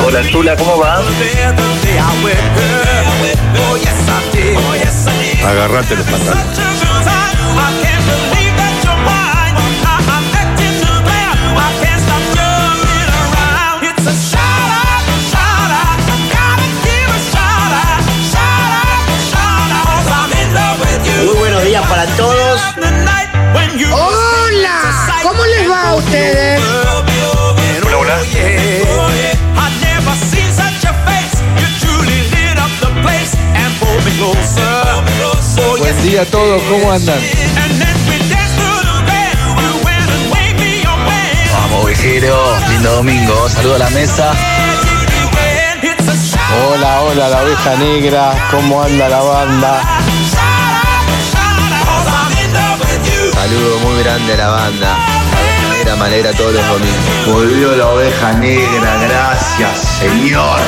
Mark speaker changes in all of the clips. Speaker 1: Oh,
Speaker 2: Tula, ¿cómo va?
Speaker 3: Agarrate los pantalones.
Speaker 4: Muy buenos días para todos.
Speaker 5: Hola, ¿cómo les va a ustedes?
Speaker 2: Hola, hola.
Speaker 6: Oh,
Speaker 3: Buen día a todos, ¿cómo andan?
Speaker 2: Vamos, viejero. Lindo domingo. Saludo a la mesa.
Speaker 3: Hola, hola, la oveja negra, ¿cómo anda la banda?
Speaker 7: Saludo muy grande a la banda. La oveja negra me alegra todos los domingos.
Speaker 8: Volvió la oveja negra, gracias, señor.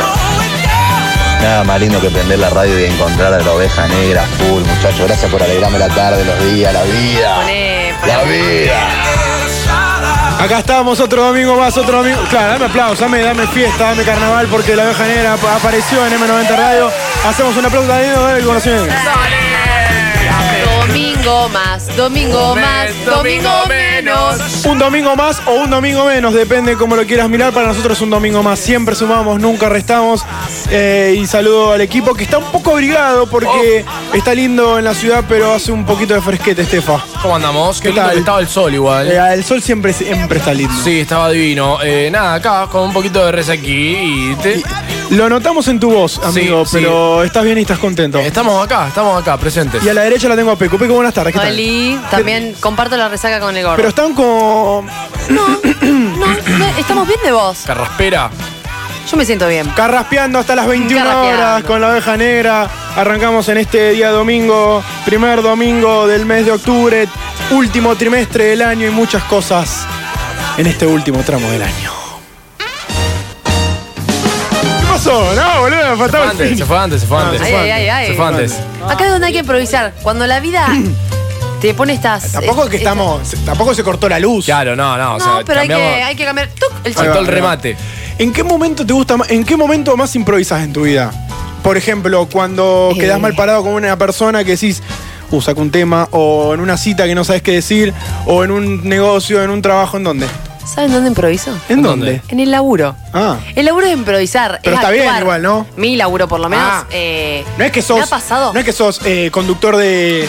Speaker 7: Nada más lindo que prender la radio y encontrar a la oveja negra full, muchachos. Gracias por alegrarme la tarde, los días, la vida.
Speaker 5: Poné,
Speaker 7: La vida.
Speaker 9: Acá estamos, otro domingo más, otro domingo. Claro, dame aplauso, dame, dame fiesta, dame carnaval, porque la oveja negra ap- apareció en M90 Radio. Hacemos un aplauso a Diego, dale con la señora.
Speaker 5: Domingo más, domingo más, domingo menos.
Speaker 9: Un domingo más o un domingo menos, depende cómo lo quieras mirar. Para nosotros es un domingo más. Siempre sumamos, nunca restamos. Eh, y saludo al equipo que está un poco abrigado porque
Speaker 1: Oh.
Speaker 9: está lindo en la ciudad, pero hace un poquito de fresquete, Estefa.
Speaker 1: ¿Cómo andamos? Qué,
Speaker 9: ¿Qué
Speaker 1: lindo
Speaker 9: tal?
Speaker 1: que estaba el sol igual.
Speaker 9: Eh, el sol siempre, siempre está lindo.
Speaker 1: Sí, estaba divino. Eh, nada, acá con un poquito de res aquí y te-
Speaker 9: Lo notamos en tu voz, amigo,
Speaker 1: sí. Este
Speaker 9: pero estás bien y estás contento.
Speaker 1: estamos acá, estamos acá, presentes.
Speaker 9: Y a la derecha la tengo a Peco. Peco, buenas tardes. ¿qué tal?
Speaker 5: Oli, también comparto la resaca con el gordo.
Speaker 9: Pero mm. están con
Speaker 5: No, no, estamos bien de vos.
Speaker 1: Carraspera.
Speaker 5: Yo me siento bien.
Speaker 9: carraspeando hasta las 21
Speaker 5: Carraspeando.
Speaker 9: horas con la oveja negra. Arrancamos en este día domingo, primer domingo del mes de octubre, último trimestre del año y muchas cosas en este último tramo del año. ¿Qué pasó? No, boludo, me
Speaker 1: Se
Speaker 9: faltaba
Speaker 1: fue
Speaker 9: el fin.
Speaker 1: antes, se fue antes, se fue antes.
Speaker 5: Ay, ay, ay, ay.
Speaker 1: Se fue antes.
Speaker 5: Acá es donde hay que improvisar. Cuando la vida te pone estas.
Speaker 9: Tampoco es que
Speaker 5: estas-
Speaker 9: estamos. Tampoco se cortó la luz.
Speaker 1: Claro, no, no. o
Speaker 5: No,
Speaker 1: sea,
Speaker 5: pero hay que,
Speaker 1: cambiamos-
Speaker 5: hay que cambiar. ¡tuc! El chip.
Speaker 1: Faltó
Speaker 9: va,
Speaker 1: el
Speaker 9: ahí va.
Speaker 1: remate.
Speaker 9: ¿En qué momento te gusta más, en qué momento más improvisas en tu vida? Por ejemplo, cuando
Speaker 5: Eh.
Speaker 9: quedás mal parado con una persona que decís, uh, saco un tema, o en una cita que no sabes qué decir, o en un negocio, en un trabajo, ¿en dónde?
Speaker 5: ¿Saben dónde improviso?
Speaker 9: ¿En
Speaker 1: ¿En
Speaker 9: dónde?
Speaker 1: dónde?
Speaker 5: En el laburo.
Speaker 9: Eh. Ah.
Speaker 5: El laburo es improvisar.
Speaker 9: Pero
Speaker 5: es
Speaker 9: está bien
Speaker 5: actuar.
Speaker 9: igual, ¿no?
Speaker 5: Mi laburo, por lo menos.
Speaker 9: Ah.
Speaker 5: eh,
Speaker 9: No es que sos.
Speaker 5: ¿Me ha pasado?
Speaker 9: No
Speaker 5: No,
Speaker 9: es que sos eh, conductor de, de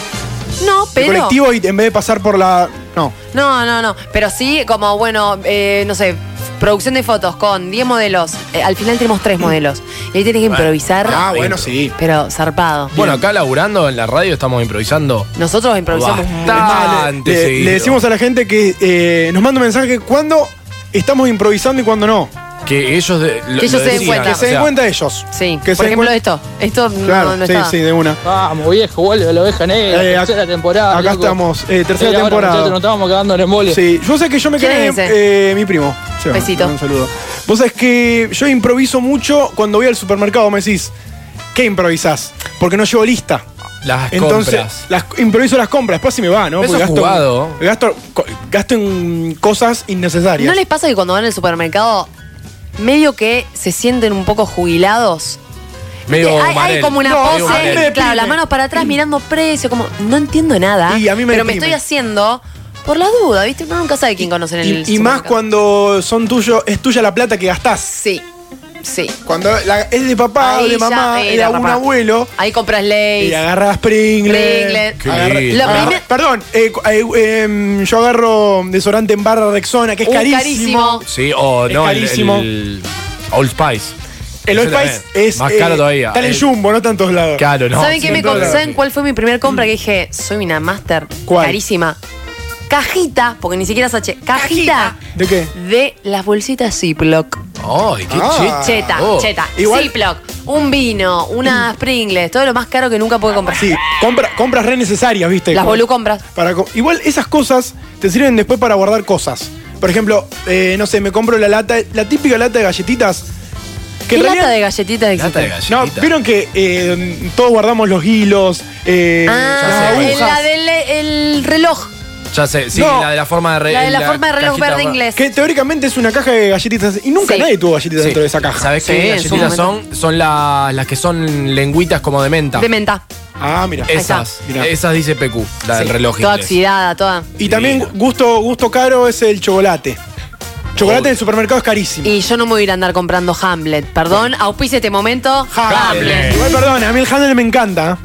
Speaker 5: pero.
Speaker 9: colectivo y en vez de pasar por la. No.
Speaker 5: No, no, no. Pero sí, como, bueno, eh, no sé, producción de fotos con 10 modelos. Eh, al final tenemos 3 modelos. Y ahí tienes que improvisar.
Speaker 9: Ah, bueno, sí.
Speaker 5: Pero zarpado.
Speaker 1: Bueno, acá laburando en la radio estamos improvisando.
Speaker 5: Nosotros improvisamos
Speaker 1: Bastante
Speaker 9: Le- le,
Speaker 1: seguido.
Speaker 9: decimos a la gente que eh, nos manda un mensaje cuando estamos improvisando y cuando no.
Speaker 1: que ellos, de- lo-
Speaker 5: ellos
Speaker 1: lo
Speaker 5: se den
Speaker 1: decían,
Speaker 5: cuenta.
Speaker 1: o
Speaker 9: Que se den
Speaker 1: sea,
Speaker 9: cuenta ellos.
Speaker 5: Sí,
Speaker 9: Que se
Speaker 5: por
Speaker 9: den
Speaker 5: ejemplo
Speaker 9: cuenta-
Speaker 5: esto. Esto no-
Speaker 9: Claro,
Speaker 5: no,
Speaker 9: sí,
Speaker 5: está.
Speaker 9: sí, de una.
Speaker 10: Vamos viejo, vuelve la oveja negra,
Speaker 9: Eh, ac-
Speaker 10: tercera temporada.
Speaker 9: acá
Speaker 10: loco.
Speaker 9: estamos, eh, tercera
Speaker 10: Era ahora,
Speaker 9: temporada.
Speaker 10: muchachos, nos estábamos quedando en embole.
Speaker 9: Sí, yo sé que yo me
Speaker 5: ¿Quién
Speaker 9: quedé
Speaker 5: es ese?
Speaker 9: eh, mi primo. Seba,
Speaker 5: Besito.
Speaker 9: Un saludo. Vos sabés que yo improviso mucho cuando voy al supermercado, me decís, ¿qué improvisás? Porque no llevo lista.
Speaker 1: Las
Speaker 9: Entonces,
Speaker 1: compras.
Speaker 9: las- improviso las compras, después sí me va, ¿no?
Speaker 1: Eso
Speaker 9: Porque
Speaker 1: es jugado.
Speaker 9: gasto, co- gasto en cosas innecesarias.
Speaker 5: ¿No les pasa que cuando van al supermercado, medio que se sienten un poco jubilados?
Speaker 1: Medio
Speaker 5: Que hay, hay
Speaker 1: Marel.
Speaker 5: como una
Speaker 9: No,
Speaker 5: pose,
Speaker 9: a mí me deprime.
Speaker 5: claro, las manos para atrás mirando precio, como no entiendo nada,
Speaker 9: Y a mí me
Speaker 5: pero me
Speaker 9: deprime.
Speaker 5: estoy haciendo por las dudas, ¿viste? Uno nunca sabe quién conocen en el
Speaker 9: y, y más
Speaker 5: supermercado.
Speaker 9: cuando son tuyos, es tuya la plata que gastás.
Speaker 5: Sí, sí.
Speaker 9: Cuando la- es de papá o de
Speaker 5: Ahí ya,
Speaker 9: mamá,
Speaker 5: eh,
Speaker 9: es de
Speaker 5: la
Speaker 9: algún
Speaker 5: rapa.
Speaker 9: abuelo.
Speaker 5: Ahí compras
Speaker 9: Y
Speaker 5: leyes.
Speaker 9: agarras Pringles.
Speaker 5: Pringles. Qué
Speaker 1: lindo.
Speaker 5: La
Speaker 9: agarra-
Speaker 5: primer-
Speaker 9: Perdón, eh, cu- eh, em, yo agarro desodorante en barra Rexona, que es
Speaker 5: Uy,
Speaker 9: carísimo.
Speaker 5: Uh, carísimo.
Speaker 1: Sí, o
Speaker 9: Es
Speaker 1: no, el-
Speaker 9: carísimo.
Speaker 1: el Old Spice.
Speaker 9: El Old
Speaker 1: Ese
Speaker 9: Spice
Speaker 1: también.
Speaker 9: es.
Speaker 1: Más
Speaker 9: eh,
Speaker 1: caro todavía.
Speaker 9: Está en el
Speaker 1: El-
Speaker 9: Jumbo, no tantos lados.
Speaker 1: Claro, no.
Speaker 5: ¿Saben, qué me
Speaker 1: siempre
Speaker 5: com-
Speaker 1: lo-
Speaker 5: ¿Saben cuál fue mi primer compra? Que dije, soy una master.
Speaker 9: ¿Cuál?
Speaker 5: Carísima. Cajita, porque ni siquiera es H. Cajita.
Speaker 9: ¿De qué?
Speaker 5: De las bolsitas Ziploc.
Speaker 1: Ay, qué
Speaker 9: Ah.
Speaker 1: cheta.
Speaker 5: Cheta,
Speaker 1: Oh.
Speaker 5: cheta.
Speaker 9: Igual- Mm.
Speaker 5: Ziploc. Un vino, unas Pringles, todo lo más caro que nunca pude comprar.
Speaker 9: Ah, Sí, compra- compras re necesarias, ¿viste?
Speaker 5: Las
Speaker 9: Como-
Speaker 5: volú compras.
Speaker 9: para co- Igual esas cosas te sirven después para guardar cosas. Por ejemplo, eh, no sé, me compro la lata, la típica lata de galletitas. Que
Speaker 5: ¿Qué
Speaker 9: en
Speaker 5: lata
Speaker 9: realidad-
Speaker 5: de galletitas
Speaker 1: Lata de
Speaker 5: existe?
Speaker 1: galletitas.
Speaker 9: No, vieron que eh, todos guardamos los hilos, eh,
Speaker 5: Ah,
Speaker 9: las
Speaker 5: el-
Speaker 9: agujas.
Speaker 5: la del el reloj.
Speaker 1: Ya sé, sí,
Speaker 9: No.
Speaker 1: la de la forma de reloj.
Speaker 5: La de la, forma de reloj verde inglés.
Speaker 9: Que teóricamente es una caja de galletitas y nunca
Speaker 5: Sí.
Speaker 9: nadie tuvo galletitas dentro de esa caja.
Speaker 1: ¿Sabes
Speaker 5: Sí,
Speaker 1: qué?
Speaker 5: en
Speaker 1: Las
Speaker 5: su
Speaker 1: galletitas
Speaker 5: momento.
Speaker 1: son, son la- las que son lengüitas como de menta.
Speaker 5: De menta.
Speaker 9: Ah, mira.
Speaker 5: Es-
Speaker 1: Esas,
Speaker 9: Ahí está.
Speaker 1: esas dice PQ, la del
Speaker 5: Sí.
Speaker 1: reloj
Speaker 5: Toda
Speaker 1: inglés.
Speaker 5: oxidada, toda.
Speaker 9: Y también gusto, gusto caro es el chocolate. Chocolate en el supermercado es carísimo.
Speaker 5: Y yo no me voy a ir a andar comprando Hamlet. Perdón, auspice este momento. Hamlet.
Speaker 9: Igual, perdón, a mí el handel me encanta.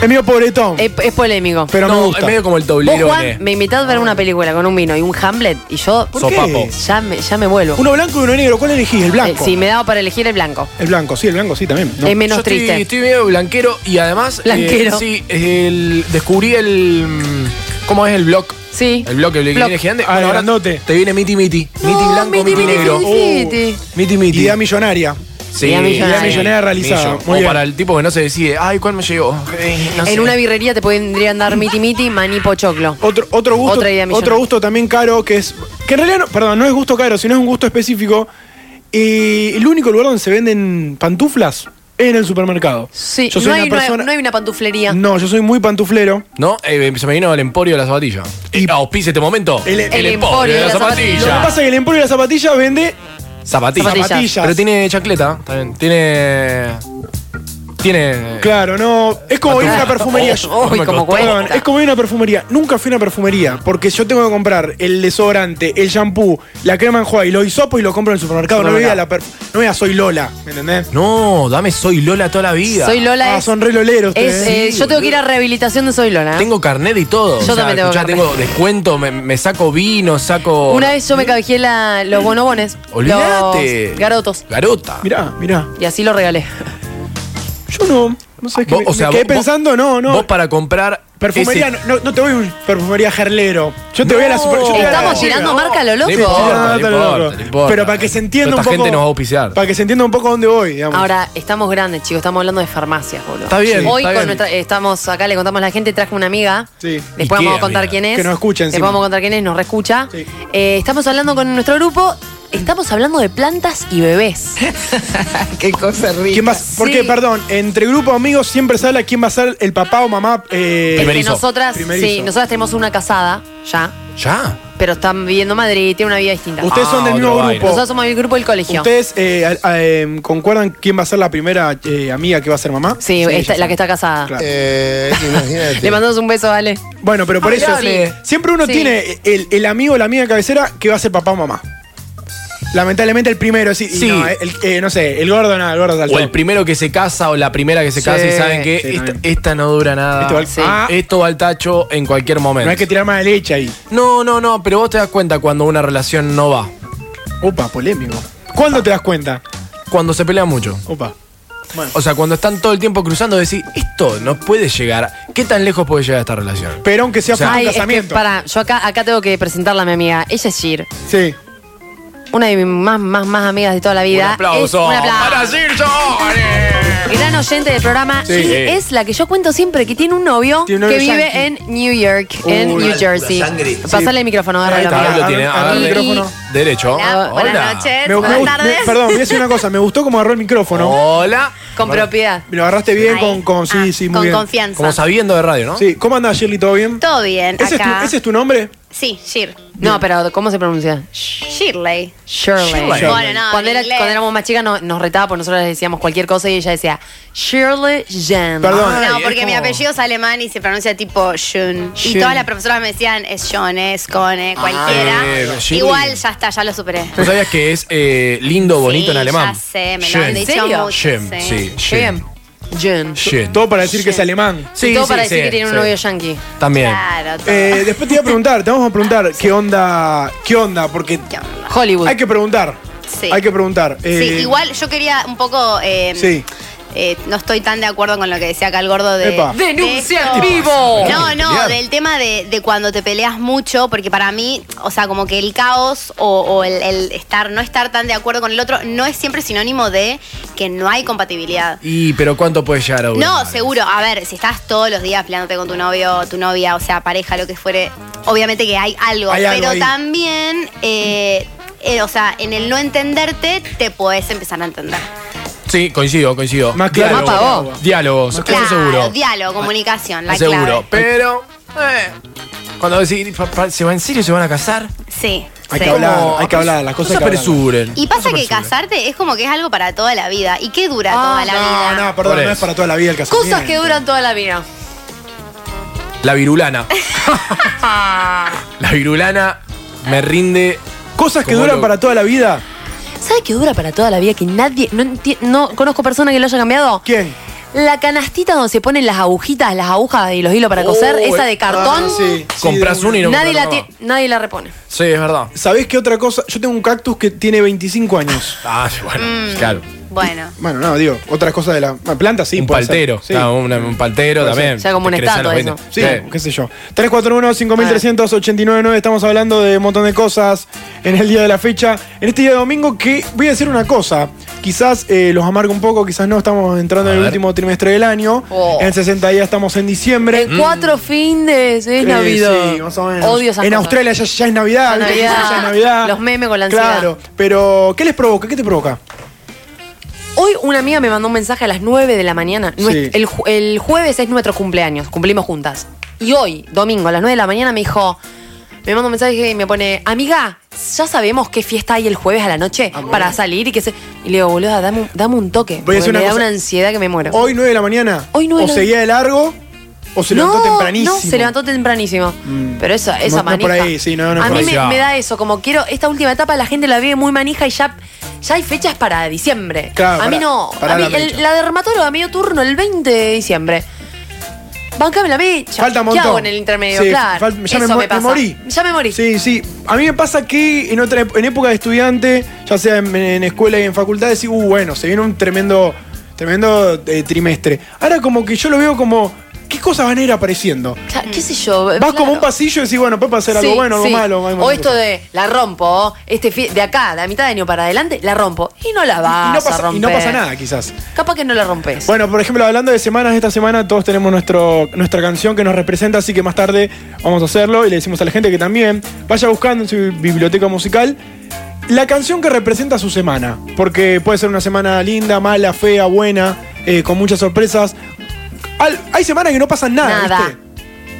Speaker 9: Es medio pobretón.
Speaker 5: Es, Eh, es polémico.
Speaker 9: pero me
Speaker 1: No,
Speaker 9: gusta.
Speaker 1: es medio como el
Speaker 5: Vos,
Speaker 1: tablero.
Speaker 5: Juan, me invitás a ver una película con un vino y un Hamlet y yo
Speaker 9: ¿Por qué?
Speaker 1: sopapo.
Speaker 5: ya me, ya me vuelvo.
Speaker 9: Uno blanco y uno negro. ¿Cuál elegís? El
Speaker 5: Eh,
Speaker 9: blanco.
Speaker 5: sí, me Eh, daba para elegir el blanco.
Speaker 9: El blanco, sí, el blanco sí también. ¿no?
Speaker 5: es menos
Speaker 1: Yo estoy-
Speaker 5: triste.
Speaker 1: Estoy, medio blanquero y además. eh,
Speaker 5: Blanquero.
Speaker 1: sí, el- descubrí el. mm, ¿Cómo es el blog?
Speaker 5: Sí.
Speaker 1: El blog, el blog que
Speaker 5: Block.
Speaker 1: viene gigante.
Speaker 9: Ah, grandote.
Speaker 1: te viene miti miti. miti
Speaker 5: No,
Speaker 1: blanco, miti,
Speaker 5: miti, miti,
Speaker 1: negro.
Speaker 5: miti, miti.
Speaker 1: Miti miti.
Speaker 9: Idea millonaria.
Speaker 1: Sí,
Speaker 5: Idea millonaria.
Speaker 9: Idea millonaria realizada.
Speaker 1: O
Speaker 9: Muy bien.
Speaker 1: para el tipo que no se decide, ay, ¿cuál me llegó? Eh, no sé.
Speaker 5: En una birrería te podrían dar miti miti, maní pochoclo.
Speaker 9: Otro, otro gusto.
Speaker 5: Otra idea millonaria.
Speaker 9: otro gusto también caro que es. Que en realidad, no, perdón, no es gusto caro, sino es un gusto específico. Y el único lugar donde se venden pantuflas es en el supermercado.
Speaker 5: Sí,
Speaker 9: Yo soy
Speaker 5: no
Speaker 9: una
Speaker 5: hay, no hay-
Speaker 9: persona-
Speaker 5: no hay una pantuflería.
Speaker 9: No, yo soy muy pantuflero.
Speaker 1: No, eh, se me vino el emporio de la zapatilla. Y auspice este momento.
Speaker 9: El-
Speaker 5: el emporio de la
Speaker 9: Lo que pasa es que el emporio de la zapatilla vende
Speaker 1: Zapatillas.
Speaker 5: Zapatillas.
Speaker 1: Pero tiene chancleta, está bien. Tiene. Tiene.
Speaker 9: Claro, no. Es como ir a una perfumería.
Speaker 1: Oh,
Speaker 5: Uy,
Speaker 1: me
Speaker 5: Ah, como
Speaker 1: costó.
Speaker 9: Perdón,
Speaker 5: cuesta.
Speaker 9: es como ir a una perfumería. Nunca fui a una perfumería porque yo tengo que comprar el desodorante, el shampoo, la crema en y los hisopos y los compro en el supermercado. No voy a la perf- No voy a soy Lola, ¿me entendés?
Speaker 1: No, dame soy Lola toda la vida.
Speaker 5: Soy Lola.
Speaker 9: Ah,
Speaker 5: es-
Speaker 9: son re loleros
Speaker 5: es,
Speaker 9: ustedes.
Speaker 5: eh,
Speaker 1: Sí,
Speaker 5: yo tengo que ir a rehabilitación de Soy Lola. ¿eh?
Speaker 1: Tengo carnet y todo.
Speaker 5: Yo también tengo
Speaker 1: escuchá,
Speaker 5: carnet.
Speaker 1: tengo descuento, me, me saco vino, saco.
Speaker 5: Una vez yo me cabejé la- los bonobones.
Speaker 1: Olvídate.
Speaker 5: Los garotos.
Speaker 1: Garota.
Speaker 9: Mirá, mirá.
Speaker 5: Y así lo regalé.
Speaker 9: Yo no. No sé qué.
Speaker 1: Vos-
Speaker 9: me quedé
Speaker 1: vos-
Speaker 9: pensando, no, no.
Speaker 1: Vos para comprar.
Speaker 9: perfumería,
Speaker 1: ese-
Speaker 9: no, no- no te voy a un perfumería gerlero. Yo te voy a la super. yo te voy a la-
Speaker 5: Estamos tirando marca a lo
Speaker 1: No
Speaker 5: loco.
Speaker 1: importa.
Speaker 9: Ah, está loco.
Speaker 1: importa, no importa.
Speaker 9: Pero para que se entienda
Speaker 1: Toda
Speaker 9: un
Speaker 1: esta
Speaker 9: poco.
Speaker 1: gente nos va a auspiciar.
Speaker 9: Para que se entienda un poco a dónde voy, digamos.
Speaker 5: Ahora, estamos grandes, chicos. Estamos hablando de farmacias, boludo.
Speaker 1: Está bien,
Speaker 5: Hoy
Speaker 1: está
Speaker 5: con
Speaker 1: bien.
Speaker 5: nuestra- estamos acá, le contamos a la gente, traje una amiga.
Speaker 9: Sí.
Speaker 1: ¿Y qué
Speaker 5: Después vamos a contar
Speaker 1: amiga?
Speaker 5: quién es.
Speaker 9: Que nos escucha
Speaker 5: Después
Speaker 9: encima.
Speaker 5: vamos a contar quién es, nos reescucha.
Speaker 9: Sí.
Speaker 5: Eh, estamos hablando con nuestro grupo. Estamos hablando de plantas y bebés.
Speaker 9: ¿Quién va a- Porque,
Speaker 5: Sí.
Speaker 9: perdón, entre grupo de amigos siempre se habla quién va a ser el papá o mamá. eh,
Speaker 5: Es que
Speaker 1: Primerizo.
Speaker 5: nosotras,
Speaker 9: Primerizo.
Speaker 5: sí, nosotras tenemos una casada ya,
Speaker 1: Ya.
Speaker 5: pero están viviendo en Madrid, tiene una vida distinta.
Speaker 9: ustedes
Speaker 1: Ah,
Speaker 9: son del mismo
Speaker 1: otro baile.
Speaker 9: grupo.
Speaker 5: Nosotros somos el grupo del colegio.
Speaker 9: ¿Ustedes eh, a- a- em, concuerdan quién va a ser la primera eh, amiga que va a ser mamá?
Speaker 5: Sí, esta-
Speaker 9: ya
Speaker 5: la que está casada.
Speaker 9: Claro.
Speaker 3: Eh,
Speaker 5: Le mandamos un beso, Ale.
Speaker 9: Bueno, pero por
Speaker 5: Ah,
Speaker 9: eso,
Speaker 5: dale.
Speaker 9: siempre uno
Speaker 5: Sí.
Speaker 9: tiene el, el amigo o la amiga de cabecera que va a ser papá o mamá. Lamentablemente el primero, sí. y
Speaker 1: Sí.
Speaker 9: No, el- eh, no sé, el gordo nada, el gordo saltó.
Speaker 1: O el primero que se casa o la primera que se
Speaker 5: Sí.
Speaker 1: casa y saben que
Speaker 9: Sí,
Speaker 1: esta,
Speaker 9: también.
Speaker 1: esta no dura nada.
Speaker 9: Esto va al-
Speaker 5: Sí.
Speaker 9: Ah,
Speaker 1: Esto va al tacho en cualquier momento.
Speaker 9: no hay que tirar más de leche ahí.
Speaker 1: no, no, no, pero vos te das cuenta cuando una relación no va.
Speaker 9: Opa, polémico. ¿Cuándo te das cuenta?
Speaker 1: Cuando se pelea mucho.
Speaker 9: Opa.
Speaker 1: O sea, cuando están todo el tiempo cruzando, decís, esto no puede llegar. ¿Qué tan lejos puede llegar esta relación?
Speaker 9: Pero aunque sea
Speaker 1: O sea,
Speaker 9: por un
Speaker 5: Ay, es que
Speaker 9: casamiento.
Speaker 5: para, yo acá, acá tengo que presentarla a mi amiga. Ella es Gir,
Speaker 9: Sí.
Speaker 5: una de mis más, más, más amigas de toda la vida.
Speaker 1: un aplauso.
Speaker 5: Es- un aplauso.
Speaker 1: Para Sirso.
Speaker 5: Gran oyente del programa.
Speaker 9: Sí.
Speaker 5: Y
Speaker 9: Sí.
Speaker 5: es la que yo cuento siempre que tiene un novio
Speaker 9: Tiene un novio
Speaker 5: que vive
Speaker 9: yankee.
Speaker 5: en New York, en
Speaker 9: Uy.
Speaker 5: New Jersey.
Speaker 8: Pura sangre.
Speaker 5: Pasale el micrófono,
Speaker 9: Ahí
Speaker 5: agárralo.
Speaker 9: está,
Speaker 1: Ahí
Speaker 5: amiga.
Speaker 1: lo tiene.
Speaker 9: Agarra
Speaker 1: agarre.
Speaker 9: el micrófono.
Speaker 1: Derecho.
Speaker 11: Hola, Ah, buenas noches,
Speaker 9: Me,
Speaker 11: buenas
Speaker 9: me-
Speaker 11: tardes.
Speaker 9: me- perdón, voy a decir una cosa. Me gustó cómo agarró el
Speaker 1: Oh.
Speaker 9: micrófono.
Speaker 1: Hola.
Speaker 5: Con propiedad.
Speaker 9: Me lo agarraste bien
Speaker 11: Ahí.
Speaker 9: con, con- Sí,
Speaker 11: Ah,
Speaker 9: sí, muy
Speaker 11: con
Speaker 9: bien.
Speaker 11: confianza.
Speaker 1: Como sabiendo de radio, ¿no?
Speaker 9: Sí, ¿cómo andás, Shirley? ¿Todo bien?
Speaker 11: Todo bien,
Speaker 9: ¿Ese es, tu,
Speaker 11: acá.
Speaker 9: ese es tu nombre?
Speaker 11: Sí, Shir.
Speaker 5: No, pero ¿cómo se pronuncia?
Speaker 11: Shirley.
Speaker 5: Shirley.
Speaker 11: Bueno, no,
Speaker 5: cuando,
Speaker 11: en
Speaker 5: era-
Speaker 11: inglés.
Speaker 5: cuando éramos más chicas no- nos retaba porque nosotros le decíamos cualquier cosa y ella decía Shirley Jen.
Speaker 9: Perdón.
Speaker 11: Ah, No,
Speaker 1: Ay, es
Speaker 11: porque mi
Speaker 1: como-
Speaker 11: apellido es alemán y se pronuncia tipo Shun. Y
Speaker 9: Shun.
Speaker 11: todas las profesoras me decían es John, es Cone,
Speaker 9: Ah,
Speaker 11: cualquiera.
Speaker 1: eh, Shirley.
Speaker 11: Igual ya está, ya lo superé.
Speaker 1: ¿Tú sabías que es eh, lindo, bonito
Speaker 11: Sí,
Speaker 1: en alemán?
Speaker 11: Ya sé, me lo
Speaker 1: Schön.
Speaker 11: han dicho
Speaker 5: ¿En serio?
Speaker 11: mucho.
Speaker 1: Schön,
Speaker 11: sí.
Speaker 1: sí.
Speaker 5: Qué bien. Jen.
Speaker 1: Schön.
Speaker 9: Todo para decir que es alemán.
Speaker 1: Sí,
Speaker 5: y todo
Speaker 1: sí,
Speaker 5: para
Speaker 1: sí,
Speaker 5: decir que tiene un
Speaker 1: sí.
Speaker 5: novio yankee.
Speaker 1: También.
Speaker 11: Claro, todo.
Speaker 9: Eh, después te iba a preguntar, te vamos a preguntar qué onda, qué onda, porque
Speaker 11: ¿Qué onda?
Speaker 5: Hollywood.
Speaker 9: hay que preguntar.
Speaker 11: Sí.
Speaker 9: Hay que preguntar. Eh,
Speaker 11: sí, igual yo quería un poco. eh,
Speaker 9: Sí.
Speaker 11: eh, no estoy tan de acuerdo con lo que decía acá el gordo de.
Speaker 9: Epa.
Speaker 11: de
Speaker 5: ¡Denuncia
Speaker 11: esto.
Speaker 5: en vivo!
Speaker 11: No, no,
Speaker 1: Pelear.
Speaker 11: del tema de, de cuando te peleas mucho, porque para mí, o sea, como que el caos o, o el, el estar, no estar tan de acuerdo con el otro, no es siempre sinónimo de que no hay compatibilidad.
Speaker 1: Y, pero ¿cuánto puede llegar a durar?
Speaker 11: No, seguro. A ver, si estás todos los días peleándote con tu novio, tu novia, o sea, pareja, lo que fuere, obviamente que hay algo.
Speaker 9: Hay algo
Speaker 11: pero
Speaker 9: ahí.
Speaker 11: también, eh, eh, o sea, en el no entenderte, te podés empezar a entender.
Speaker 1: Sí, coincido, coincido.
Speaker 9: Más claro.
Speaker 5: Más
Speaker 1: Diálogos.
Speaker 5: pavó.
Speaker 1: Diálogos, eso seguro.
Speaker 11: diálogo, comunicación, la
Speaker 1: seguro.
Speaker 11: clave.
Speaker 1: Pero. eh, Cuando decís, pa- pa- ¿se va en serio? ¿Se van a casar?
Speaker 11: Sí.
Speaker 9: Hay
Speaker 11: sí.
Speaker 9: que hablar, hay que hablar, las cosas
Speaker 1: No se
Speaker 9: hay que hablarlas.
Speaker 1: apresuren.
Speaker 11: Y pasa que casarte es como que es algo para toda la vida. ¿Y qué dura toda la vida?
Speaker 9: Ah, No, no, perdón,
Speaker 1: Por
Speaker 9: no es
Speaker 1: eso.
Speaker 9: para toda la vida el casamiento.
Speaker 5: Cosas que duran toda la vida.
Speaker 1: La virulana. la virulana me rinde.
Speaker 9: Cosas que
Speaker 1: Como
Speaker 9: duran
Speaker 1: lo-
Speaker 9: para toda la vida.
Speaker 5: ¿Sabes qué dura para toda la vida? Que nadie. No, enti- no conozco persona que lo haya cambiado.
Speaker 9: ¿Quién?
Speaker 5: La canastita donde se ponen las agujitas, las agujas y los hilos para coser,
Speaker 9: Oh,
Speaker 5: esa de
Speaker 9: eh,
Speaker 5: cartón,
Speaker 9: ah, sí, sí,
Speaker 1: Compras
Speaker 9: de una.
Speaker 1: una y no
Speaker 5: nadie,
Speaker 1: compras
Speaker 5: la
Speaker 1: otra
Speaker 5: tie- nadie la repone.
Speaker 1: más. Sí, es verdad.
Speaker 9: ¿Sabés qué otra cosa? Yo tengo un cactus que tiene 25 años.
Speaker 1: Ah, sí,
Speaker 5: Mm.
Speaker 1: bueno, claro.
Speaker 11: Bueno.
Speaker 9: Bueno, no, digo, otras cosas de la bueno, planta, sí.
Speaker 1: un
Speaker 9: puede ser.
Speaker 1: paltero.
Speaker 9: Sí.
Speaker 1: claro, una- un paltero
Speaker 9: Puede ser.
Speaker 1: también.
Speaker 5: O sea, como
Speaker 1: Te
Speaker 5: una
Speaker 1: crecen los
Speaker 5: estatua,
Speaker 1: 20.
Speaker 5: eso.
Speaker 9: Sí,
Speaker 1: Sí.
Speaker 9: qué sé yo. 341-53899, estamos hablando de un montón de cosas en el día de la fecha. En este día de domingo que voy a decir una cosa, quizás eh, los amargo un poco, quizás no, estamos entrando
Speaker 1: A
Speaker 9: en el
Speaker 1: ver.
Speaker 9: último trimestre del año.
Speaker 5: Oh.
Speaker 9: En 60 días estamos en diciembre.
Speaker 5: En cuatro fines
Speaker 9: Eh,
Speaker 5: es Navidad.
Speaker 9: Mm. sí, más o menos.
Speaker 5: Odio esas
Speaker 9: En
Speaker 5: cosas.
Speaker 9: Australia ya, ya es Navidad,
Speaker 5: Ya
Speaker 9: ¿viste?
Speaker 5: Navidad.
Speaker 9: Ya es Navidad.
Speaker 5: Los memes con la ansiedad.
Speaker 9: Claro, pero ¿qué les provoca? ¿Qué te provoca?
Speaker 5: Hoy una amiga me mandó un mensaje a las 9 de la mañana. Nuest-
Speaker 9: Sí.
Speaker 5: El, ju- el jueves es nuestro cumpleaños, cumplimos juntas. Y hoy, domingo, a las 9 de la mañana, me dijo, me manda un mensaje y me pone, amiga, ya sabemos qué fiesta hay el jueves a la noche para salir y que se... Y le digo, boluda, dame, un- dame un toque.
Speaker 9: Voy a
Speaker 5: porque
Speaker 9: decir
Speaker 5: me
Speaker 9: una
Speaker 5: da
Speaker 9: cosa.
Speaker 5: una ansiedad que me muero.
Speaker 9: Hoy 9 de la mañana.
Speaker 5: Hoy 9 de
Speaker 9: o
Speaker 5: la-
Speaker 9: seguía de largo o se levantó
Speaker 5: no,
Speaker 9: tempranísimo. Mm.
Speaker 5: No, se levantó tempranísimo. Pero esa, esa
Speaker 9: No- no por
Speaker 5: manija.
Speaker 9: ahí, sí, no, no
Speaker 5: a
Speaker 9: por
Speaker 5: mí
Speaker 9: ahí.
Speaker 5: me,
Speaker 1: Ya.
Speaker 5: me da eso, como quiero. Esta última etapa la gente la vive muy manija y ya, ya hay fechas para diciembre.
Speaker 9: Claro,
Speaker 5: a mí
Speaker 9: para-
Speaker 5: no.
Speaker 9: para
Speaker 5: a mí,
Speaker 9: la
Speaker 5: el-
Speaker 9: mecha.
Speaker 5: la dermatóloga medio turno el 20 de diciembre. Bancame la mecha.
Speaker 9: Falta un montón.
Speaker 5: ¿Qué hago en el intermedio?
Speaker 9: Sí,
Speaker 5: claro.
Speaker 9: fal- ya me
Speaker 5: eso
Speaker 9: mo-
Speaker 5: me,
Speaker 9: me
Speaker 5: pasa.
Speaker 9: morí.
Speaker 5: Ya me morí.
Speaker 9: Sí, sí. A mí me pasa que en otra ep- en época de estudiante, ya sea en, en escuela y en facultad, decís, uh, bueno, se viene un tremendo, tremendo eh, trimestre. Ahora como que yo lo veo como, ¿qué cosas van a ir apareciendo?
Speaker 5: Ya, ¿Qué sé yo? eh,
Speaker 9: Vas como un pasillo y decís, bueno, puede pasar algo
Speaker 5: Sí,
Speaker 9: bueno, algo
Speaker 5: sí.
Speaker 9: malo. algo
Speaker 5: O
Speaker 9: malo.
Speaker 5: esto de la rompo, este fi- de acá, la mitad de año para adelante, la rompo. Y no la vas
Speaker 9: y no,
Speaker 5: a
Speaker 9: pasa,
Speaker 5: romper.
Speaker 9: y no pasa nada, quizás.
Speaker 5: Capaz que no la rompes.
Speaker 9: Bueno, por ejemplo, hablando de semanas, esta semana todos tenemos nuestro, nuestra canción que nos representa, así que más tarde vamos a hacerlo y le decimos a la gente que también vaya buscando en su biblioteca musical la canción que representa su semana, porque puede ser una semana linda, mala, fea, buena, eh, con muchas sorpresas. Al- hay semanas que no pasan nada,
Speaker 5: Nada.
Speaker 9: ¿viste?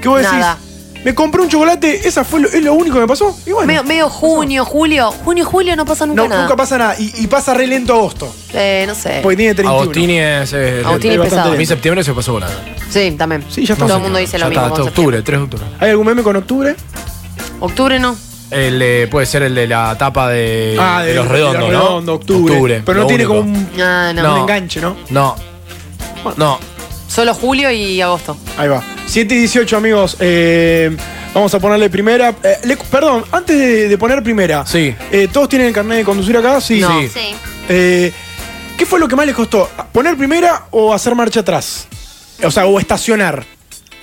Speaker 9: Que vos decís,
Speaker 5: Nada.
Speaker 9: me compré un chocolate, esa fue lo, es lo único que me pasó. Y bueno,
Speaker 5: medio, medio junio, julio. Junio, julio no pasa nunca
Speaker 9: no,
Speaker 5: nada.
Speaker 9: nunca pasa nada. Y, y pasa re lento agosto,
Speaker 5: Eh, no sé.
Speaker 9: porque tiene 31.
Speaker 1: Agostini es. eh,
Speaker 5: Agostini
Speaker 1: el-
Speaker 5: es pesado.
Speaker 1: A mí septiembre se pasó volando.
Speaker 5: Sí, también.
Speaker 9: Sí, ya está.
Speaker 5: Todo
Speaker 9: No
Speaker 5: el
Speaker 9: sé.
Speaker 5: mundo dice
Speaker 1: Ya
Speaker 5: lo
Speaker 1: está,
Speaker 5: mismo.
Speaker 1: hasta
Speaker 5: con
Speaker 1: octubre, 3 de octubre.
Speaker 9: ¿Hay algún meme con octubre?
Speaker 5: septiembre. Octubre no.
Speaker 1: El, eh, puede ser el de la tapa de,
Speaker 9: Ah,
Speaker 1: Eh, de los redondos,
Speaker 9: de
Speaker 1: ¿no?
Speaker 9: Redondo, octubre. Pero no
Speaker 1: lo
Speaker 9: tiene
Speaker 1: único.
Speaker 9: como un,
Speaker 5: Ah, no.
Speaker 9: un
Speaker 1: No.
Speaker 9: enganche, ¿no?
Speaker 1: No. No.
Speaker 5: Solo julio y agosto.
Speaker 9: Ahí va. 7 y 18, amigos. Eh, vamos a ponerle primera. Eh, le- perdón, antes de, de poner primera.
Speaker 1: Sí.
Speaker 9: Eh, ¿Todos tienen el carnet de conducir acá? Sí.
Speaker 5: No.
Speaker 1: Sí.
Speaker 11: Sí.
Speaker 9: Eh, ¿Qué fue lo que más les costó? ¿Poner primera o hacer marcha atrás? O sea, o estacionar.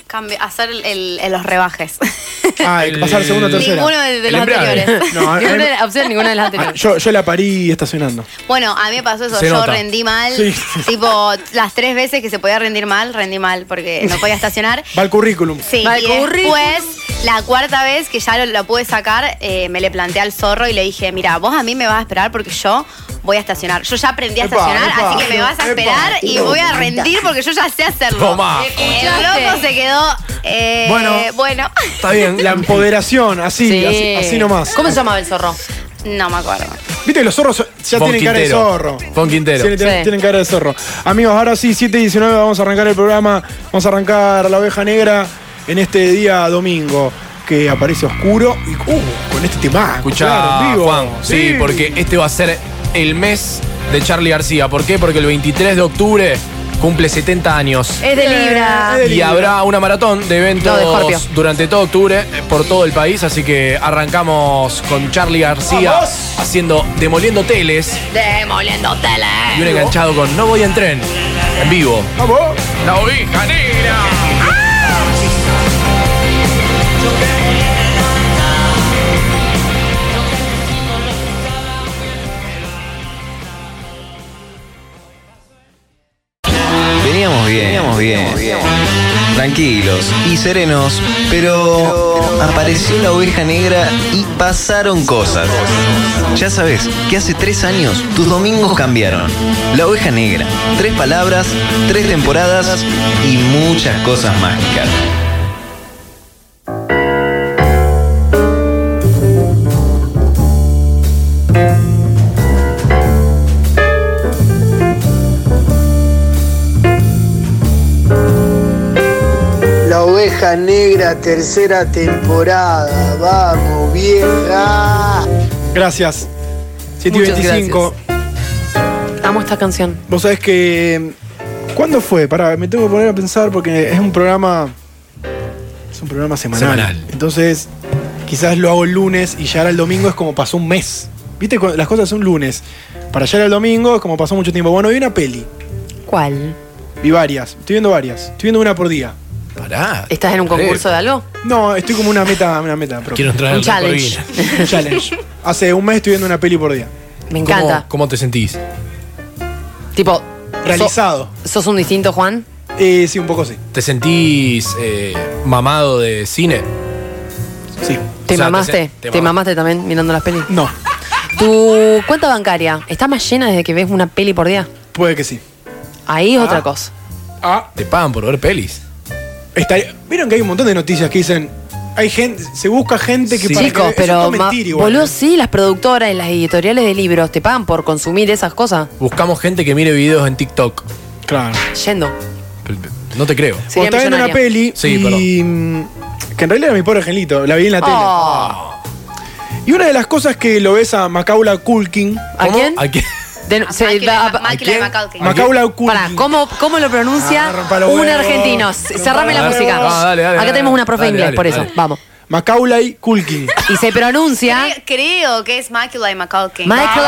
Speaker 11: Cambio- hacer el- el- el- los rebajes.
Speaker 9: Ah, hay que
Speaker 1: El-
Speaker 9: pasar segunda o tercera.
Speaker 11: Ninguno de, de
Speaker 1: El
Speaker 11: los
Speaker 1: embrague.
Speaker 11: anteriores.
Speaker 9: No, a- a mí-
Speaker 5: Ninguna de las opciones, ninguna de las
Speaker 9: Ah,
Speaker 5: anteriores.
Speaker 9: yo, yo la parí estacionando.
Speaker 11: Bueno, a mí me pasó eso.
Speaker 1: Se
Speaker 11: Yo
Speaker 1: nota.
Speaker 11: rendí mal.
Speaker 9: Sí.
Speaker 11: Tipo, las tres veces que se podía rendir mal, rendí mal porque no podía estacionar.
Speaker 9: Va al currículum.
Speaker 11: Sí,
Speaker 5: Mal
Speaker 11: y
Speaker 5: currículum.
Speaker 11: después, la cuarta vez que ya lo, lo pude sacar, eh, me le planteé al zorro y le dije, mira, vos a mí me vas a esperar porque yo voy a estacionar. Yo ya aprendí a
Speaker 9: Epa,
Speaker 11: estacionar,
Speaker 9: epa.
Speaker 11: así que me vas a
Speaker 9: Epa.
Speaker 11: esperar y voy a rendir porque yo ya sé hacerlo.
Speaker 1: Tomá.
Speaker 11: El loco se quedó, eh,
Speaker 1: Bueno.
Speaker 11: bueno,
Speaker 1: Está bien.
Speaker 9: La empoderación, así,
Speaker 5: Sí.
Speaker 9: así, así nomás.
Speaker 5: ¿Cómo se llamaba el zorro?
Speaker 11: no me acuerdo.
Speaker 9: Viste que los zorros ya
Speaker 1: Fon
Speaker 9: tienen cara de
Speaker 1: Quintero.
Speaker 9: zorro.
Speaker 1: Fon Quintero.
Speaker 9: Tienen, tienen-
Speaker 5: Sí.
Speaker 9: tienen cara de zorro. Amigos, ahora sí, 7 y 19, vamos a arrancar el programa. Vamos a arrancar la oveja negra en este día domingo que aparece oscuro y uh, con este tema.
Speaker 1: Escuchá,
Speaker 9: claro, en vivo.
Speaker 1: Juan. Sí, porque este va a ser el mes de Charlie García. ¿Por qué? Porque el 23 de octubre cumple 70 años.
Speaker 5: Es de Libra.
Speaker 9: Eh, eh.
Speaker 1: Y habrá una maratón de
Speaker 5: No, de Scorpio.
Speaker 1: eventos durante todo octubre eh, por todo el país, así que arrancamos con Charlie García
Speaker 9: ¡Vamos!
Speaker 1: haciendo Demoliendo Teles
Speaker 5: Demoliendo
Speaker 1: y un
Speaker 5: tele.
Speaker 1: enganchado con No voy en tren en vivo.
Speaker 9: Vamos.
Speaker 1: La oveja negra.
Speaker 7: Veníamos bien, veníamos bien. Tranquilos y serenos, pero apareció la oveja negra y pasaron cosas. Ya sabes que hace tres años tus domingos cambiaron. La oveja negra, tres palabras, tres temporadas y muchas cosas mágicas.
Speaker 12: Oveja Negra, tercera temporada. Vamos, vieja.
Speaker 9: Gracias. 7 y
Speaker 5: Muchas
Speaker 9: 25.
Speaker 5: Amo esta canción.
Speaker 9: Vos sabés que. ¿Cuándo fue? Pará, me tengo que poner a pensar porque es un programa. Es un programa semanal.
Speaker 1: Semanal.
Speaker 9: Entonces, quizás lo hago el lunes y ya era el domingo es como pasó un mes. ¿Viste? Cu- Las cosas son lunes. Para llegar al domingo es como pasó mucho tiempo. Bueno, vi una peli.
Speaker 5: ¿Cuál?
Speaker 9: Vi varias. Estoy viendo varias. Estoy viendo una por día.
Speaker 1: Pará.
Speaker 5: ¿Estás en un concurso de algo?
Speaker 9: No, estoy como una meta, una meta. propia.
Speaker 1: Quiero entrar
Speaker 5: Un
Speaker 1: al
Speaker 5: challenge.
Speaker 9: Un challenge. Hace un mes estoy viendo una peli por día.
Speaker 1: ¿Cómo-
Speaker 5: Me encanta.
Speaker 1: ¿Cómo te sentís?
Speaker 5: Tipo,
Speaker 9: Realizado.
Speaker 5: so- ¿sos un distinto, Juan?
Speaker 9: Eh, sí, un poco sí.
Speaker 1: ¿Te sentís eh, mamado de cine?
Speaker 9: Sí.
Speaker 5: ¿Te
Speaker 1: O sea,
Speaker 5: mamaste?
Speaker 1: se-
Speaker 5: Te, mamaste también mirando las pelis?
Speaker 9: No,
Speaker 5: ¿Tu cuenta bancaria está más llena desde que ves una peli por día?
Speaker 9: puede que sí.
Speaker 5: Ahí es otra cosa.
Speaker 9: Ah,
Speaker 1: ¿Te pagan por ver pelis?
Speaker 9: estaría- Vieron que hay un montón de noticias que dicen. Hay gente, se busca gente que para
Speaker 5: Chicos,
Speaker 9: que- eso es
Speaker 5: pero
Speaker 9: todo
Speaker 5: ma-
Speaker 9: mentir igual. ¿eh?
Speaker 5: boludo, sí, las productoras y las editoriales de libros te pagan por consumir esas cosas.
Speaker 1: Buscamos gente que mire videos en TikTok.
Speaker 9: Claro.
Speaker 5: Yendo.
Speaker 1: No te creo.
Speaker 5: Sería
Speaker 9: Cuando estaba viendo una
Speaker 5: millonaria.
Speaker 9: peli
Speaker 1: Sí,
Speaker 9: y mm, que en realidad era mi pobre angelito, la vi en la tele. Ah,
Speaker 5: Oh,
Speaker 9: Y una de las cosas que lo ves a Macaula Culkin,
Speaker 5: ¿A
Speaker 1: ¿Cómo?
Speaker 5: quién?
Speaker 1: ¿A quién?
Speaker 11: Ah,
Speaker 5: De- se- va- va-
Speaker 11: Máquina de Macaulay.
Speaker 9: Macaula Culkin.
Speaker 5: Pará, ¿cómo, ¿cómo lo pronuncia
Speaker 9: Ah, rompa los
Speaker 5: un
Speaker 9: huevos.
Speaker 5: argentino? C- Cerrame la
Speaker 1: Dale,
Speaker 5: música.
Speaker 1: dale, Ah, dale, dale,
Speaker 5: Acá
Speaker 1: dale,
Speaker 5: tenemos una profe de
Speaker 1: dale,
Speaker 5: inglés,
Speaker 1: dale,
Speaker 5: por eso.
Speaker 1: dale.
Speaker 5: Vamos.
Speaker 9: Macaulay Culkin.
Speaker 5: Y se pronuncia
Speaker 11: Creo, creo que es Macula y Macaulay.
Speaker 5: Michael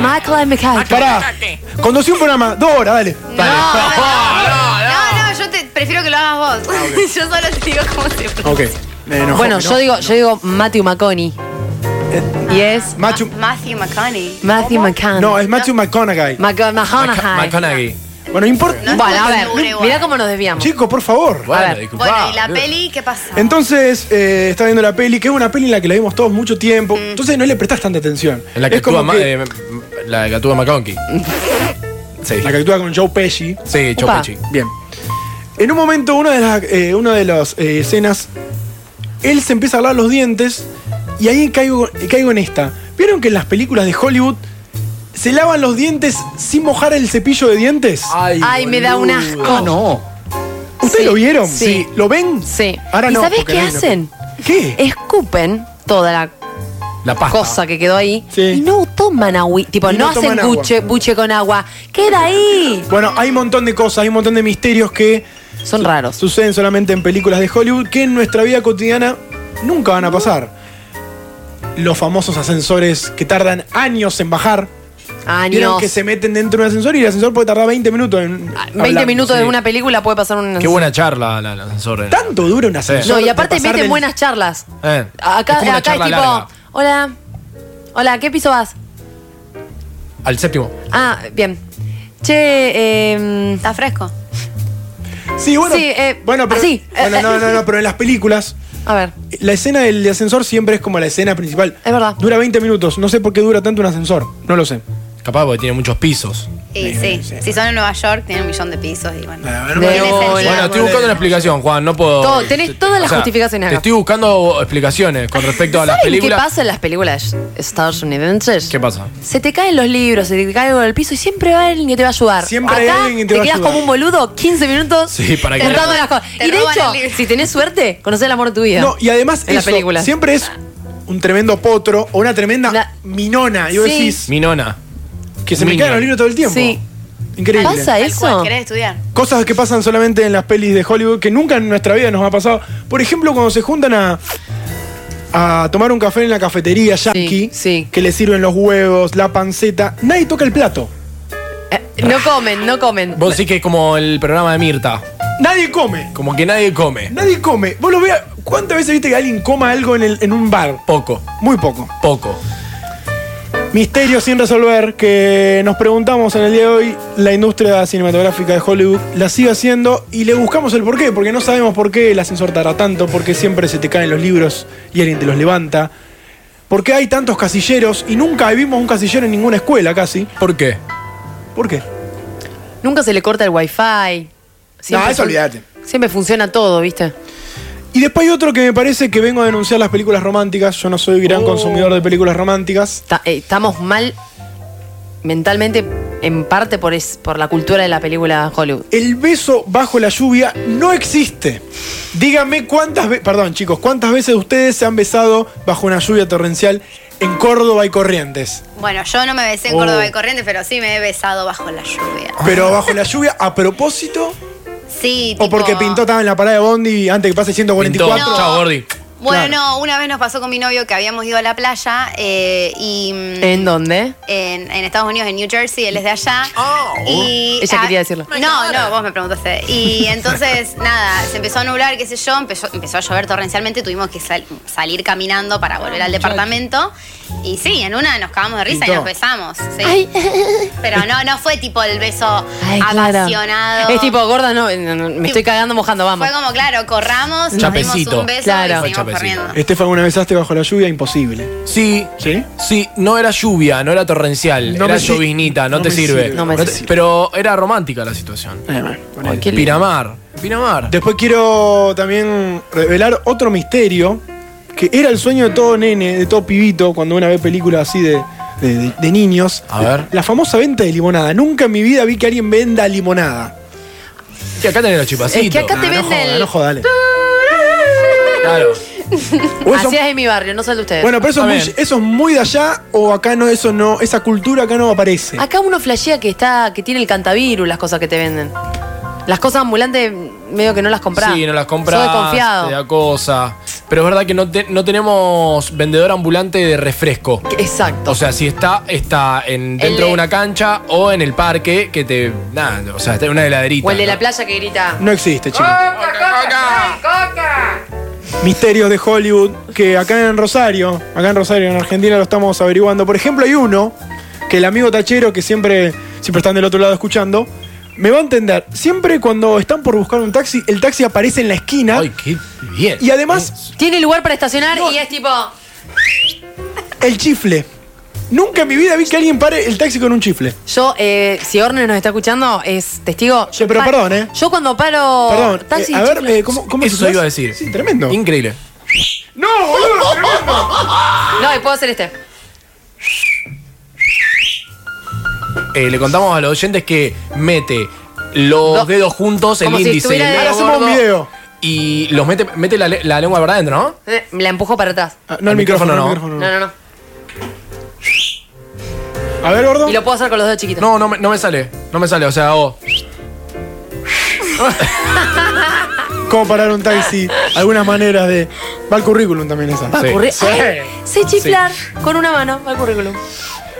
Speaker 5: Michael Michael.
Speaker 9: Ah, Pará. Conducí un programa, dos horas, dale.
Speaker 11: No, no, yo te prefiero que lo hagas vos. yo solo te digo cómo se pronuncia.
Speaker 9: Ok. Me enojó,
Speaker 5: Bueno,
Speaker 9: me
Speaker 5: yo digo, yo digo Matthew McConaughey.
Speaker 9: Eh.
Speaker 5: Y es
Speaker 9: Machu-
Speaker 11: Ma- Matthew McConaughey.
Speaker 5: Matthew McConaughey.
Speaker 9: no, es Matthew McConaughey.
Speaker 5: Maca- McConaughey.
Speaker 1: McConaughey.
Speaker 9: Bueno, importa.
Speaker 11: No.
Speaker 5: Bueno, a
Speaker 11: Estoy segura
Speaker 5: ver,
Speaker 11: igual.
Speaker 5: mirá cómo nos desviamos.
Speaker 9: Chico, por favor.
Speaker 5: A
Speaker 1: Bueno,
Speaker 5: ver.
Speaker 1: disculpa.
Speaker 11: Bueno, ¿y la peli qué pasa?
Speaker 5: Ah.
Speaker 9: Entonces, eh, está viendo la peli, que es una peli en la que la vimos todos mucho tiempo.
Speaker 5: Mm.
Speaker 9: Entonces no le prestás tanta atención.
Speaker 1: En la que
Speaker 9: es como
Speaker 1: actúa Ma-
Speaker 9: que-
Speaker 1: eh, la que actúa McConaughey. Sí.
Speaker 9: la que actúa con Joe Pesci.
Speaker 1: Sí,
Speaker 5: Upa.
Speaker 1: Chopechi.
Speaker 9: Bien. En un momento, una de las, eh, una de las eh, escenas, él se empieza a hablar los dientes y ahí caigo, caigo en esta. ¿Vieron que en las películas de Hollywood se lavan los dientes sin mojar el cepillo de dientes?
Speaker 5: Ay, Ah, me da un asco.
Speaker 9: Ah, no. ¿Ustedes lo vieron?
Speaker 5: Ah, sí.
Speaker 9: ¿Lo ven?
Speaker 5: Sí.
Speaker 9: Ahora
Speaker 5: ¿Y
Speaker 9: no,
Speaker 5: sabés
Speaker 9: porque
Speaker 5: qué
Speaker 9: no hay una-
Speaker 5: hacen?
Speaker 9: ¿Qué?
Speaker 5: Escupen toda la
Speaker 1: La pasta.
Speaker 5: cosa que quedó ahí
Speaker 9: Sí.
Speaker 5: y no toman agua. Tipo,
Speaker 9: Y
Speaker 5: no,
Speaker 9: no
Speaker 5: hacen
Speaker 9: toman agua.
Speaker 5: buche, buche con agua. Queda ahí.
Speaker 9: Bueno, hay un montón de cosas, hay un montón de misterios que
Speaker 5: Son raros.
Speaker 9: suceden solamente en películas de Hollywood que en nuestra vida cotidiana nunca van a pasar. Los famosos ascensores que tardan años en bajar. Vieron
Speaker 5: Años.
Speaker 9: que se meten dentro de un ascensor y el ascensor puede tardar 20 minutos en.
Speaker 5: 20 minutos de una película puede pasar un.
Speaker 1: Qué buena charla la, la ascensor.
Speaker 9: Tanto dura un ascensor.
Speaker 5: No, y
Speaker 9: de
Speaker 5: aparte
Speaker 9: pasar
Speaker 5: meten
Speaker 9: del-
Speaker 5: buenas charlas.
Speaker 1: Eh,
Speaker 5: Acá,
Speaker 1: es como una
Speaker 5: acá es
Speaker 1: charla
Speaker 5: tipo,
Speaker 1: larga.
Speaker 5: hola, hola, ¿qué piso vas?
Speaker 1: Al séptimo.
Speaker 5: Ah, bien. Che, eh,
Speaker 11: ¿Está fresco?
Speaker 9: Sí, bueno.
Speaker 5: Sí, eh,
Speaker 9: bueno, pero.
Speaker 5: así.
Speaker 9: Bueno,
Speaker 5: Eh,
Speaker 9: no,
Speaker 5: eh.
Speaker 9: no, no, pero en las películas.
Speaker 5: a ver,
Speaker 9: La escena del ascensor siempre es como la escena principal.
Speaker 5: Es verdad.
Speaker 9: Dura 20 minutos. No sé por qué dura tanto un ascensor. No lo sé.
Speaker 1: Capaz porque tiene muchos pisos.
Speaker 11: Sí, sí. Si son en Nueva York, tienen un millón de pisos y bueno.
Speaker 5: De
Speaker 11: Tiene
Speaker 5: una.
Speaker 11: sentido.
Speaker 1: Bueno, estoy buscando una explicación, Juan. No puedo.
Speaker 5: Todo, tenés
Speaker 1: te- te-
Speaker 5: todas las justificaciones
Speaker 1: Te
Speaker 5: acá.
Speaker 1: estoy buscando explicaciones con respecto a las
Speaker 5: ¿saben qué
Speaker 1: películas.
Speaker 5: pasa en las películas estadounidenses?
Speaker 1: ¿Qué pasa?
Speaker 5: Se te caen los libros, se te cae algo del piso y siempre va alguien que te va a ayudar.
Speaker 9: Siempre
Speaker 5: Acá
Speaker 9: hay alguien que te va a
Speaker 5: quedas
Speaker 9: ayudar.
Speaker 5: como un boludo 15 minutos
Speaker 1: Sí, para que-
Speaker 5: tentando las cosas.
Speaker 11: Te
Speaker 5: Y de
Speaker 11: roban
Speaker 5: hecho,
Speaker 11: el libro.
Speaker 5: si tenés suerte, conocés el amor de tu vida.
Speaker 9: No, y además
Speaker 5: en las
Speaker 9: eso
Speaker 5: películas.
Speaker 9: siempre es un tremendo potro o una tremenda
Speaker 5: Una-
Speaker 9: minona. Y vos
Speaker 5: Sí.
Speaker 9: decís
Speaker 1: Mi nona.
Speaker 9: que se me
Speaker 1: Minion.
Speaker 9: caen los libros todo el tiempo.
Speaker 5: Sí.
Speaker 9: Increíble.
Speaker 5: ¿Pasa
Speaker 11: Tal cual,
Speaker 5: eso?
Speaker 11: ¿Querés estudiar?
Speaker 9: Cosas que pasan solamente en las pelis de Hollywood que nunca en nuestra vida nos ha pasado. Por ejemplo, cuando se juntan a, a tomar un café en la cafetería yankee,
Speaker 5: sí.
Speaker 9: que le sirven los huevos, la panceta, nadie toca el plato.
Speaker 5: Eh, no comen, no comen.
Speaker 1: Vos sí que es como el programa de Mirta.
Speaker 9: Nadie come.
Speaker 1: Como que nadie come.
Speaker 9: Nadie come. Vos lo veas. ¿Cuántas veces viste que alguien coma algo en, el- en un bar?
Speaker 1: Poco,
Speaker 9: Muy poco.
Speaker 1: poco.
Speaker 9: Misterios sin resolver que nos preguntamos en el día de hoy, la industria cinematográfica de Hollywood la sigue haciendo y le buscamos el porqué, porque no sabemos por qué el ascensor tarda tanto, porque siempre se te caen los libros y alguien te los levanta, porque hay tantos casilleros y nunca vimos un casillero en ninguna escuela casi.
Speaker 1: ¿Por qué?
Speaker 9: ¿Por qué?
Speaker 5: Nunca se le corta el wifi. Siempre
Speaker 9: No, eso
Speaker 5: fun-
Speaker 9: olvídate.
Speaker 5: Siempre funciona todo, ¿viste?
Speaker 9: Y después hay otro que me parece que vengo a denunciar las películas románticas, yo no soy gran consumidor de películas románticas.
Speaker 5: Ta- eh, estamos mal mentalmente en parte por, es, por la cultura de la película Hollywood.
Speaker 9: El beso bajo la lluvia no existe. Díganme cuántas veces, perdón chicos, cuántas veces ustedes se han besado bajo una lluvia torrencial en Córdoba y Corrientes.
Speaker 11: Bueno, yo no me besé en
Speaker 9: Oh.
Speaker 11: Córdoba y Corrientes, pero sí me he besado bajo la lluvia.
Speaker 9: Pero bajo la lluvia a propósito
Speaker 11: Sí,
Speaker 9: o porque
Speaker 11: tipo-
Speaker 9: pintó estaba en la parada de Bondi antes que pase 144.
Speaker 11: Pintó. No. Chao,
Speaker 9: Gordi.
Speaker 11: Bueno, una vez nos pasó con mi novio que habíamos ido a la playa eh, y mm,
Speaker 5: ¿En dónde?
Speaker 11: en, en Estados Unidos, en New Jersey, él es de allá.
Speaker 1: Oh.
Speaker 11: y
Speaker 5: Ella
Speaker 11: a-
Speaker 5: quería decirlo.
Speaker 11: No, no, vos me preguntaste. Y entonces, nada, se empezó a nublar, qué sé yo, empezó, empezó a llover torrencialmente, tuvimos que sal- salir caminando para volver
Speaker 1: Ah,
Speaker 11: al departamento. Y sí, en una nos cagamos de risa y
Speaker 5: Pintó.
Speaker 11: nos besamos. sí. Pero no, no fue tipo el beso
Speaker 5: Ay, claro.
Speaker 11: apasionado.
Speaker 5: Es tipo, gorda, no, no, no, me estoy cagando mojando, vamos.
Speaker 11: Fue como, claro, corramos, nos dimos
Speaker 1: Chapecito.
Speaker 11: un beso
Speaker 1: Claro.
Speaker 11: y
Speaker 1: Fue
Speaker 11: seguimos
Speaker 1: chapecito.
Speaker 11: corriendo.
Speaker 9: Estefan, Este ¿una besaste bajo la lluvia? Imposible.
Speaker 1: Sí.
Speaker 9: ¿Sí?
Speaker 1: Sí, no era lluvia, no era torrencial,
Speaker 9: No
Speaker 1: era
Speaker 9: me si-
Speaker 1: lloviznita, no,
Speaker 9: no
Speaker 1: te
Speaker 9: me
Speaker 1: sirve.
Speaker 9: sirve. No me
Speaker 1: te-
Speaker 9: sirve.
Speaker 1: Pero era romántica la situación.
Speaker 11: Eh,
Speaker 1: Pinamar. Pinamar.
Speaker 9: Después quiero también revelar otro misterio que era el sueño de todo nene, de todo pibito, cuando una ve películas así de, de- de- de niños.
Speaker 1: A ver.
Speaker 9: La famosa venta de limonada. Nunca en mi vida vi que alguien venda limonada. Ah,
Speaker 1: Y acá tenés los chipacitos.
Speaker 5: Es que acá te
Speaker 9: no
Speaker 5: venden
Speaker 9: joda,
Speaker 5: el-
Speaker 9: no joda, dale.
Speaker 1: Claro.
Speaker 9: O eso-
Speaker 5: Así es en mi barrio, no sale ustedes.
Speaker 9: Bueno, pero eso es, muy, eso es muy de allá o acá no, eso no, esa cultura acá no aparece.
Speaker 5: Acá uno flashea que está, que tiene el cantavirus, las cosas que te venden. Las cosas ambulantes, medio que no las compras.
Speaker 1: Sí, no las compras.
Speaker 5: Soy confiado.
Speaker 1: Te da cosa. Pero es verdad que no, te- no tenemos vendedor ambulante de refresco.
Speaker 5: Exacto.
Speaker 1: O sea, si está, está en, dentro
Speaker 5: El-
Speaker 1: de una cancha o en el parque que te. Nada, o sea, está en una heladerita.
Speaker 5: O el de
Speaker 1: ¿no?
Speaker 5: la playa que grita.
Speaker 9: No existe, chicos.
Speaker 5: coca, coca!
Speaker 9: misterios de Hollywood que acá en Rosario, acá en Rosario, en Argentina lo estamos averiguando. Por ejemplo, hay uno que el amigo tachero que siempre, siempre están del otro lado escuchando, me va a entender. Siempre cuando están por buscar un taxi, el taxi aparece en la esquina.
Speaker 1: Ay, qué bien.
Speaker 9: Y además,
Speaker 5: Tiene lugar para estacionar y es tipo.
Speaker 9: el chifle. Nunca en mi vida vi que alguien pare el taxi con un chifle.
Speaker 5: Yo, eh, si Orne nos está escuchando, es testigo. Yo,
Speaker 9: pero perdón, ¿eh?
Speaker 5: Yo cuando paro.
Speaker 9: Perdón,
Speaker 5: taxi
Speaker 9: eh, a
Speaker 5: de
Speaker 9: ver,
Speaker 5: chifle-
Speaker 9: eh, ¿cómo, cómo
Speaker 1: Eso
Speaker 9: se
Speaker 1: iba a
Speaker 9: hace?
Speaker 1: decir.
Speaker 9: Sí, tremendo.
Speaker 1: Increíble.
Speaker 9: ¡No, boludo, tremendo!
Speaker 5: No, y puedo hacer este.
Speaker 1: Eh, le contamos a los oyentes que mete los
Speaker 5: No.
Speaker 1: dedos juntos, el
Speaker 5: Como si
Speaker 1: índice y el
Speaker 5: estuviera de-
Speaker 1: dedo
Speaker 9: Ahora hacemos un
Speaker 1: gordo,
Speaker 9: video.
Speaker 1: Y los mete, mete la, le- la lengua para adentro, ¿no?
Speaker 5: Eh, La empujo para atrás.
Speaker 9: Ah, no, el, micrófono, no. el micrófono
Speaker 5: No,
Speaker 9: no.
Speaker 5: no, no.
Speaker 9: A ver, gordo.
Speaker 5: Y lo puedo hacer con los dedos chiquitos.
Speaker 1: No, no me, no me sale. No me sale, o sea, hago.
Speaker 9: ¿Cómo parar un taxi? Algunas maneras de. Va al currículum también esa.
Speaker 5: Va a
Speaker 1: Sí.
Speaker 5: ocurrir.
Speaker 9: Sí.
Speaker 5: Ay, Sé chiflar con una mano al currículum.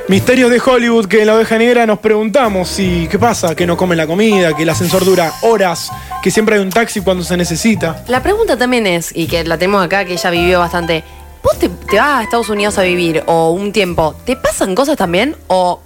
Speaker 9: Misterios de Hollywood que en la oveja negra nos preguntamos si qué pasa, que no comen la comida, que el ascensor dura horas, que siempre hay un taxi cuando se necesita.
Speaker 5: La pregunta también es, y que la tenemos acá, que ella vivió bastante. ¿Vos te, te vas a Estados Unidos a vivir o un tiempo? ¿Te pasan cosas también? ¿O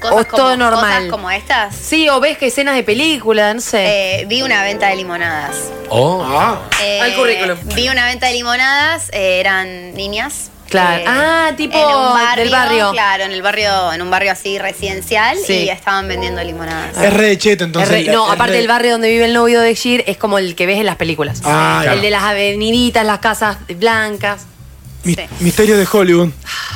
Speaker 11: Cosas
Speaker 5: O es todo
Speaker 11: como-
Speaker 5: normal.
Speaker 11: Cosas como estas.
Speaker 5: sí, o ves que escenas de película? No sé.
Speaker 11: Eh, vi una venta de limonadas.
Speaker 1: Oh.
Speaker 5: Ah.
Speaker 11: Eh,
Speaker 5: Al currículum.
Speaker 11: Vi una venta de limonadas, eh, eran niñas.
Speaker 5: Claro.
Speaker 11: eh,
Speaker 5: ah, tipo
Speaker 11: en un barrio,
Speaker 5: del barrio.
Speaker 11: Claro, en el barrio, en un barrio así residencial
Speaker 5: Sí. Ah.
Speaker 11: y estaban vendiendo limonadas.
Speaker 9: Es re de cheto, entonces.
Speaker 5: Es re- no,
Speaker 9: es
Speaker 5: aparte
Speaker 9: re-
Speaker 5: el barrio donde vive el novio de Gir es como el que ves en las películas.
Speaker 9: Ah,
Speaker 5: el
Speaker 9: claro.
Speaker 5: de las aveniditas, las casas blancas.
Speaker 9: Mi-
Speaker 11: Sí.
Speaker 9: Misterios de Hollywood.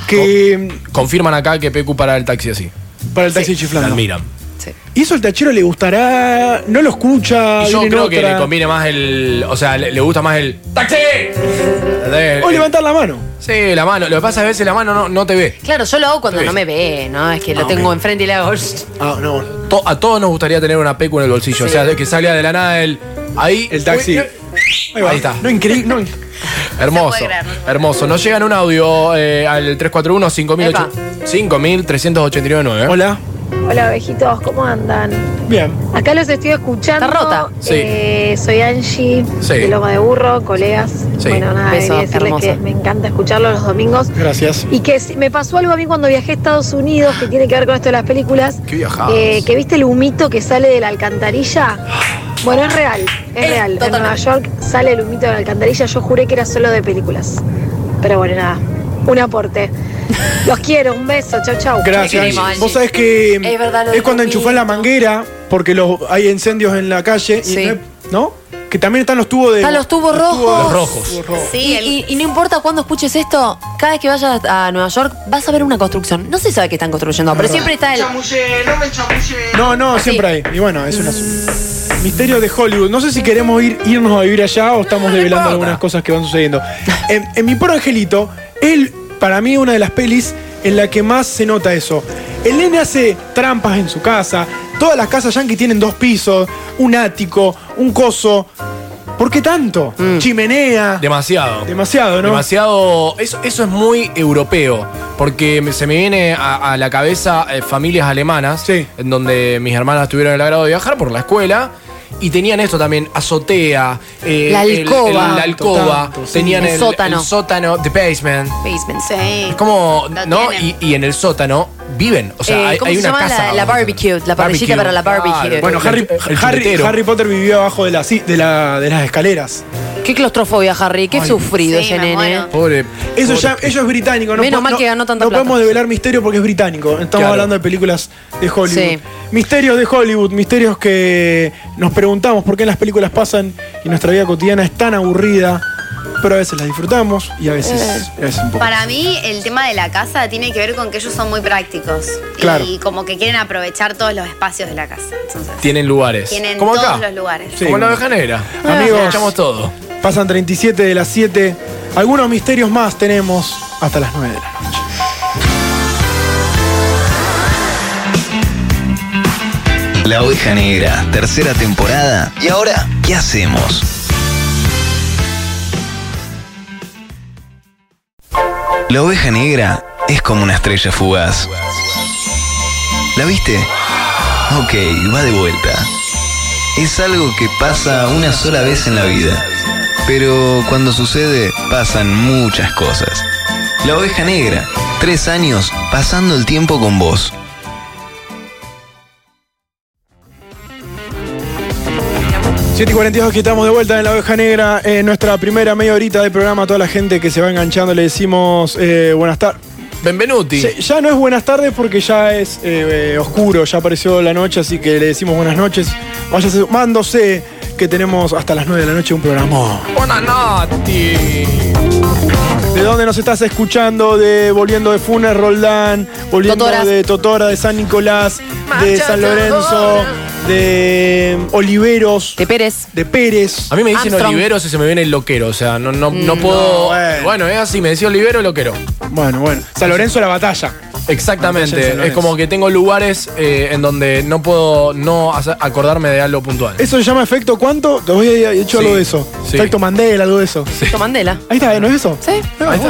Speaker 9: Que.
Speaker 1: Oh. Confirman acá que Pecu para el taxi así.
Speaker 9: Para el taxi chiflando.
Speaker 1: Admiran.
Speaker 5: Sí.
Speaker 9: Y eso el tachero le gustará. No lo escucha.
Speaker 1: Y yo
Speaker 9: viene en
Speaker 1: creo que
Speaker 9: otra.
Speaker 1: le conviene más el. O sea, le, le gusta más el. ¡Taxi! ¿Entendés?
Speaker 9: O levantar la mano.
Speaker 1: Sí, la mano. Lo que pasa es que a veces la mano no, no te ve.
Speaker 5: Claro, yo lo hago cuando
Speaker 1: Sí.
Speaker 5: no me ve, ¿no? Es que lo tengo enfrente y le hago.
Speaker 9: Ah, no.
Speaker 1: To- a todos nos gustaría tener una Pecu en el bolsillo. O sea, de que salga de la nada el. Ahí.
Speaker 9: El taxi.
Speaker 1: Uy,
Speaker 9: va.
Speaker 1: Ahí está. ¿Eh?
Speaker 9: No, increíble. No, inc-
Speaker 1: Hermoso,
Speaker 11: Se puede creer, no se puede
Speaker 1: hermoso. Nos llega en un audio eh, al 341
Speaker 5: Epa.
Speaker 1: 5389
Speaker 9: Hola.
Speaker 13: Hola, ovejitos, ¿cómo andan?
Speaker 9: Bien.
Speaker 13: Acá los estoy escuchando.
Speaker 5: Está rota.
Speaker 1: Sí.
Speaker 13: Eh, soy Angie,
Speaker 1: Sí.
Speaker 13: de Loma de Burro, colegas.
Speaker 1: Sí.
Speaker 13: Bueno, nada,
Speaker 5: Beso,
Speaker 13: quería decirles
Speaker 5: hermosa.
Speaker 13: que me encanta escucharlo los domingos.
Speaker 9: Gracias.
Speaker 13: Y que si- me pasó algo a mí cuando viajé a Estados Unidos, que tiene que ver con esto de las películas.
Speaker 1: ¿Qué viajabas?
Speaker 13: Eh, que viste el humito que sale de la alcantarilla. Bueno, es real, es,
Speaker 5: Es
Speaker 13: real. En Nueva
Speaker 5: totalmente.
Speaker 13: York sale el humito de la alcantarilla. Yo juré que era solo de películas. Pero bueno, nada, un aporte. Los quiero, un beso, chau, chau.
Speaker 5: Te
Speaker 9: Gracias.
Speaker 5: queremos, Angie.
Speaker 9: Vos sabés que
Speaker 5: Es verdad lo
Speaker 9: es
Speaker 5: del
Speaker 9: cuando
Speaker 5: copito.
Speaker 9: enchufás la manguera porque los, hay incendios en la calle y
Speaker 5: Sí.
Speaker 9: no, hay- ¿no? que también están los tubos de.
Speaker 5: Están los tubos rojos.
Speaker 9: Los rojos.
Speaker 5: y, y- y no importa cuándo escuches esto, cada vez que vayas a Nueva York vas a ver una construcción. No se sabe qué están construyendo, pero siempre está el.
Speaker 9: No, no, siempre hay. Y bueno, es un asunto. Misterio de Hollywood. No sé si queremos ir, irnos a vivir allá o estamos develando algunas cosas que van sucediendo. En, en Mi Pobre Angelito, él, para mí, es una de las pelis en la que más se nota eso. El nene hace trampas en su casa. Todas las casas yankee tienen dos pisos, un ático, un coso. ¿Por qué tanto? Chimenea.
Speaker 1: Demasiado.
Speaker 9: Demasiado, ¿no?
Speaker 1: Demasiado. Eso, eso es muy europeo. Porque me- se me viene a, a la cabeza eh, familias alemanas. En donde mis hermanas tuvieron el agrado de viajar por la escuela. Y tenían esto también, azotea, eh,
Speaker 5: La
Speaker 1: el- el-
Speaker 5: alcoba.
Speaker 1: la alcoba,
Speaker 5: Tanto, sí.
Speaker 1: tenían
Speaker 5: El
Speaker 1: el, el
Speaker 5: sótano.
Speaker 1: sótano, the basement.
Speaker 5: Basement.
Speaker 11: Sí.
Speaker 1: Como, ¿no? Y, y en el sótano viven. O sea,
Speaker 5: Eh,
Speaker 1: hay,
Speaker 5: ¿Cómo
Speaker 1: hay
Speaker 5: se
Speaker 1: una
Speaker 5: llama
Speaker 1: casa.
Speaker 5: la, la barbecue? La
Speaker 1: Barbecue,
Speaker 5: parrillita para la
Speaker 1: claro.
Speaker 5: barbecue.
Speaker 9: Bueno, Harry, Harry,
Speaker 1: chuletero.
Speaker 9: Harry Potter vivió abajo de, la, sí, de, la- de las escaleras.
Speaker 5: Qué claustrofobia, Harry. Qué sufrido ese nene.
Speaker 1: Pobre.
Speaker 9: Eso, ya, eso es británico, ¿no?
Speaker 5: Menos
Speaker 9: po-
Speaker 5: mal
Speaker 9: no-
Speaker 5: que ganó tanta
Speaker 9: No
Speaker 5: plata.
Speaker 9: podemos develar misterio porque es británico. Estamos
Speaker 1: Claro.
Speaker 9: hablando de películas de Hollywood.
Speaker 5: Sí.
Speaker 9: Misterios de Hollywood, misterios que nos preguntamos por qué las películas pasan y nuestra vida cotidiana es tan aburrida, pero a veces las disfrutamos y a veces, a
Speaker 5: Eh.
Speaker 9: veces un poco.
Speaker 11: Para mí, el tema de la casa tiene que ver con que ellos son muy prácticos.
Speaker 1: Claro.
Speaker 11: Y como que quieren aprovechar todos los espacios de la casa. Entonces,
Speaker 1: Tienen lugares.
Speaker 11: tienen
Speaker 1: Como
Speaker 11: todos
Speaker 1: acá.
Speaker 11: los lugares.
Speaker 9: Sí,
Speaker 1: Como la
Speaker 9: bueno.
Speaker 1: oveja negra.
Speaker 9: Amigos.
Speaker 1: Echamos todo.
Speaker 9: Pasan 37 de las 7. Algunos misterios más tenemos hasta las 9 de la noche.
Speaker 7: La Oveja Negra, tercera temporada. ¿Y ahora qué hacemos? La Oveja Negra es como una estrella fugaz. ¿La viste? Ok, va de vuelta. Es algo que pasa una sola vez en la vida. Pero cuando sucede, pasan muchas cosas. La Oveja Negra, tres años pasando el tiempo con vos.
Speaker 9: Siete y 42 que estamos de vuelta en la oveja negra, en nuestra primera media horita de programa, a toda la gente que se va enganchando le decimos eh, buenas tardes.
Speaker 1: Benvenuti.
Speaker 9: ya no es buenas tardes porque ya es eh, eh, oscuro, ya apareció la noche, así que le decimos buenas noches. Vaya sumándose que tenemos hasta las 9 de la noche un
Speaker 5: Oh.
Speaker 9: programa.
Speaker 1: Buenas noches.
Speaker 9: ¿De dónde nos estás escuchando? De Volviendo de Funes, Roldán, volviendo
Speaker 5: Totoras.
Speaker 9: de Totora, de San Nicolás, de San Lorenzo, de Oliveros.
Speaker 5: De Pérez.
Speaker 9: De Pérez.
Speaker 1: A mí me dicen
Speaker 9: Armstrong.
Speaker 1: Oliveros y se me viene el loquero. O sea, no, no, no
Speaker 9: Mm,
Speaker 1: puedo.
Speaker 9: no,
Speaker 1: bueno.
Speaker 9: bueno.
Speaker 1: es así, me decía Olivero y loquero.
Speaker 9: Bueno, bueno. San Lorenzo la batalla.
Speaker 1: Exactamente.
Speaker 9: Batalla de San
Speaker 1: es
Speaker 9: Lorenzo.
Speaker 1: como que tengo lugares eh, en donde no puedo no hacer- acordarme de algo puntual.
Speaker 9: ¿Eso se llama efecto cuánto? Te voy a hecho
Speaker 1: Sí,
Speaker 9: algo de eso.
Speaker 1: sí.
Speaker 9: Efecto Mandela, algo de eso.
Speaker 5: Efecto Mandela.
Speaker 9: Ahí está, ¿eh? ¿no es eso?
Speaker 5: Sí.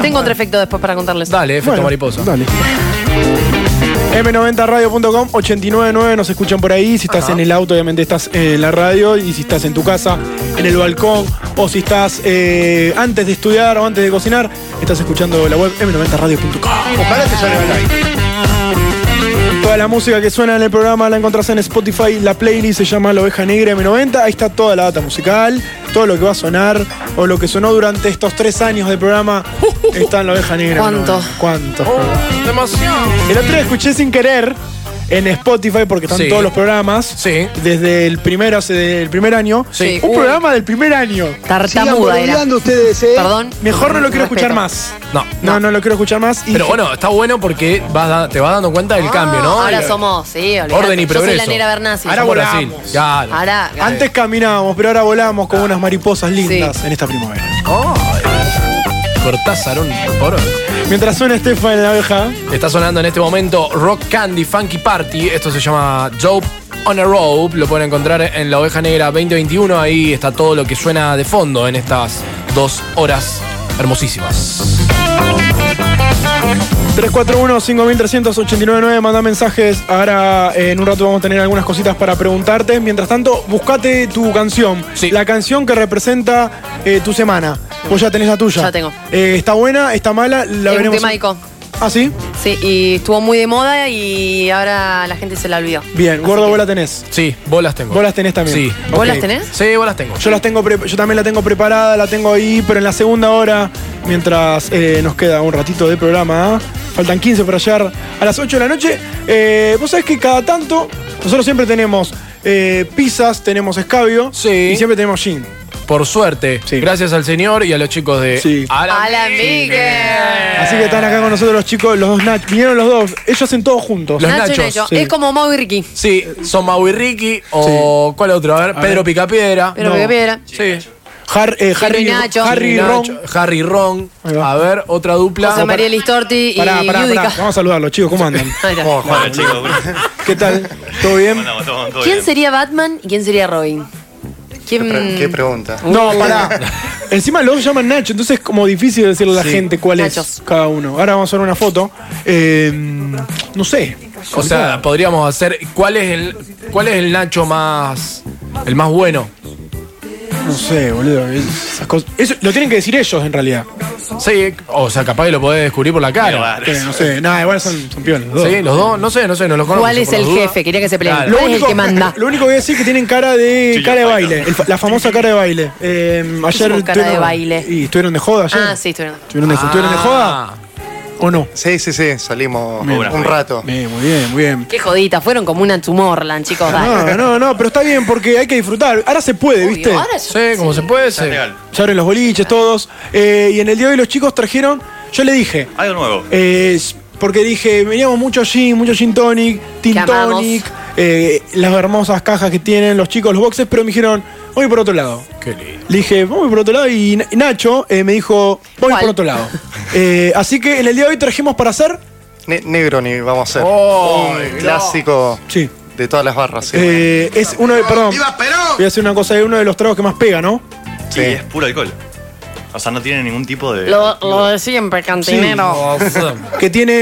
Speaker 5: Tengo otro efecto después para contarles.
Speaker 1: Dale, efecto
Speaker 9: Bueno,
Speaker 1: mariposa.
Speaker 9: Dale. M90radio.com 899 nos escuchan por ahí. Si estás en el auto, obviamente estás eh, en la radio. Y si estás en tu casa, en el balcón, o si estás eh, antes de estudiar o antes de cocinar, estás escuchando la web m90radio.com. Ojalá te salga el aire. Toda la música que suena en el programa la encontrás en Spotify. La playlist se llama La Oveja Negra M90. Ahí está toda la data musical, todo lo que va a sonar o lo que sonó durante estos tres años de programa está en La Oveja Negra.
Speaker 5: ¿Cuánto?
Speaker 9: M90. ¿Cuánto?
Speaker 1: Oh. Demasiado.
Speaker 9: El otro día escuché sin querer en Spotify, porque están
Speaker 1: Sí.
Speaker 9: todos los programas, desde el primer, hace del primer año,
Speaker 1: Sí.
Speaker 9: un
Speaker 1: Uy.
Speaker 9: programa del primer año.
Speaker 5: Tartamuda era.
Speaker 12: ustedes, ¿eh?
Speaker 5: Perdón.
Speaker 9: Mejor no lo quiero
Speaker 5: Respeto.
Speaker 9: escuchar más.
Speaker 1: No.
Speaker 9: No, no, lo quiero escuchar más. y-
Speaker 1: Pero bueno, está bueno porque vas da- te vas dando cuenta
Speaker 9: Ah,
Speaker 1: del cambio, ¿no?
Speaker 5: Ah, Ahora
Speaker 1: El-
Speaker 5: somos, sí, olvidate.
Speaker 1: Orden y progreso.
Speaker 5: Yo soy la nera Bernasi.
Speaker 9: Ahora
Speaker 1: somos
Speaker 9: volamos.
Speaker 1: Brasil. Claro.
Speaker 5: Ahora.
Speaker 9: Antes caminábamos, pero ahora volamos
Speaker 1: Ah.
Speaker 9: como unas mariposas lindas en esta primavera.
Speaker 1: Cortázar, un por
Speaker 9: Mientras suena Estefan en la abeja,
Speaker 1: Está sonando en este momento Rock Candy Funky Party. Esto se llama Dope on a Rope. Lo pueden encontrar en La Oveja Negra 2021. Ahí está todo lo que suena de fondo en estas dos horas hermosísimas.
Speaker 9: 341-53899, manda mensajes. Ahora eh, en un rato vamos a tener algunas cositas para preguntarte. Mientras tanto, buscate tu canción. La canción que representa eh, tu semana. Vos ya tenés la tuya.
Speaker 5: Ya tengo.
Speaker 9: Eh, ¿Está buena? ¿Está mala? La
Speaker 5: es un
Speaker 9: veremos.
Speaker 5: tema icónico.
Speaker 9: ¿Ah, sí?
Speaker 5: Sí, y estuvo muy de moda y ahora la gente se la olvidó.
Speaker 9: Bien, gordo, vos la tenés.
Speaker 1: Sí, vos las tengo.
Speaker 9: Vos las tenés también.
Speaker 1: Sí.
Speaker 9: Ok.
Speaker 5: ¿Vos las tenés?
Speaker 1: Sí, vos las tengo.
Speaker 9: Yo las tengo pre- yo también la tengo preparada, la tengo ahí, pero en la segunda hora, mientras eh, nos queda un ratito de programa, ¿ah? faltan 15 para llegar a las 8 de la noche. Eh, Vos sabés que cada tanto, nosotros siempre tenemos eh, pizzas, tenemos escabio y siempre tenemos gin.
Speaker 1: por suerte. Gracias al señor y a los chicos de Alan.
Speaker 5: Alan Víquez.
Speaker 9: Así que están acá con nosotros los chicos, los dos Nach. Vinieron los dos. Ellos hacen todo juntos.
Speaker 1: Los Nacho y Nachos. Nacho.
Speaker 9: Sí.
Speaker 5: Es como Mau y Ricky.
Speaker 1: Sí, son Mau y Ricky o cuál otro, a ver,
Speaker 9: A
Speaker 1: Pedro
Speaker 9: ver.
Speaker 1: Picapiedra.
Speaker 5: Pero
Speaker 1: No.
Speaker 5: que piedra.
Speaker 1: Sí.
Speaker 9: Har- eh, Harry,
Speaker 5: y Nacho.
Speaker 9: Harry
Speaker 5: Chino y
Speaker 9: Ron.
Speaker 1: Nacho, Harry Ron. A ver, otra dupla.
Speaker 5: José María Listorti y
Speaker 9: Pará, pará, pará.
Speaker 5: Yudica.
Speaker 9: Vamos a saludarlos, chicos. ¿Cómo andan?
Speaker 5: Hola.
Speaker 6: Bueno, chicos,
Speaker 9: ¿Qué tal? ¿Todo bien?
Speaker 5: ¿Quién sería Batman y quién sería Robin? ¿Quién...
Speaker 9: pregunta? No, pará. Encima los llaman Nacho, entonces es como difícil decirle a la
Speaker 1: Sí.
Speaker 9: gente cuál
Speaker 5: Nachos.
Speaker 9: es cada uno. Ahora vamos a ver una foto. Eh, no sé.
Speaker 1: O sea, podríamos hacer. ¿Cuál es el, cuál es el Nacho más. el más bueno?
Speaker 9: No sé, boludo. Esas cosas. Eso lo tienen que decir ellos en realidad.
Speaker 1: Sí, o sea, capaz que lo podés descubrir por la cara.
Speaker 9: Sí, no sé. Nada, igual son, son piones. Los dos.
Speaker 1: Sí, los dos, no sé, no sé, no los conozco.
Speaker 5: ¿Cuál es
Speaker 1: por
Speaker 5: el
Speaker 1: las dudas.
Speaker 5: jefe? Quería que se peleen.
Speaker 1: Claro.
Speaker 5: ¿Cuál es el que manda?
Speaker 9: Lo único que voy a decir es que tienen cara de cara de baile, el fa- la famosa cara de baile. Eh, ayer
Speaker 5: hicimos cara de
Speaker 9: estuvieron-
Speaker 5: baile?
Speaker 9: Y estuvieron de joda ayer.
Speaker 5: Ah, sí, estuvieron.
Speaker 9: ¿Estuvieron de, estuvieron de joda
Speaker 1: Ah,
Speaker 9: o no?
Speaker 14: Sí, sí, sí, salimos
Speaker 9: Bien.
Speaker 14: un rato.
Speaker 9: Bien, muy bien, muy bien.
Speaker 5: Qué jodita, fueron como una Tomorrowland, chicos.
Speaker 9: No,
Speaker 5: dale.
Speaker 9: no, no, pero está bien porque hay que disfrutar. Ahora se puede, ¿viste?
Speaker 5: ahora ya-
Speaker 1: Sí, como se puede ser.
Speaker 9: Ya abren los boliches, todos. Eh, y en el día de hoy los chicos trajeron, yo le dije,
Speaker 6: Algo nuevo.
Speaker 9: eh, s- porque dije, veníamos mucho gin, mucho gin tonic,
Speaker 6: Que
Speaker 9: tin
Speaker 6: amamos.
Speaker 9: tonic, eh, las hermosas cajas que tienen los chicos, los boxes, pero me dijeron, voy por otro lado.
Speaker 1: Qué lindo.
Speaker 9: Le dije, vamos por otro lado. Y Na- Nacho eh, me dijo, voy por otro lado. Eh, así que en el día de hoy trajimos para hacer.
Speaker 14: Ne- Negroni vamos a hacer.
Speaker 9: Oh,
Speaker 14: Un
Speaker 9: no.
Speaker 14: clásico de todas las barras. sí.
Speaker 9: eh, es uno de. Perdón. Voy a hacer una cosa, es uno de los tragos que más pega, ¿no?
Speaker 6: Sí, es puro alcohol. O sea, no tiene ningún tipo de.
Speaker 5: Lo, lo de siempre, cantinero.
Speaker 9: Que tiene,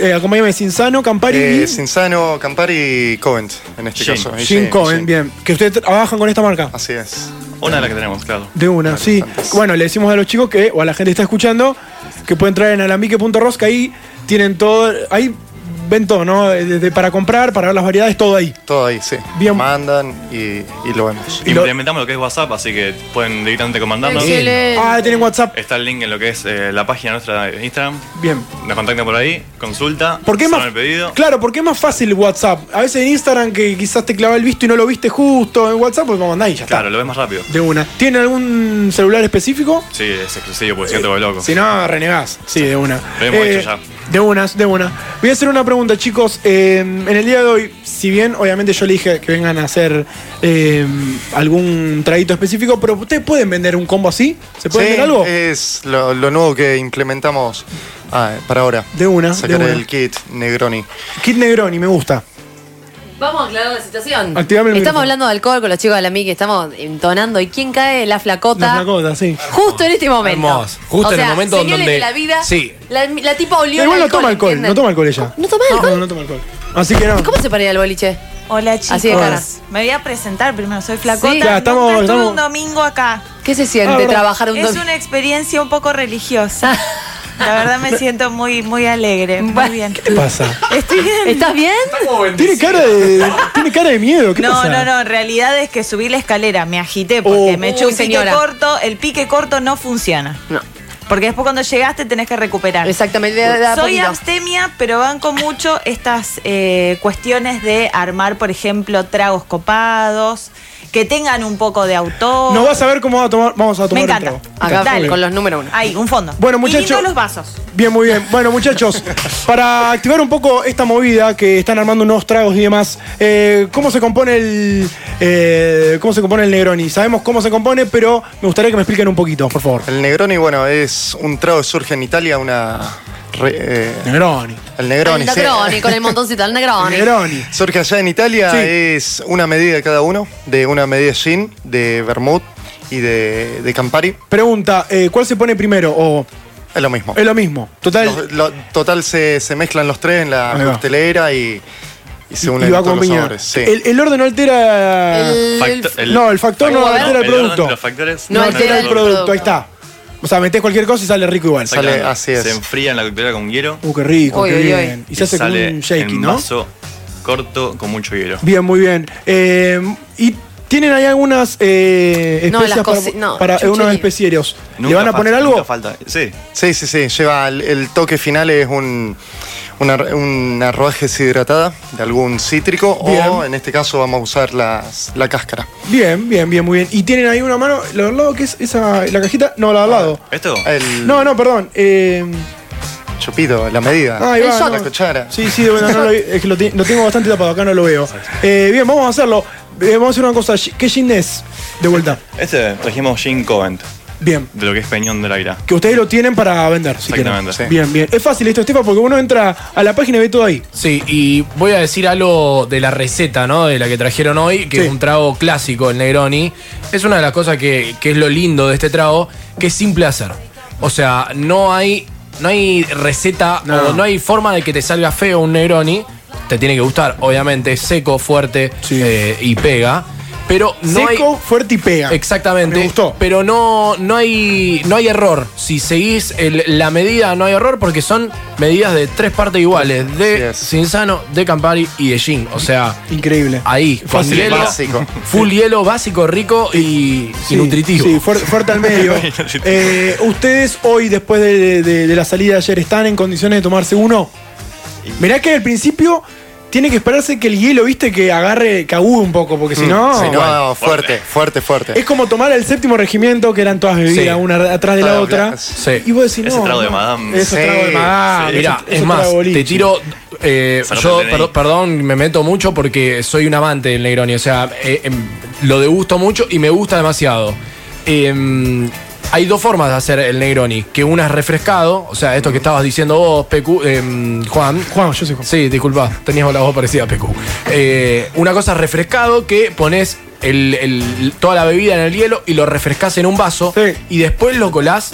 Speaker 9: eh, acompáñame, Cinzano, Campari
Speaker 14: Eh,
Speaker 9: y.
Speaker 14: Cinzano, Campari y Covent, en este caso. Y
Speaker 9: Gin
Speaker 14: sí,
Speaker 9: Cohen,
Speaker 14: sí.
Speaker 9: bien. Que ustedes trabajan con esta marca.
Speaker 14: Así es.
Speaker 6: Una de las que tenemos, claro.
Speaker 9: De una, sí. Bueno, le decimos a los chicos que, o a la gente que está escuchando, que pueden entrar en alambique.ros, que ahí tienen todo. Ahí ven todo, ¿no? Desde para comprar, para ver las variedades, todo ahí.
Speaker 14: Todo ahí, sí.
Speaker 9: Bien.
Speaker 14: Mandan y, y lo vemos.
Speaker 6: Implementamos lo que es WhatsApp, así que pueden directamente comandarnos.
Speaker 9: Ah, tienen WhatsApp.
Speaker 6: Está el link en lo que es eh, la página nuestra de Instagram.
Speaker 9: Bien.
Speaker 6: Nos contactan por ahí, consulta,
Speaker 9: ¿Por qué
Speaker 6: cerran
Speaker 9: más-
Speaker 6: el pedido.
Speaker 9: Claro, porque es más fácil WhatsApp. A veces en Instagram que quizás te clava el visto y no lo viste justo en WhatsApp, pues lo mandás y ya está.
Speaker 6: Claro, lo ves más rápido.
Speaker 9: De una. ¿Tienen algún celular específico?
Speaker 6: Sí, es exclusivo, porque si no
Speaker 9: Eh,
Speaker 6: te vuelve loco.
Speaker 9: Si no, renegás. Sí, de una.
Speaker 6: Lo hemos
Speaker 9: Eh,
Speaker 6: hecho ya.
Speaker 9: De unas, de una. Voy a hacer una pregunta, chicos. Eh, en el día de hoy, si bien obviamente yo le dije que vengan a hacer eh, algún traguito específico, pero ustedes pueden vender un combo así. ¿Se puede
Speaker 14: Sí, eh,
Speaker 9: vender algo?
Speaker 14: Es lo, lo nuevo que implementamos ah, para ahora.
Speaker 9: De una, de
Speaker 14: Sacar
Speaker 9: una.
Speaker 14: el kit Negroni.
Speaker 9: Kit Negroni, me gusta.
Speaker 5: Vamos a aclarar la situación.
Speaker 9: Activame el micrófono.
Speaker 5: estamos hablando de alcohol con los chicos de la MIC, estamos entonando. ¿Y quién cae? La flacota.
Speaker 9: La flacota, sí.
Speaker 5: Justo en este momento.
Speaker 1: Hermoso. Justo
Speaker 5: O
Speaker 1: en el
Speaker 5: sea,
Speaker 1: momento
Speaker 5: señales
Speaker 1: donde-
Speaker 5: de la vida.
Speaker 1: Sí.
Speaker 5: La, la tipa olió.
Speaker 9: Igual
Speaker 5: el
Speaker 9: no toma alcohol, no
Speaker 5: ¿entienden?
Speaker 9: toma alcohol ella.
Speaker 5: ¿No toma alcohol?
Speaker 9: No, no toma alcohol. Así que no.
Speaker 5: ¿Y ¿Cómo se paría el boliche?
Speaker 15: Hola chicos,
Speaker 5: Así de cara.
Speaker 15: me voy a presentar primero, soy Flacota,
Speaker 5: Sí, ya, estamos-
Speaker 15: nunca estuve
Speaker 5: estamos-
Speaker 15: un domingo acá.
Speaker 5: ¿Qué se siente Ah, trabajar un
Speaker 15: Es
Speaker 5: domingo?
Speaker 15: una experiencia un poco religiosa. La verdad me siento muy, muy alegre, muy bien.
Speaker 9: ¿Qué te pasa?
Speaker 15: Estoy bien.
Speaker 5: ¿Estás bien?
Speaker 9: Tiene cara de, tiene cara de miedo. ¿Qué
Speaker 15: No,
Speaker 9: pasa?
Speaker 15: no, no, en realidad es que subí la escalera, me agité porque me eché
Speaker 5: Uy,
Speaker 15: un pique
Speaker 5: señora.
Speaker 15: corto, el pique corto no funciona.
Speaker 5: No.
Speaker 15: Porque después cuando llegaste tenés que recuperar.
Speaker 5: Exactamente, de- de a
Speaker 15: Soy
Speaker 5: poquito.
Speaker 15: abstemia, pero banco mucho estas eh, cuestiones de armar, por ejemplo, tragos copados, que tengan un poco de autor.
Speaker 9: Nos vas a ver cómo va a tomar, vamos a
Speaker 15: Me
Speaker 9: tomar un
Speaker 15: encanta.
Speaker 9: trago.
Speaker 15: Acá
Speaker 9: Dale.
Speaker 15: con
Speaker 5: los número uno.
Speaker 15: Ahí, un fondo.
Speaker 9: Bueno,
Speaker 15: Y lindo
Speaker 9: muchachos.
Speaker 15: los vasos.
Speaker 9: Bien, muy bien. Bueno, muchachos, para activar un poco esta movida que están armando unos tragos y demás, eh, ¿cómo se compone el eh, cómo se compone el Negroni? Sabemos cómo se compone, pero me gustaría que me expliquen un poquito, por favor.
Speaker 14: El Negroni, bueno, es un trago que surge en Italia, una. re- eh,
Speaker 9: Negroni.
Speaker 14: El Negroni,
Speaker 5: Al
Speaker 14: sí.
Speaker 5: Negroni, con el montoncito, al Negroni.
Speaker 14: Surge allá en Italia, eh.
Speaker 5: Sí.
Speaker 14: es una medida cada uno, de una medida gin, de Eh, vermouth y de, de Campari.
Speaker 9: Pregunta, eh, ¿cuál se pone primero? O
Speaker 14: Es lo mismo.
Speaker 9: es lo mismo. Total,
Speaker 14: Los- lo- total se, se mezclan los tres en la
Speaker 9: Ahí va.
Speaker 14: costelera y, y se unen
Speaker 9: y va
Speaker 14: todos
Speaker 9: con
Speaker 14: los
Speaker 9: piña.
Speaker 14: sabores. sí.
Speaker 9: el, el orden no altera.
Speaker 6: Facto- el-
Speaker 9: no, el factor no
Speaker 6: factor-
Speaker 9: altera el
Speaker 6: el orden de
Speaker 9: producto.
Speaker 6: los factores
Speaker 9: no altera el producto, ahí está. O sea, metés cualquier cosa y sale rico igual.
Speaker 6: Sale, Se enfría en la coctelera con hielo.
Speaker 9: Uh, qué rico, Uy, qué uy, uy. bien. Y se hace como
Speaker 6: sale
Speaker 9: un shaking,
Speaker 6: en
Speaker 9: ¿no?
Speaker 6: vaso corto con mucho hielo.
Speaker 9: Bien, muy bien. Eh, y Tienen ahí algunas eh,
Speaker 5: No,
Speaker 9: especias
Speaker 5: las
Speaker 9: para,
Speaker 5: cosi- no,
Speaker 9: para- eh,
Speaker 5: chuchería.
Speaker 9: unos especiarios. ¿Le
Speaker 14: Nunca
Speaker 9: van a
Speaker 14: falta,
Speaker 9: poner algo?
Speaker 14: nunca
Speaker 6: Sí.
Speaker 14: Sí, sí, sí. Lleva el, el toque final es un, una, una rodaje deshidratada de algún cítrico o
Speaker 9: Oh, Bien.
Speaker 14: en este caso vamos a usar las- la cáscara.
Speaker 9: Bien, bien, bien, muy bien. Y tienen ahí una mano, la del lado que es esa, la cajita, no, la del
Speaker 14: Ah,
Speaker 9: lado.
Speaker 6: ¿Esto?
Speaker 14: El
Speaker 9: No, no, perdón. eh, Ah,
Speaker 14: chupito, la medida.
Speaker 9: ahí va, no.
Speaker 14: la cuchara.
Speaker 9: Sí, sí, de verdad, no lo, vi, es que lo, ti- lo tengo bastante tapado, acá no lo veo. Eh, bien, vamos a hacerlo. Eh, vamos a hacer una cosa. ¿Qué gin es? De vuelta.
Speaker 6: Este trajimos Jim Covent,
Speaker 9: Bien.
Speaker 6: de lo que es Peñón del Aire.
Speaker 9: Que ustedes lo tienen para vender, si quieren.
Speaker 6: Exactamente. Sí.
Speaker 9: Bien, bien. Es fácil esto, Estefa, porque uno entra a la página y ve todo ahí.
Speaker 1: Sí, y voy a decir algo de la receta, ¿no? De la que trajeron hoy, que es un trago clásico, el Negroni. Es una de las cosas que, que es lo lindo de este trago, que es simple hacer. O sea, no hay, no hay receta o no hay forma de que te salga feo un Negroni. Te tiene que gustar, obviamente, es seco, fuerte eh, y pega. Pero no hay.
Speaker 9: Seco, fuerte y pega.
Speaker 1: Exactamente. Pero no, no, hay, no hay error. Si seguís el- la medida, no hay error porque son medidas de tres partes iguales: de Cinzano, de Campari y de Gin. O sea,
Speaker 9: increíble.
Speaker 1: Ahí, con
Speaker 9: Fácil,
Speaker 1: hielo,
Speaker 9: básico.
Speaker 1: Full hielo, básico, rico y, y
Speaker 9: Sí,
Speaker 1: nutritivo.
Speaker 9: Sí, fuer- fuerte al medio. Eh, ¿Ustedes hoy, después de, de- de la salida de ayer, están en condiciones de tomarse uno? Mirá que al principio tiene que esperarse que el hielo, viste, que agarre, que agude un poco, porque
Speaker 1: Mm,
Speaker 9: si no.
Speaker 14: Sí,
Speaker 9: bueno.
Speaker 14: no, fuerte, fuerte, fuerte.
Speaker 9: Es como tomar el séptimo regimiento, que eran todas bebidas,
Speaker 14: Sí.
Speaker 9: una atrás de la
Speaker 14: Todas
Speaker 9: otra.
Speaker 14: blancas.
Speaker 9: Y vos decís,
Speaker 6: Ese
Speaker 9: no,
Speaker 6: trago de
Speaker 9: no,
Speaker 6: Madame.
Speaker 9: Ese trago de Madame. ese-
Speaker 1: Ah, Mirá,
Speaker 9: ese
Speaker 1: es más,
Speaker 9: trago boliche.
Speaker 1: te tiro. eh,
Speaker 6: Sacate
Speaker 1: yo,
Speaker 6: el DNI.
Speaker 1: perdo- perdón, me meto mucho porque soy un amante del Negroni. O sea, eh, em, lo degusto mucho y me gusta demasiado. Em, hay dos formas de hacer el Negroni: que una es refrescado, o sea, esto que estabas diciendo vos, Pecu, em, Juan.
Speaker 9: Juan, yo soy Juan.
Speaker 1: Sí, disculpa, tenías la voz parecida a Pecu. Eh, una cosa es refrescado que pones. el- el- toda la bebida en el hielo y lo refrescas en un vaso y después lo colás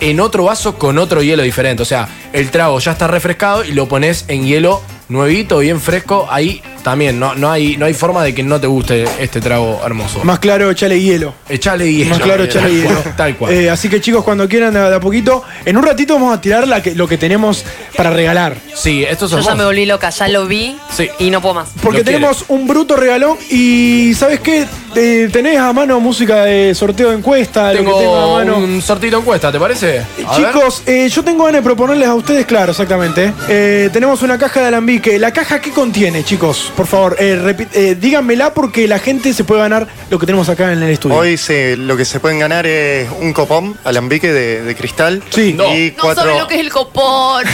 Speaker 1: en otro vaso con otro hielo diferente. O sea, el trago ya está refrescado y lo pones en hielo nuevito, bien fresco. Ahí también, no, no, hay, no hay forma de que no te guste este trago hermoso.
Speaker 9: Más claro, echale hielo.
Speaker 1: Echale hielo.
Speaker 9: Más claro, echale
Speaker 1: Tal
Speaker 9: hielo.
Speaker 1: cual, Tal cual.
Speaker 9: Eh, así que chicos, cuando quieran, de, a- de a poquito. En un ratito vamos a tirar la que- lo que tenemos para regalar.
Speaker 1: sí, estos
Speaker 5: Yo
Speaker 1: son
Speaker 5: ya me volví loca, ya lo vi y no puedo más.
Speaker 9: Porque tenemos un bruto regalón y ¿sabes qué? Eh, tenés a mano música de sorteo de encuesta, lo que tengo
Speaker 1: Tengo
Speaker 9: a mano.
Speaker 1: un sortito encuesta, ¿te parece? A ver.
Speaker 9: Chicos, eh, yo tengo ganas de proponerles a ustedes, claro, exactamente. Eh, tenemos una caja de alambique. ¿La caja qué contiene, chicos? Por favor, eh, repi- eh, díganmela porque la gente se puede ganar lo que tenemos acá en el estudio.
Speaker 14: Hoy se, lo que se pueden ganar es un copón alambique de, de cristal y
Speaker 5: No sabe lo
Speaker 14: cuatro
Speaker 5: que es el copón.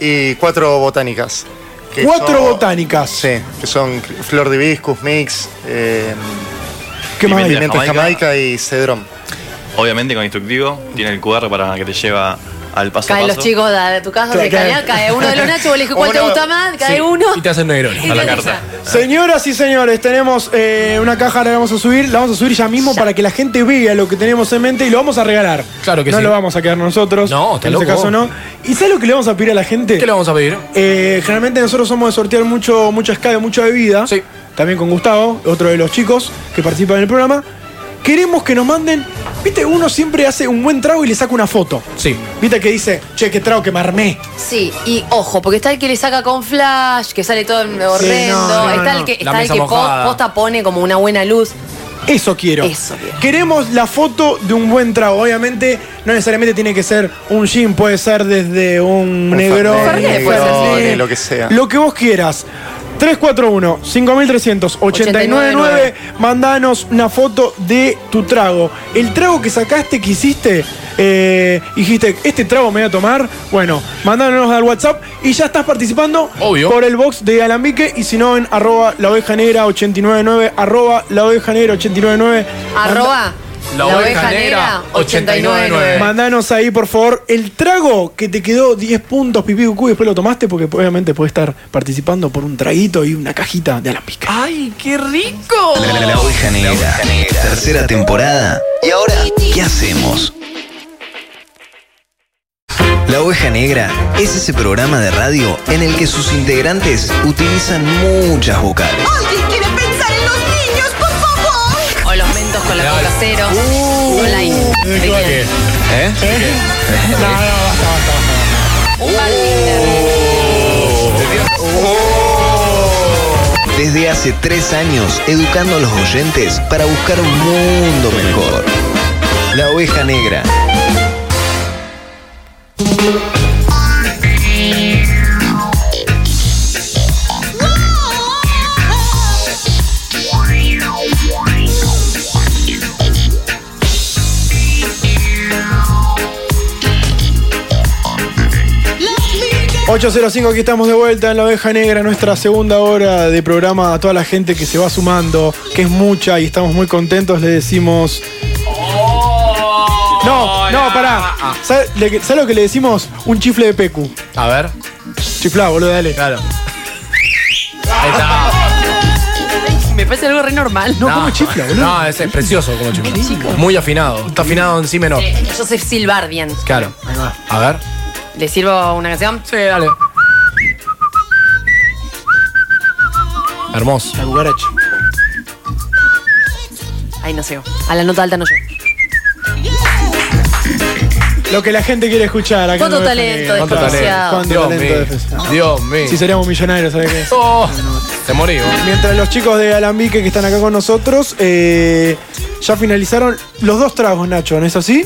Speaker 14: y cuatro botánicas. que
Speaker 9: Cuatro
Speaker 14: son-
Speaker 9: botánicas.
Speaker 14: Sí, que son cr- flor de hibiscus, mix, eh,
Speaker 9: ¿Qué
Speaker 6: más hay?
Speaker 14: pimienta
Speaker 6: Jamaica.
Speaker 14: jamaica y cedrón.
Speaker 6: Obviamente con instructivo, tiene el QR para que te lleva al paso a
Speaker 5: Caen
Speaker 6: paso.
Speaker 5: los chicos de, de tu casa,
Speaker 6: Claro,
Speaker 5: de cae,
Speaker 6: claro.
Speaker 5: cae uno de los nachos, vos le dije, ¿cuál te
Speaker 9: Uno-
Speaker 5: gusta más? Cae
Speaker 9: Sí.
Speaker 5: uno.
Speaker 1: Y te hacen Negroni.
Speaker 6: A la carta.
Speaker 9: Señoras y señores, tenemos eh, una caja, la vamos a subir, la vamos a subir ya mismo para que la gente vea lo que tenemos en mente y lo vamos a regalar.
Speaker 1: Claro que
Speaker 9: no
Speaker 1: sí.
Speaker 9: lo vamos a quedar nosotros.
Speaker 1: No, está
Speaker 9: En este
Speaker 1: loco.
Speaker 9: caso no. ¿Y sabes lo que le vamos a pedir a la gente?
Speaker 1: ¿Qué le vamos a pedir?
Speaker 9: Eh, generalmente nosotros somos de sortear mucho, mucha escala, mucha bebida. Sí. También con Gustavo, otro de los chicos que participan en el programa. Queremos que nos manden. Viste, uno siempre hace un buen trago y le saca una foto.
Speaker 1: Sí.
Speaker 9: Viste que dice, che, qué trago que me armé.
Speaker 5: Sí, y ojo, porque está el que le saca con flash, que sale todo horrendo.
Speaker 9: no,
Speaker 5: está el
Speaker 9: no.
Speaker 5: que,
Speaker 9: La
Speaker 5: está el
Speaker 9: mesa
Speaker 5: que po-
Speaker 9: mojada.
Speaker 5: posta pone como una buena luz.
Speaker 9: Eso quiero.
Speaker 5: Eso
Speaker 9: Queremos la foto de un buen trago. Obviamente, no necesariamente tiene que ser un gin, puede ser desde un, negro,
Speaker 14: Fernet, Negroni, lo que sea.
Speaker 9: Lo que vos quieras. 341-5389-9. Mandanos una foto de tu trago. El trago que sacaste, que hiciste, eh, dijiste, este trago me voy a tomar. Bueno, mandanos al WhatsApp y ya estás participando por el box de Alambique. Y si no, en arroba la oveja negra 899, arroba la oveja negra 899.
Speaker 5: Arroba.
Speaker 9: La
Speaker 1: oveja negra, 89.9.
Speaker 9: Mandanos ahí, por favor, el trago que te quedó 10 puntos, pipí cucú, y después lo tomaste, porque obviamente puedes estar participando por un traguito y una cajita de alambique.
Speaker 1: ¡Ay, qué rico!
Speaker 7: La, la- la oveja negra. Tercera temporada. ¿Y ahora qué hacemos? La Oveja Negra es ese programa de radio en el que sus integrantes utilizan muchas vocales.
Speaker 16: ¿Alguien quiere pensar en los niños, por favor?
Speaker 5: O los mentos con la coca cero. o la in-
Speaker 1: ¿Eh?
Speaker 7: ¿Eh?
Speaker 5: Un bartender.
Speaker 7: Oh. desde hace tres años educando a los oyentes para buscar un mundo mejor. La oveja negra.
Speaker 16: Let me
Speaker 9: 805, aquí estamos de vuelta en La Oveja Negra, nuestra segunda hora de programa. A toda la gente que se va sumando, que es mucha y estamos muy contentos, le decimos. No, no, pará. ¿Sabes lo que le decimos? Un chifle de pecu.
Speaker 1: A ver.
Speaker 9: Chiflá, boludo, dale. Claro.
Speaker 5: Uh, Me parece algo re normal.
Speaker 1: No, como chifla, boludo. No, es, es precioso como chifla. Muy afinado. Está afinado en si menor.
Speaker 5: Eh, Yo sé silbar bien.
Speaker 1: Claro. A ver.
Speaker 5: ¿Le sirvo una canción?
Speaker 1: Sí, dale. Hermoso.
Speaker 9: La cucaracha.
Speaker 5: Ahí no llego. A la nota alta no llego.
Speaker 9: Lo que la gente quiere escuchar. acá en
Speaker 5: ¿Cuánto
Speaker 9: La Oveja
Speaker 5: talento
Speaker 9: Negra.
Speaker 5: ¿Cuánto despreciado?
Speaker 9: ¿Cuánto
Speaker 1: Dios
Speaker 9: talento
Speaker 1: mío.
Speaker 9: despreciado?
Speaker 1: Dios mío. Oh,
Speaker 9: Si Oh, seríamos millonarios, ¿sabes qué?
Speaker 1: Te morí, vos.
Speaker 9: Mientras los chicos de Alambique que están acá con nosotros, eh, ya finalizaron los dos tragos, Nacho, ¿no es así?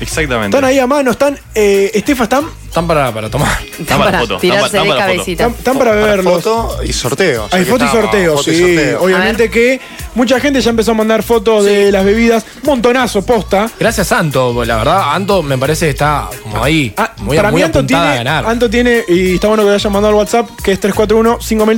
Speaker 6: Exactamente.
Speaker 9: Están ahí a mano, están. Eh, Estefa, están.
Speaker 1: Están para, para tomar.
Speaker 6: Están para foto, están tirarse para- están de para foto. cabecita.
Speaker 9: Están, están para beberlos.
Speaker 14: Foto y sorteo.
Speaker 9: Hay foto y sorteo, sí. Obviamente que mucha gente ya empezó a mandar fotos de las bebidas. Montonazo, posta.
Speaker 1: Gracias, Anto. La verdad, Anto me parece que está como ahí. muy,
Speaker 9: Ah, Para
Speaker 1: muy
Speaker 9: mí Anto
Speaker 1: apuntada
Speaker 9: tiene,
Speaker 1: a ganar.
Speaker 9: Anto tiene, y está bueno que lo hayan mandado al WhatsApp, que es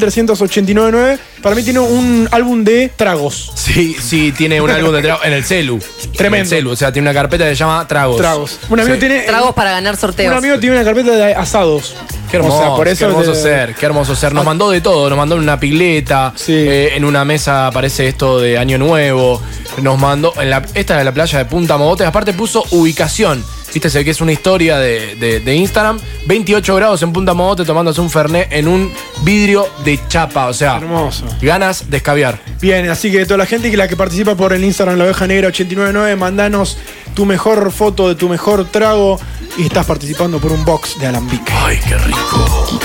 Speaker 9: 341-53899. Para mí tiene un álbum de tragos.
Speaker 1: Sí, sí, tiene un álbum de tragos en el celu. Tremendo. En el celu, o sea, tiene una carpeta que se llama Tragos.
Speaker 9: Tragos. Un amigo
Speaker 1: Sí.
Speaker 9: tiene.
Speaker 5: Tragos para ganar sorteos.
Speaker 9: Un amigo tiene una carpeta de asados.
Speaker 1: Qué hermoso,
Speaker 9: O sea, por eso
Speaker 1: qué hermoso
Speaker 9: de- Ah.
Speaker 1: ser, qué hermoso ser. Nos mandó de todo, nos mandó en una pileta, eh, en una mesa aparece esto de Año Nuevo, nos mandó, en la, esta era la playa de Punta Mogotes, aparte puso ubicación, viste, se ve que es una historia de, de- de Instagram, 28 grados en Punta Mogotes tomándose un fernet en un vidrio de chapa, o sea,
Speaker 9: hermoso.
Speaker 1: ganas de escabiar.
Speaker 9: Bien, así que toda la gente que la que participa por el Instagram La Oveja Negra 899, mandanos tu mejor foto de tu mejor trago y estás participando por un box de alambique.
Speaker 1: Ay, qué rico.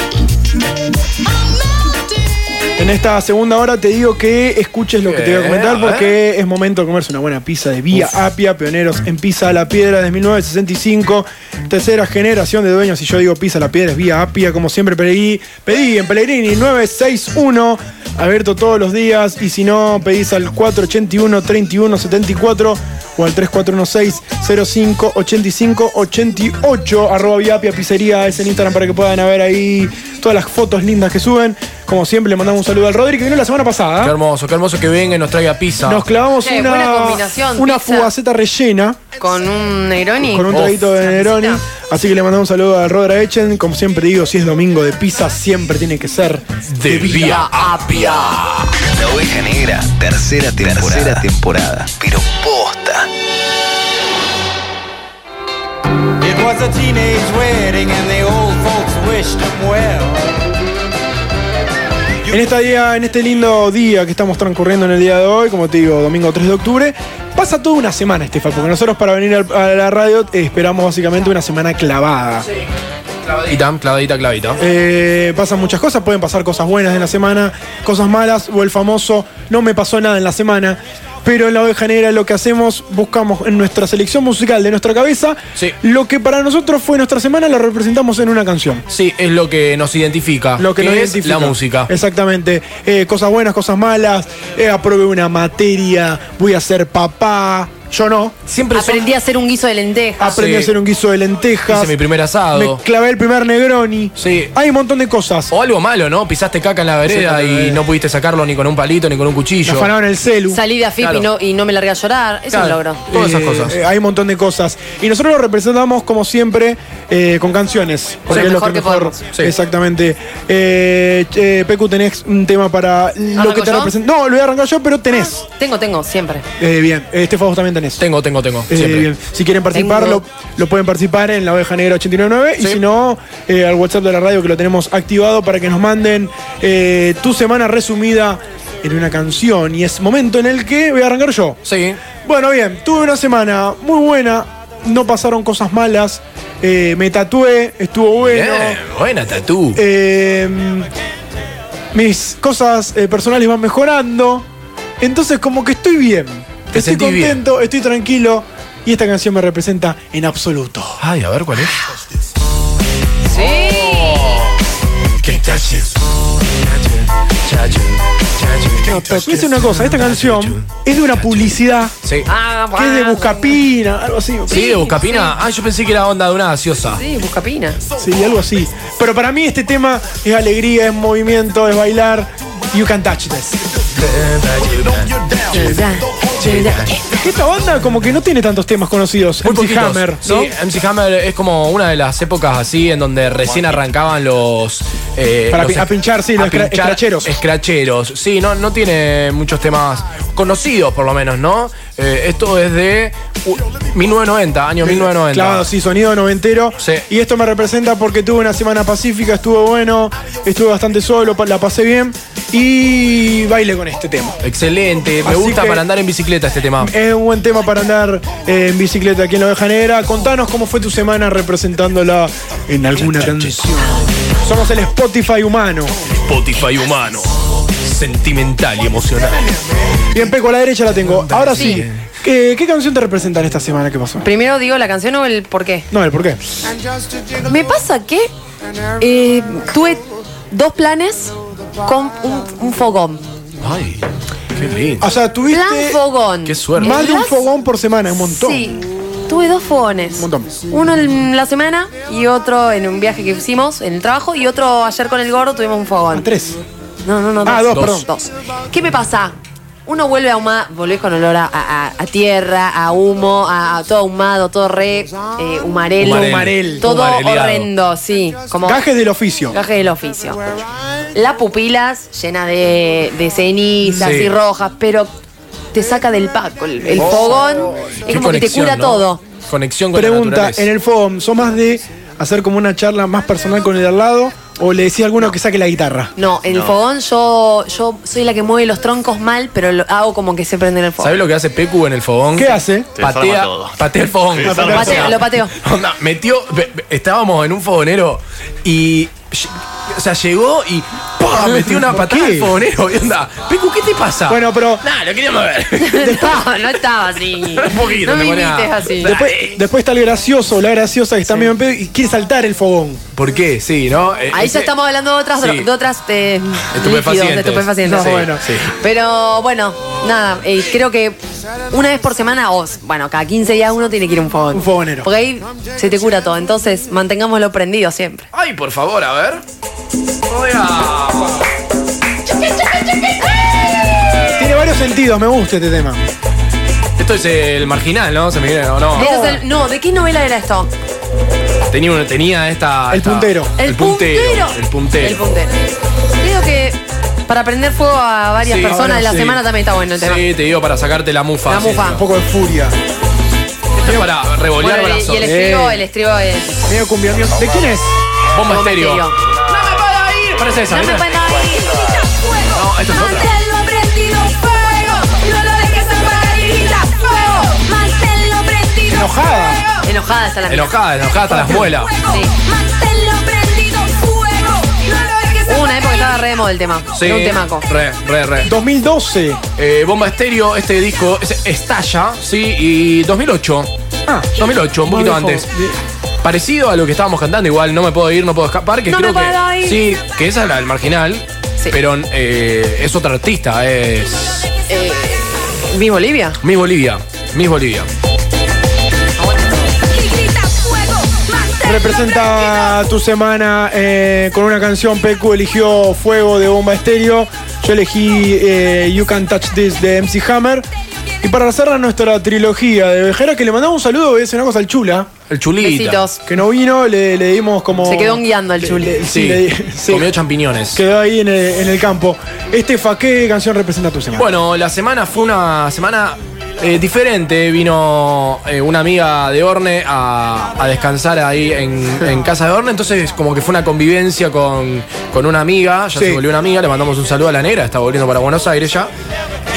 Speaker 9: En esta segunda hora te digo que escuches lo que te voy a
Speaker 1: Bien,
Speaker 9: comentar
Speaker 1: a ver.
Speaker 9: porque es momento de comerse una buena pizza de Vía
Speaker 1: Uf.
Speaker 9: Apia, pioneros en Pizza a la Piedra desde 1965, tercera generación de dueños. Si yo digo Pizza a la Piedra es Vía Apia, como siempre pedí, pedí en Pellegrini 961, abierto todos los días. Y si no, pedís al 481-3174 o al 3416-0585-88, arroba Vía Apia Pizzería, es en Instagram para que puedan ver ahí todas las fotos lindas que suben. Como siempre, le mandamos un saludo al Rodri que vino la semana pasada.
Speaker 1: Qué hermoso, qué hermoso que venga y nos traiga pizza.
Speaker 9: Nos clavamos
Speaker 5: Che, buena
Speaker 9: una,
Speaker 5: combinación,
Speaker 9: una
Speaker 5: pizza.
Speaker 9: fugaceta rellena
Speaker 5: Con un Negroni.
Speaker 9: con un
Speaker 5: Uf.
Speaker 9: traguito de Neroni. Así que le mandamos un saludo a Rodra Echen. Como siempre digo, si es domingo de pizza, siempre tiene que ser
Speaker 7: De Vía
Speaker 1: Apia.
Speaker 7: La oveja negra, tercera temporada. Tercera temporada. Pero posta.
Speaker 17: It was a teenage wedding and the old folks wished him well.
Speaker 9: En, esta día, en este lindo día que estamos transcurriendo en el día de hoy, como te digo, domingo 3 de octubre, pasa toda una semana, Estefa, porque nosotros para venir al- a la radio eh, esperamos básicamente una semana clavada.
Speaker 1: Clavadita, clavadita, clavadita.
Speaker 9: Eh, pasan muchas cosas, pueden pasar cosas buenas en la semana, cosas malas o el famoso no me pasó nada en la semana. Pero en la oveja negra lo que hacemos, buscamos en nuestra selección musical de nuestra cabeza, lo que para nosotros fue nuestra semana, lo representamos en una canción.
Speaker 1: Sí, es lo que nos identifica.
Speaker 9: Lo que, nos
Speaker 1: Ah, es
Speaker 9: identifica.
Speaker 1: la música.
Speaker 9: Exactamente. Eh, cosas buenas, cosas malas. eh, aprobé una materia. Voy a ser papá. Yo no.
Speaker 1: Siempre
Speaker 5: Aprendí a hacer un guiso de lentejas.
Speaker 9: Aprendí a hacer un guiso de lentejas.
Speaker 1: Hice mi primer asado.
Speaker 9: Me clavé el primer Negroni.
Speaker 1: Sí.
Speaker 9: Hay un montón de cosas.
Speaker 1: O algo malo, ¿no? Pisaste caca en la vereda
Speaker 9: Sí,
Speaker 1: y no pudiste sacarlo ni con un palito ni con un cuchillo.
Speaker 9: Me afanaron el celu.
Speaker 5: Salí de AFIP y, no, y no me largué a llorar. Eso es un
Speaker 9: Claro.
Speaker 5: logro.
Speaker 1: Todas esas cosas.
Speaker 9: eh, hay un montón de cosas. Y nosotros lo representamos, como siempre, eh, con canciones. Porque
Speaker 1: Sí,
Speaker 9: es lo
Speaker 1: mejor
Speaker 9: que
Speaker 1: que
Speaker 9: mejor.
Speaker 1: podemos. Sí.
Speaker 9: Exactamente. Eh, eh, Pecu, tenés un tema para lo que te
Speaker 5: yo?
Speaker 9: representa. No, lo voy a arrancar yo, pero tenés.
Speaker 1: Ah.
Speaker 5: Tengo, tengo, siempre.
Speaker 9: Eh, bien, Estefa, vos también tenés.
Speaker 1: Tengo, tengo, tengo.
Speaker 9: Eh,
Speaker 1: Siempre.
Speaker 9: bien. Si quieren participar,
Speaker 1: Tengo.
Speaker 9: lo, lo pueden participar en la oveja negra 899 y si no, eh, al WhatsApp de la radio que lo tenemos activado para que nos manden eh, tu semana resumida en una canción. Y es momento en el que voy a arrancar yo.
Speaker 1: Sí.
Speaker 9: Bueno, bien, tuve una semana muy buena, no pasaron cosas malas, eh, me tatué, estuvo bueno.
Speaker 1: Bien, buena tatú.
Speaker 9: Eh, mis cosas eh, personales van mejorando. Entonces como que estoy bien.
Speaker 1: Te
Speaker 9: estoy
Speaker 1: sentís bien.
Speaker 9: contento, estoy tranquilo. Y esta canción me representa en absoluto.
Speaker 1: Ay, a ver cuál es.
Speaker 9: Es una cosa, esta canción es de una publicidad
Speaker 1: Sí.
Speaker 5: Ah,
Speaker 9: que es de Buscapina, algo así.
Speaker 1: Sí, de Buscapina. Ah, yo pensé que era onda de una gaseosa.
Speaker 5: Sí, Buscapina.
Speaker 9: Sí, algo así. Pero para mí este tema es alegría, es movimiento, es bailar. You can touch this. Esta banda como que no tiene tantos temas conocidos.
Speaker 1: Muy
Speaker 9: MC
Speaker 1: poquitos.
Speaker 9: Hammer, ¿no?
Speaker 1: Sí, MC Hammer es como una de las épocas así en donde recién arrancaban los. eh,
Speaker 9: Para
Speaker 1: los
Speaker 9: pi- a pinchar, sí, los cra- escracheros.
Speaker 1: Escracheros. Sí, no, no tiene muchos temas conocidos, por lo menos, ¿no? Eh, esto es de uh, 1990, año 1990.
Speaker 9: Claro, sí, sonido noventero. Y esto me representa porque tuve una semana pacífica, estuvo bueno, estuve bastante solo, pa- la pasé bien y baile con este tema.
Speaker 1: Excelente, me
Speaker 9: Así
Speaker 1: gusta
Speaker 9: que-
Speaker 1: para andar en bicicleta este tema.
Speaker 9: Es un buen tema para andar eh, en bicicleta aquí en La Oveja Negra. Contanos cómo fue tu semana representándola en alguna canción. Somos el Spotify humano.
Speaker 1: Spotify humano, sentimental y emocional.
Speaker 9: Bien, Peco, a la derecha la tengo. Ahora sí. ¿Qué, qué canción te representan esta semana que pasó?
Speaker 5: Primero digo la canción o el por qué.
Speaker 9: No, el por qué.
Speaker 5: Me pasa que eh, tuve dos planes con un, un fogón.
Speaker 1: Ay, qué lindo.
Speaker 9: O sea, tuviste
Speaker 5: Plan fogón.
Speaker 1: Qué suerte.
Speaker 9: más de un
Speaker 5: Las-
Speaker 9: fogón por semana, un montón.
Speaker 5: Sí, tuve dos fogones.
Speaker 9: Un montón.
Speaker 5: Uno en la semana y otro en un viaje que hicimos en el trabajo y otro ayer con el gordo tuvimos un fogón.
Speaker 9: Tres.
Speaker 5: No, no, no.
Speaker 9: Ah, dos, perdón.
Speaker 5: Dos. ¿Qué me pasa? Uno vuelve ahumado, volvés con olor a, a- a tierra, a humo, a, a todo ahumado, todo re eh, humarelo.
Speaker 9: Humarel. Humarel.
Speaker 5: Todo
Speaker 9: Humareleado.
Speaker 5: horrendo, sí. Como
Speaker 9: Gajes del oficio.
Speaker 5: Gajes del oficio. Las pupilas llenas de, de cenizas
Speaker 9: Sí.
Speaker 5: y rojas, pero te saca del paco. El, el
Speaker 1: Oh.
Speaker 5: fogón
Speaker 1: Qué
Speaker 5: es como que te
Speaker 1: conexión,
Speaker 5: cura
Speaker 1: ¿no?
Speaker 5: todo.
Speaker 1: Conexión con la
Speaker 9: Pregunta,
Speaker 1: naturaleza.
Speaker 9: en el fogón, ¿son más de hacer como una charla más personal con el de al lado o le decía a alguno que saque la guitarra?
Speaker 5: No, en el
Speaker 9: No.
Speaker 5: fogón yo, yo soy la que mueve los troncos mal, pero lo hago como que se prende en el fogón.
Speaker 1: ¿Sabes lo que hace Pecu en el fogón?
Speaker 9: ¿Qué hace?
Speaker 6: Te desarma
Speaker 1: patea,
Speaker 6: todo.
Speaker 1: patea el fogón.
Speaker 6: Te
Speaker 5: Lo
Speaker 6: desarma
Speaker 5: pateo, lo pateo.
Speaker 1: Onda, metió. ve- ve- Estábamos en un fogonero y. ll- O sea, llegó y. ¡pah! Metió una
Speaker 9: ¿Por
Speaker 1: patada
Speaker 9: qué?
Speaker 1: al fogonero. Y onda, Pecu, ¿qué te pasa?
Speaker 9: Bueno, pero-
Speaker 1: Nah, Ah, lo queríamos ver.
Speaker 5: no, no estaba así.
Speaker 1: Un poquito,
Speaker 5: no
Speaker 1: te
Speaker 5: me
Speaker 1: ponía-
Speaker 5: imites así.
Speaker 9: Después, después está el gracioso o la graciosa que está medio en pedo y quiere saltar el fogón.
Speaker 1: ¿Por qué? Sí, ¿no? Eh,
Speaker 5: Ahí
Speaker 1: ese-
Speaker 5: ya estamos hablando de otras, dro-
Speaker 1: Sí.
Speaker 5: de otras eh, líquidos,
Speaker 1: Estupefacientes.
Speaker 5: de estupefacientes.
Speaker 1: No,
Speaker 5: Sí.
Speaker 1: bueno. Sí.
Speaker 5: Pero bueno, nada, eh, creo que una vez por semana, o bueno, cada 15 días uno tiene que ir a un fogón. Un
Speaker 9: fogonero.
Speaker 5: Porque ahí se te cura todo, entonces mantengámoslo prendido siempre.
Speaker 1: Ay, por favor, a ver.
Speaker 9: Tiene varios sentidos, me gusta este tema.
Speaker 1: Esto es el marginal, ¿no? Se me viene, ¿o no?
Speaker 5: Eso es el- no, ¿de qué novela era esto?
Speaker 1: Tenía, una- tenía esta.
Speaker 9: El
Speaker 1: esta-
Speaker 9: puntero.
Speaker 1: El, puntero. El puntero.
Speaker 5: El puntero. Creo que para prender fuego a varias
Speaker 1: Sí,
Speaker 5: personas de la
Speaker 1: sí.
Speaker 5: semana también está bueno el tema.
Speaker 1: Sí, te digo para sacarte la mufa.
Speaker 5: La
Speaker 1: sí.
Speaker 5: mufa.
Speaker 9: Un poco de furia.
Speaker 1: Esto es para revolear
Speaker 5: Bueno,
Speaker 1: brazos.
Speaker 5: y el estribo, el estribo es.
Speaker 9: Medio cumbia, medio- ¿De quién es?
Speaker 1: Bomba estéreo. Parece esa,
Speaker 5: No me
Speaker 1: mira.
Speaker 5: pueden abrir.
Speaker 1: No, esto es otra.
Speaker 16: Manténlo prendido fuego. No lo dejes apagar, hijita, fuego. Manténlo prendido
Speaker 9: Enojada.
Speaker 5: Enojada está la mina.
Speaker 1: Enojada, enojada hasta las muelas.
Speaker 5: Sí.
Speaker 16: Manténlo prendido fuego. No lo dejes
Speaker 5: Hubo una época que
Speaker 14: eh,
Speaker 5: estaba re de moda el tema.
Speaker 1: Sí.
Speaker 5: Era un temaco.
Speaker 1: Re, re, re.
Speaker 9: 2012.
Speaker 1: Eh, Bomba Estéreo, este disco es- estalla, sí, y 2008.
Speaker 9: Ah,
Speaker 1: 2008, un poquito antes. Parecido a lo que estábamos cantando, igual no me puedo ir, no puedo escapar, que
Speaker 5: No
Speaker 1: creo
Speaker 5: me
Speaker 1: que.
Speaker 5: puedo ir.
Speaker 1: Sí, que esa es la del marginal. Pero eh, es otra artista, es.
Speaker 5: Eh, ¿Mi Bolivia?
Speaker 1: Miss Bolivia. Miss Bolivia.
Speaker 9: Representa tu semana eh, con una canción. Pecu eligió Fuego de Bomba Estéreo. Yo elegí eh, You Can Touch This de MC Hammer. Y para cerrar nuestra trilogía de Vejera, que le mandamos un saludo, es una cosa al Chula.
Speaker 1: El chulita.
Speaker 5: Besitos.
Speaker 9: Que no vino, le, le dimos como.
Speaker 5: Se quedó guiando al
Speaker 9: Le-
Speaker 5: Chuli.
Speaker 9: le- sí,
Speaker 1: Sí,
Speaker 9: le- sí.
Speaker 1: comió champiñones.
Speaker 9: Quedó ahí en el, en el campo. Estefa, ¿qué canción representa tu semana?
Speaker 1: Bueno, la semana fue una semana eh, diferente. Vino eh, una amiga de Orne a, a descansar ahí en, en casa de Orne. Entonces, como que fue una convivencia con, con una amiga. Ya
Speaker 9: Sí.
Speaker 1: se volvió una amiga. Le mandamos un saludo a la negra. Está volviendo para Buenos Aires ya.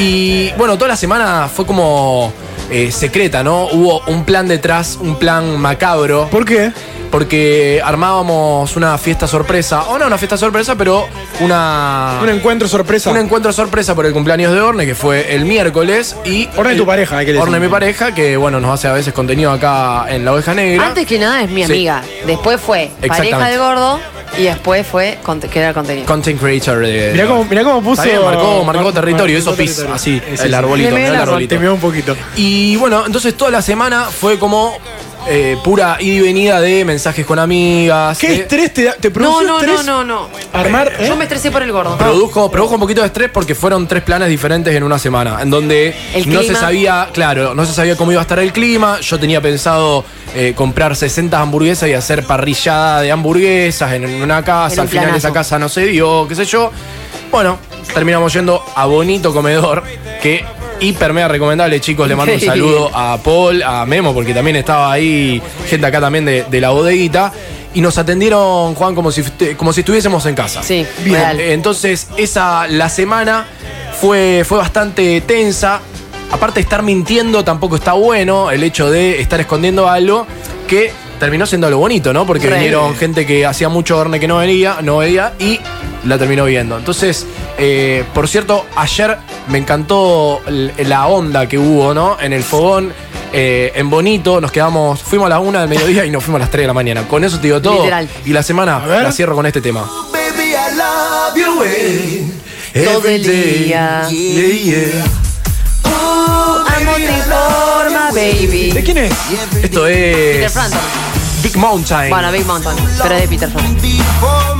Speaker 1: Y bueno, toda la semana fue como eh, secreta, ¿no? Hubo un plan detrás, un plan macabro.
Speaker 9: ¿Por qué?
Speaker 1: porque armábamos una fiesta sorpresa, o no una fiesta sorpresa, pero una...
Speaker 9: Un encuentro sorpresa.
Speaker 1: Ah. Un encuentro sorpresa por el cumpleaños de Orne, que fue el miércoles, y...
Speaker 9: Orne
Speaker 1: el-
Speaker 9: tu pareja, hay que decir.
Speaker 1: Orne mi pareja, que bueno, nos hace a veces contenido acá en La Oveja Negra.
Speaker 5: Antes que nada es mi
Speaker 1: Sí.
Speaker 5: amiga. Después fue pareja
Speaker 1: Exactamente.
Speaker 5: de gordo y después fue conte- crear contenido.
Speaker 1: Content creator de...
Speaker 9: Mirá cómo, mirá cómo puso.
Speaker 1: Está bien, marcó, marcó territorio,
Speaker 9: marcó
Speaker 1: eso pis,
Speaker 9: territorio.
Speaker 1: así,
Speaker 9: Sí, sí,
Speaker 1: el
Speaker 9: sí.
Speaker 1: arbolito,
Speaker 9: Te meó
Speaker 1: el
Speaker 9: la-
Speaker 1: arbolito.
Speaker 9: Te meó un poquito.
Speaker 1: Y bueno, entonces toda la semana fue como eh, pura ida y venida de mensajes con amigas. eh,
Speaker 9: ¿Qué
Speaker 1: de-
Speaker 9: estrés te, da- te
Speaker 5: No,
Speaker 9: produce?
Speaker 5: no, no,
Speaker 9: estrés?
Speaker 5: no, no.
Speaker 9: Armar, ¿eh?
Speaker 5: Yo me estresé por el gordo.
Speaker 1: Produjo, produjo un poquito de estrés porque fueron tres planes diferentes en una semana, en donde
Speaker 5: El
Speaker 1: no se
Speaker 5: clima.
Speaker 1: sabía, claro, no se sabía cómo iba a estar el clima. Yo tenía pensado eh, comprar 60 hamburguesas y hacer parrillada de hamburguesas en, en una casa.
Speaker 5: Era un
Speaker 1: Al final
Speaker 5: planazo.
Speaker 1: esa casa no se dio, qué sé yo. Bueno, terminamos yendo a Bonito Comedor, que hiper mega recomendable, chicos. Le mando un
Speaker 5: Increíble.
Speaker 1: saludo a Paul, a Memo, porque también estaba ahí gente acá también de, de la bodeguita. Y nos atendieron, Juan, como si, como si estuviésemos en casa.
Speaker 5: Sí,
Speaker 1: Bien.
Speaker 5: real.
Speaker 1: Eh, Entonces, esa, la semana fue, fue bastante tensa. Aparte, estar mintiendo tampoco está bueno. El hecho de estar escondiendo algo que terminó siendo lo bonito, ¿no? Porque
Speaker 5: Re.
Speaker 1: vinieron gente que hacía mucho horne que no venía, no veía y la terminó viendo. Entonces, eh, por cierto, ayer me encantó l- la onda que hubo, ¿no? En el fogón. eh, en Bonito, nos quedamos, fuimos a la una del mediodía y nos fuimos a las 3 de la mañana. Con eso te digo todo.
Speaker 5: Literal.
Speaker 1: Y la semana la cierro con este tema.
Speaker 16: Baby, I love your way.
Speaker 5: Todo el día. Oh, amo tu forma,
Speaker 9: ¿De
Speaker 5: baby.
Speaker 9: quién es?
Speaker 1: Esto
Speaker 5: Peter
Speaker 1: es
Speaker 5: Frampton.
Speaker 1: Big Mountain.
Speaker 5: Bueno, Big Mountain, pero es de Peter Frampton.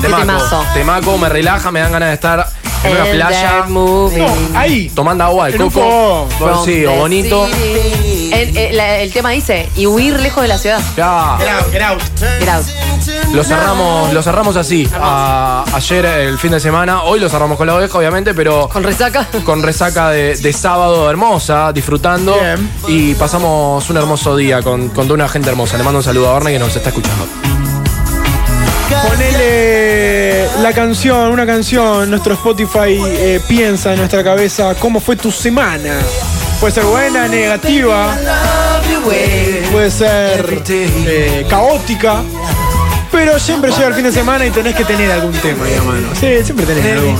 Speaker 5: Qué temazo.
Speaker 1: Temaco. Temaco, me relaja, me dan ganas de estar en una
Speaker 5: And
Speaker 1: playa
Speaker 5: that moving.
Speaker 9: No, ahí.
Speaker 1: tomando agua de
Speaker 9: En un
Speaker 1: coco.
Speaker 9: fogón.
Speaker 1: Oh, Sí, o
Speaker 5: From the
Speaker 1: bonito.
Speaker 5: city. El, el- la- el tema dice, y huir lejos de la ciudad.
Speaker 1: Ya.
Speaker 9: Get out, get out.
Speaker 5: Get out.
Speaker 1: Lo cerramos, lo cerramos así. a- ayer el fin de semana, hoy lo cerramos con la oveja, obviamente, pero
Speaker 5: Con resaca.
Speaker 1: con resaca de, de sábado hermosa, disfrutando.
Speaker 9: Bien.
Speaker 1: Y pasamos un hermoso día con, con toda una gente hermosa. Le mando un saludo a Orne que nos está escuchando.
Speaker 9: Ponele la canción, una canción, nuestro Spotify eh, piensa en nuestra cabeza cómo fue tu semana. Puede ser buena, negativa, puede ser eh, caótica, pero siempre llega el fin de semana y tenés que tener algún tema ahí a mano. Sí, siempre tenés algo.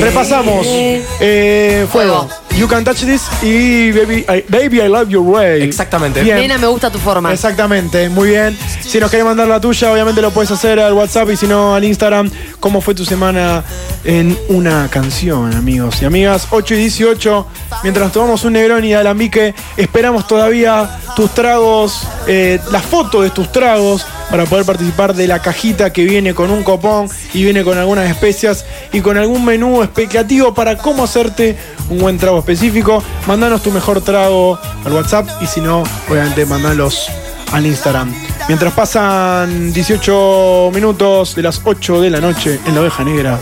Speaker 9: Repasamos. eh, fuego.
Speaker 5: Fuego.
Speaker 9: You Can Touch This y Baby I, Baby, I Love Your Way.
Speaker 1: Exactamente.
Speaker 9: Bien.
Speaker 5: Nena, me gusta tu forma.
Speaker 9: Exactamente, muy bien. Si nos querés mandar la tuya, obviamente lo puedes hacer al WhatsApp y si no al Instagram. ¿Cómo fue tu semana en una canción, amigos y amigas? 8 y 18, mientras tomamos un Negrón y Alambique, esperamos todavía tus tragos, eh, la foto de tus tragos para poder participar de la cajita que viene con un copón y viene con algunas especias y con algún menú explicativo para cómo hacerte un buen trago específico. Mandanos tu mejor trago al WhatsApp y si no, obviamente mandalos al Instagram. Mientras pasan 18 minutos de las 8 de la noche en la oveja negra,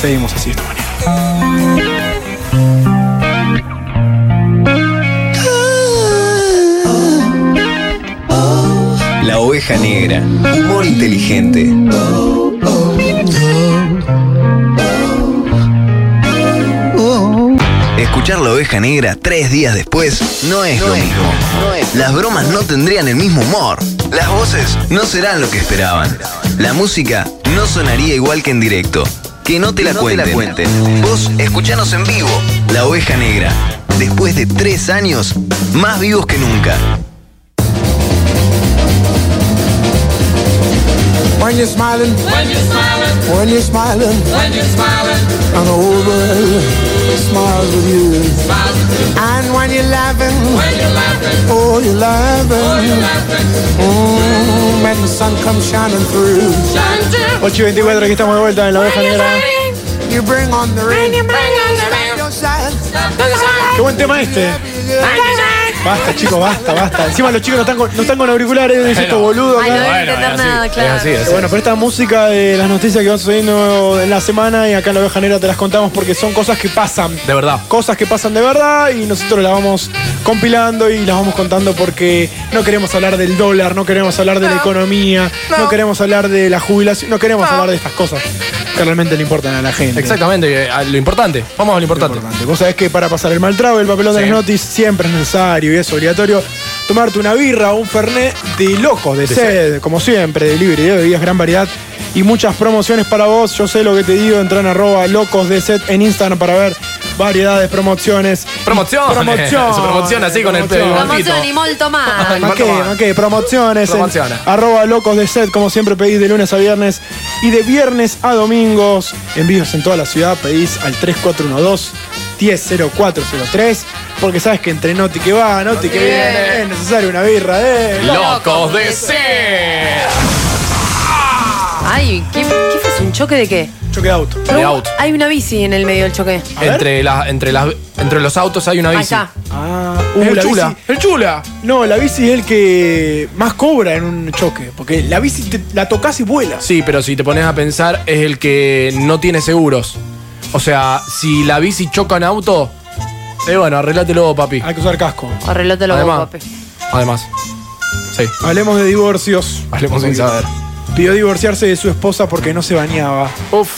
Speaker 9: seguimos así de esta manera.
Speaker 7: La oveja negra. Humor inteligente. Escuchar la oveja negra tres días después no es lo mismo. Las bromas no tendrían el mismo humor. Las voces no serán lo que esperaban. La música no sonaría igual que en directo. Que no te la, cuenten. Vos escuchanos en vivo. La oveja negra. Después de tres años, más vivos que nunca.
Speaker 18: When you're smiling, when you're smiling, when you're smiling, when you're smiling, and the whole world smiles with you. And when you're laughing, when you're laughing, oh you're laughing, oh, you're laughing. Mm, when the sun comes shining through,
Speaker 9: 8 y 24, aquí estamos de vuelta en la oveja negra.
Speaker 18: you bring on the rain, you bring on the rain.
Speaker 9: Qué buen tema este. Basta, chicos, basta, basta. Encima los chicos no están con, no están con auriculares, es estos boludos.
Speaker 5: Ay,
Speaker 9: acá.
Speaker 5: no deben entender nada, Ah, claro.
Speaker 9: Eh, Bueno, pero esta música de las noticias que van sucediendo en la semana y acá en la oveja negra te las contamos porque son cosas que pasan.
Speaker 1: De verdad.
Speaker 9: Cosas que pasan de verdad y nosotros las vamos compilando y las vamos contando porque no queremos hablar del dólar, no queremos hablar de la economía, no, queremos hablar de la jubilación, no queremos hablar de estas cosas que realmente le importan a la gente.
Speaker 1: Exactamente, eh, a lo importante. Vamos a lo importante.
Speaker 9: Vos sabés que para pasar el mal trago, el papelón de
Speaker 1: Sí.
Speaker 9: las notis siempre es necesario y es obligatorio. tomarte una birra o un fernet de locos, de, sed, como siempre, de libre, de bebidas, gran variedad y muchas promociones para vos. Yo sé lo que te digo, entra en arroba locos de sed en Instagram para ver variedades, promociones.
Speaker 1: Promociones.
Speaker 9: Promociones.
Speaker 1: Se promociona así con el
Speaker 9: Promociones.
Speaker 1: pelo.
Speaker 5: Promoción y molto más.
Speaker 9: Ok, ok, promociones. en
Speaker 1: Promociona.
Speaker 9: arroba locos de set, como siempre pedís de lunes a viernes y de viernes a domingos. Envíos en toda la ciudad, pedís al 3412-100403. Porque sabes que entre Noti que va, Noti que viene, es necesario una birra de.
Speaker 1: Locos de ser.
Speaker 5: Ay, ¿qué, qué fue? eso? ¿Un choque de qué?
Speaker 9: Choque de auto.
Speaker 1: De auto.
Speaker 5: Hay una bici en el medio del choque.
Speaker 1: Entre, las entre, las entre los autos hay una
Speaker 5: Ahí
Speaker 1: bici.
Speaker 5: está.
Speaker 9: Ah,
Speaker 1: El
Speaker 9: la
Speaker 1: chula,
Speaker 9: bici- No, la bici es el que más cobra en un choque. Porque la bici te- la tocas y vuela.
Speaker 1: Sí, pero si te pones a pensar, es el que no tiene seguros. O sea, si la bici choca en auto, eh, bueno, arreglátelo, papi.
Speaker 9: Hay que usar casco.
Speaker 5: Arreglátelo,
Speaker 1: Además.
Speaker 5: papi.
Speaker 1: Además. Sí.
Speaker 9: Hablemos de divorcios.
Speaker 1: Hablemos sin saber.
Speaker 9: Pidió divorciarse de su esposa porque no se bañaba. Uf.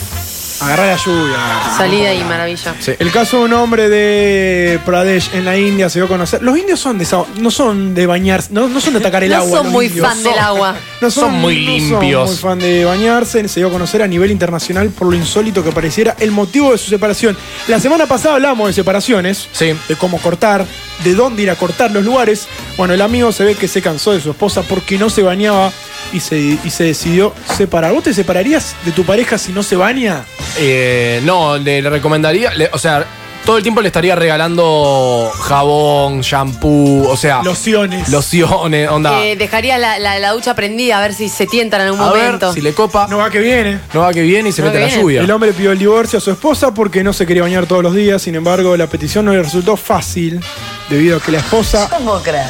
Speaker 9: Agarrá la lluvia.
Speaker 5: Salida y maravilla.
Speaker 9: El caso de un hombre de Pradesh en la India se dio a conocer. Los indios son de esa- no son de bañarse, no, no son de atacar el
Speaker 5: No
Speaker 9: agua.
Speaker 5: son
Speaker 9: los
Speaker 5: muy
Speaker 9: indios.
Speaker 5: fan del agua.
Speaker 9: No son,
Speaker 1: Son muy
Speaker 9: no
Speaker 1: limpios.
Speaker 9: Son muy fan de bañarse. Se dio a conocer a nivel internacional por lo insólito que pareciera el motivo de su separación. La semana pasada hablamos de separaciones, de cómo cortar, de dónde ir a cortar los lugares. Bueno, el amigo se ve que se cansó de su esposa porque no se bañaba y se, y se decidió separar. ¿Vos te separarías de tu pareja si no se baña?
Speaker 1: Eh, no, le, le recomendaría, le- o sea, todo el tiempo le estaría regalando jabón, shampoo, o sea,
Speaker 9: lociones.
Speaker 1: Lociones, onda.
Speaker 5: Eh, dejaría la, la- la ducha prendida a ver si se tientan en algún
Speaker 1: Ah. a ver
Speaker 5: momento.
Speaker 1: si le copa. No
Speaker 9: va que viene.
Speaker 1: No va que viene y se
Speaker 5: No va
Speaker 1: mete
Speaker 5: que
Speaker 1: la
Speaker 5: viene.
Speaker 1: lluvia.
Speaker 9: El hombre pidió el divorcio a su esposa porque no se quería bañar todos los días, sin embargo la petición no le resultó fácil debido a que la esposa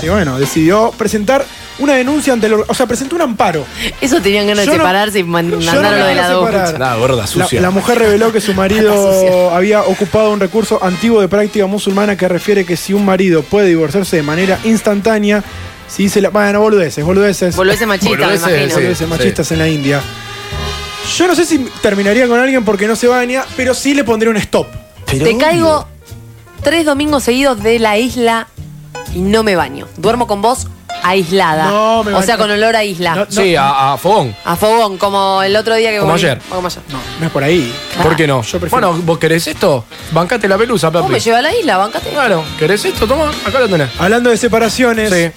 Speaker 9: y bueno, decidió presentar una denuncia ante el or- o sea, presentó un amparo.
Speaker 5: Eso tenían ganas
Speaker 9: Yo
Speaker 5: de
Speaker 9: no-
Speaker 5: separarse y man-
Speaker 9: yo no
Speaker 5: mandarlo
Speaker 9: me
Speaker 5: de la
Speaker 9: voy a
Speaker 5: ducha.
Speaker 9: separar.
Speaker 1: La gorda
Speaker 9: La-
Speaker 1: sucia.
Speaker 9: La, mujer reveló que su marido había ocupado un recurso antiguo de práctica musulmana que refiere que si un marido puede divorciarse de manera instantánea, si se la. Bueno, boludeces, boludeces.
Speaker 5: Boludeces machistas, me Boludeces, imagino. sí,
Speaker 9: Boludeces
Speaker 5: sí.
Speaker 9: machistas en la India. Yo no sé si terminaría con alguien porque no se baña, pero sí le pondría un stop.
Speaker 5: Te caigo tres domingos seguidos de la isla y no me baño. Duermo con vos aislada.
Speaker 9: No, me
Speaker 5: o sea,
Speaker 9: baño.
Speaker 5: con olor a isla.
Speaker 1: sí, a, a fogón.
Speaker 5: A fogón, como el otro día que
Speaker 1: Como
Speaker 5: volví.
Speaker 1: ayer.
Speaker 5: O como ayer.
Speaker 9: No es por ahí.
Speaker 1: ¿Por qué no? Bueno, vos querés esto, bancate la pelusa, papi.
Speaker 5: Vos me llevas a la isla, bancate.
Speaker 1: Claro, ¿querés esto? Toma, acá lo tenés.
Speaker 9: Hablando de separaciones.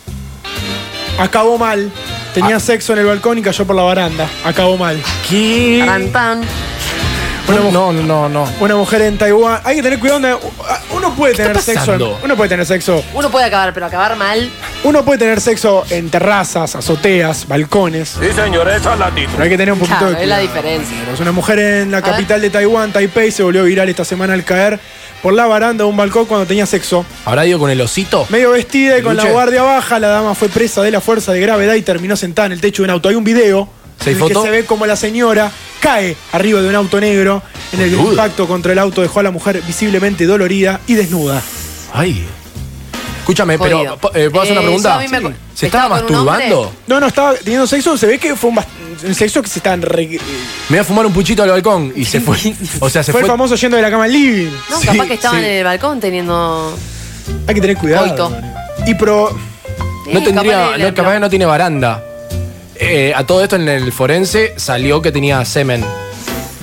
Speaker 9: Acabó mal. Tenía sexo en el balcón y cayó por la baranda. Acabó mal.
Speaker 1: ¿Qué?
Speaker 9: no,
Speaker 1: no, no.
Speaker 9: Una mujer en Taiwán. Hay que tener cuidado. onda, Uno puede tener sexo. en-
Speaker 1: pasando?
Speaker 9: Uno puede tener sexo.
Speaker 5: Uno puede acabar, pero acabar mal.
Speaker 9: Uno puede tener sexo en terrazas, azoteas, balcones.
Speaker 19: Sí, señor, esa es la actitud.
Speaker 9: Pero hay que tener un poquito
Speaker 5: Claro,
Speaker 9: de
Speaker 5: es la
Speaker 9: cuidado.
Speaker 5: diferencia.
Speaker 9: Pero Es una mujer en la
Speaker 5: ver.
Speaker 9: capital de Taiwán, Taipei, se volvió viral esta semana al caer por la baranda de un balcón cuando tenía sexo.
Speaker 1: ¿Habrá ido con el osito?
Speaker 9: Medio vestida y con la
Speaker 1: Luche.
Speaker 9: guardia baja, la dama fue presa de la fuerza de gravedad y terminó sentada en el techo de un auto. Hay un video
Speaker 1: ¿Sí,
Speaker 9: en el
Speaker 1: foto?
Speaker 9: que se ve como la señora cae arriba de un auto negro, en el que el
Speaker 1: Boludo.
Speaker 9: impacto contra el auto dejó a la mujer visiblemente dolorida y desnuda.
Speaker 1: Ay. Escúchame, pero
Speaker 9: Jodido.
Speaker 1: po- eh, ¿puedo hacer una
Speaker 9: Eh,
Speaker 1: pregunta?
Speaker 9: yo a mí me acu-
Speaker 1: ¿Se estaba masturbando?
Speaker 9: No, no, estaba teniendo sexo, se ve que fue un, bas- un sexo que se estaban re-
Speaker 1: Me iba a fumar un puchito al balcón y se fue. O sea, se
Speaker 9: fue,
Speaker 1: fue.
Speaker 9: el famoso yendo de la cama al living.
Speaker 5: No, capaz que estaban en el balcón teniendo.
Speaker 9: Hay que tener cuidado.
Speaker 5: Coito.
Speaker 9: Y pro.
Speaker 1: No
Speaker 5: Sí,
Speaker 1: tendría.
Speaker 5: Eh, capaz le-
Speaker 1: no, capaz que no tiene baranda. Eh, a todo esto en el forense salió que tenía semen.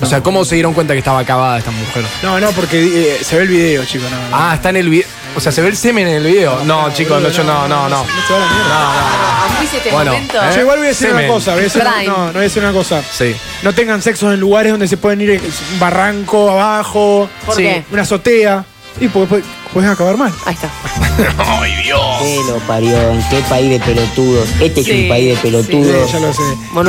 Speaker 1: O sea, ¿cómo se dieron cuenta que estaba acabada esta mujer?
Speaker 9: No, no, porque eh, se ve el video, chico. No, no.
Speaker 1: Ah, está en el video. O sea, se ve el semen en el video. No, chicos, no, yo no, no, no.
Speaker 9: No se va a la mierda.
Speaker 5: Ah, fuiste este
Speaker 1: Bueno,
Speaker 5: momento.
Speaker 1: ¿eh?
Speaker 9: Yo igual voy a decir
Speaker 1: Semen.
Speaker 9: una cosa. Voy a decir una,
Speaker 5: Prime.
Speaker 9: no, no, voy a decir una cosa.
Speaker 1: Sí.
Speaker 9: No tengan sexo en lugares donde se pueden ir eh, un barranco, abajo.
Speaker 5: ¿Por Sí. qué?
Speaker 9: Una azotea. Y pues, pues, puedes acabar mal.
Speaker 5: Ahí está.
Speaker 19: ¡Ay, Dios!
Speaker 20: ¿Qué lo parió? ¿En qué país de pelotudos? Este es
Speaker 9: Sí,
Speaker 20: un país de pelotudos.
Speaker 9: Sí, ya lo sé.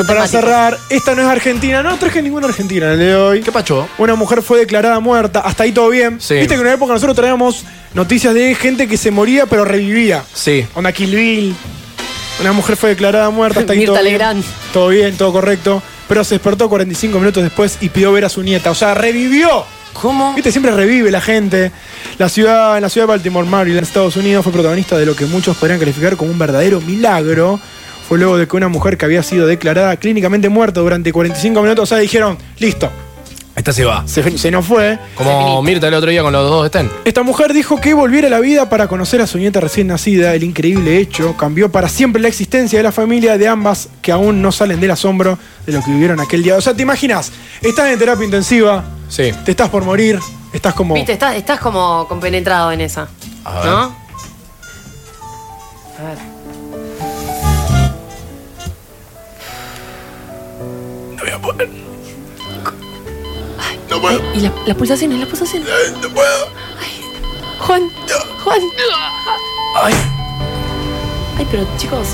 Speaker 9: Y para cerrar, esta no es Argentina. No traje ninguna Argentina en el de hoy. ¿Qué
Speaker 1: pacho?
Speaker 9: Una mujer fue declarada muerta. Hasta ahí todo bien.
Speaker 1: Sí.
Speaker 9: Viste que en una época nosotros traíamos noticias de gente que se moría pero revivía.
Speaker 1: Sí.
Speaker 9: Onda Kill Bill. Una mujer fue declarada muerta. Hasta ahí
Speaker 5: Mirta
Speaker 9: todo
Speaker 5: Legrand.
Speaker 9: bien. Todo bien, todo correcto. Pero se despertó 45 minutos después y pidió ver a su nieta. O sea, revivió.
Speaker 1: ¿Cómo?
Speaker 9: Viste, siempre revive la gente. La ciudad, en la ciudad de Baltimore, Maryland, Estados Unidos, fue protagonista de lo que muchos podrían calificar como un verdadero milagro. Fue luego de que una mujer que había sido declarada clínicamente muerta durante 45 minutos, o sea, dijeron, listo,
Speaker 1: Esta se va.
Speaker 9: Se, se nos fue.
Speaker 1: Como Mirta el otro día con los dos estén.
Speaker 9: Esta mujer dijo que volviera a la vida para conocer a su nieta recién nacida. El increíble hecho cambió para siempre la existencia de la familia de ambas que aún no salen del asombro de lo que vivieron aquel día. O sea, te imaginas, estás en terapia intensiva,
Speaker 1: Sí.
Speaker 9: te estás por morir, estás como.
Speaker 5: Viste, estás, estás como compenetrado en esa.
Speaker 1: A ver.
Speaker 5: ¿No? A ver.
Speaker 16: No voy a poder.
Speaker 5: No puedo. y la- las pulsaciones, las pulsaciones. No puedo. Juan, Juan.
Speaker 9: Ay.
Speaker 5: Ay, pero chicos.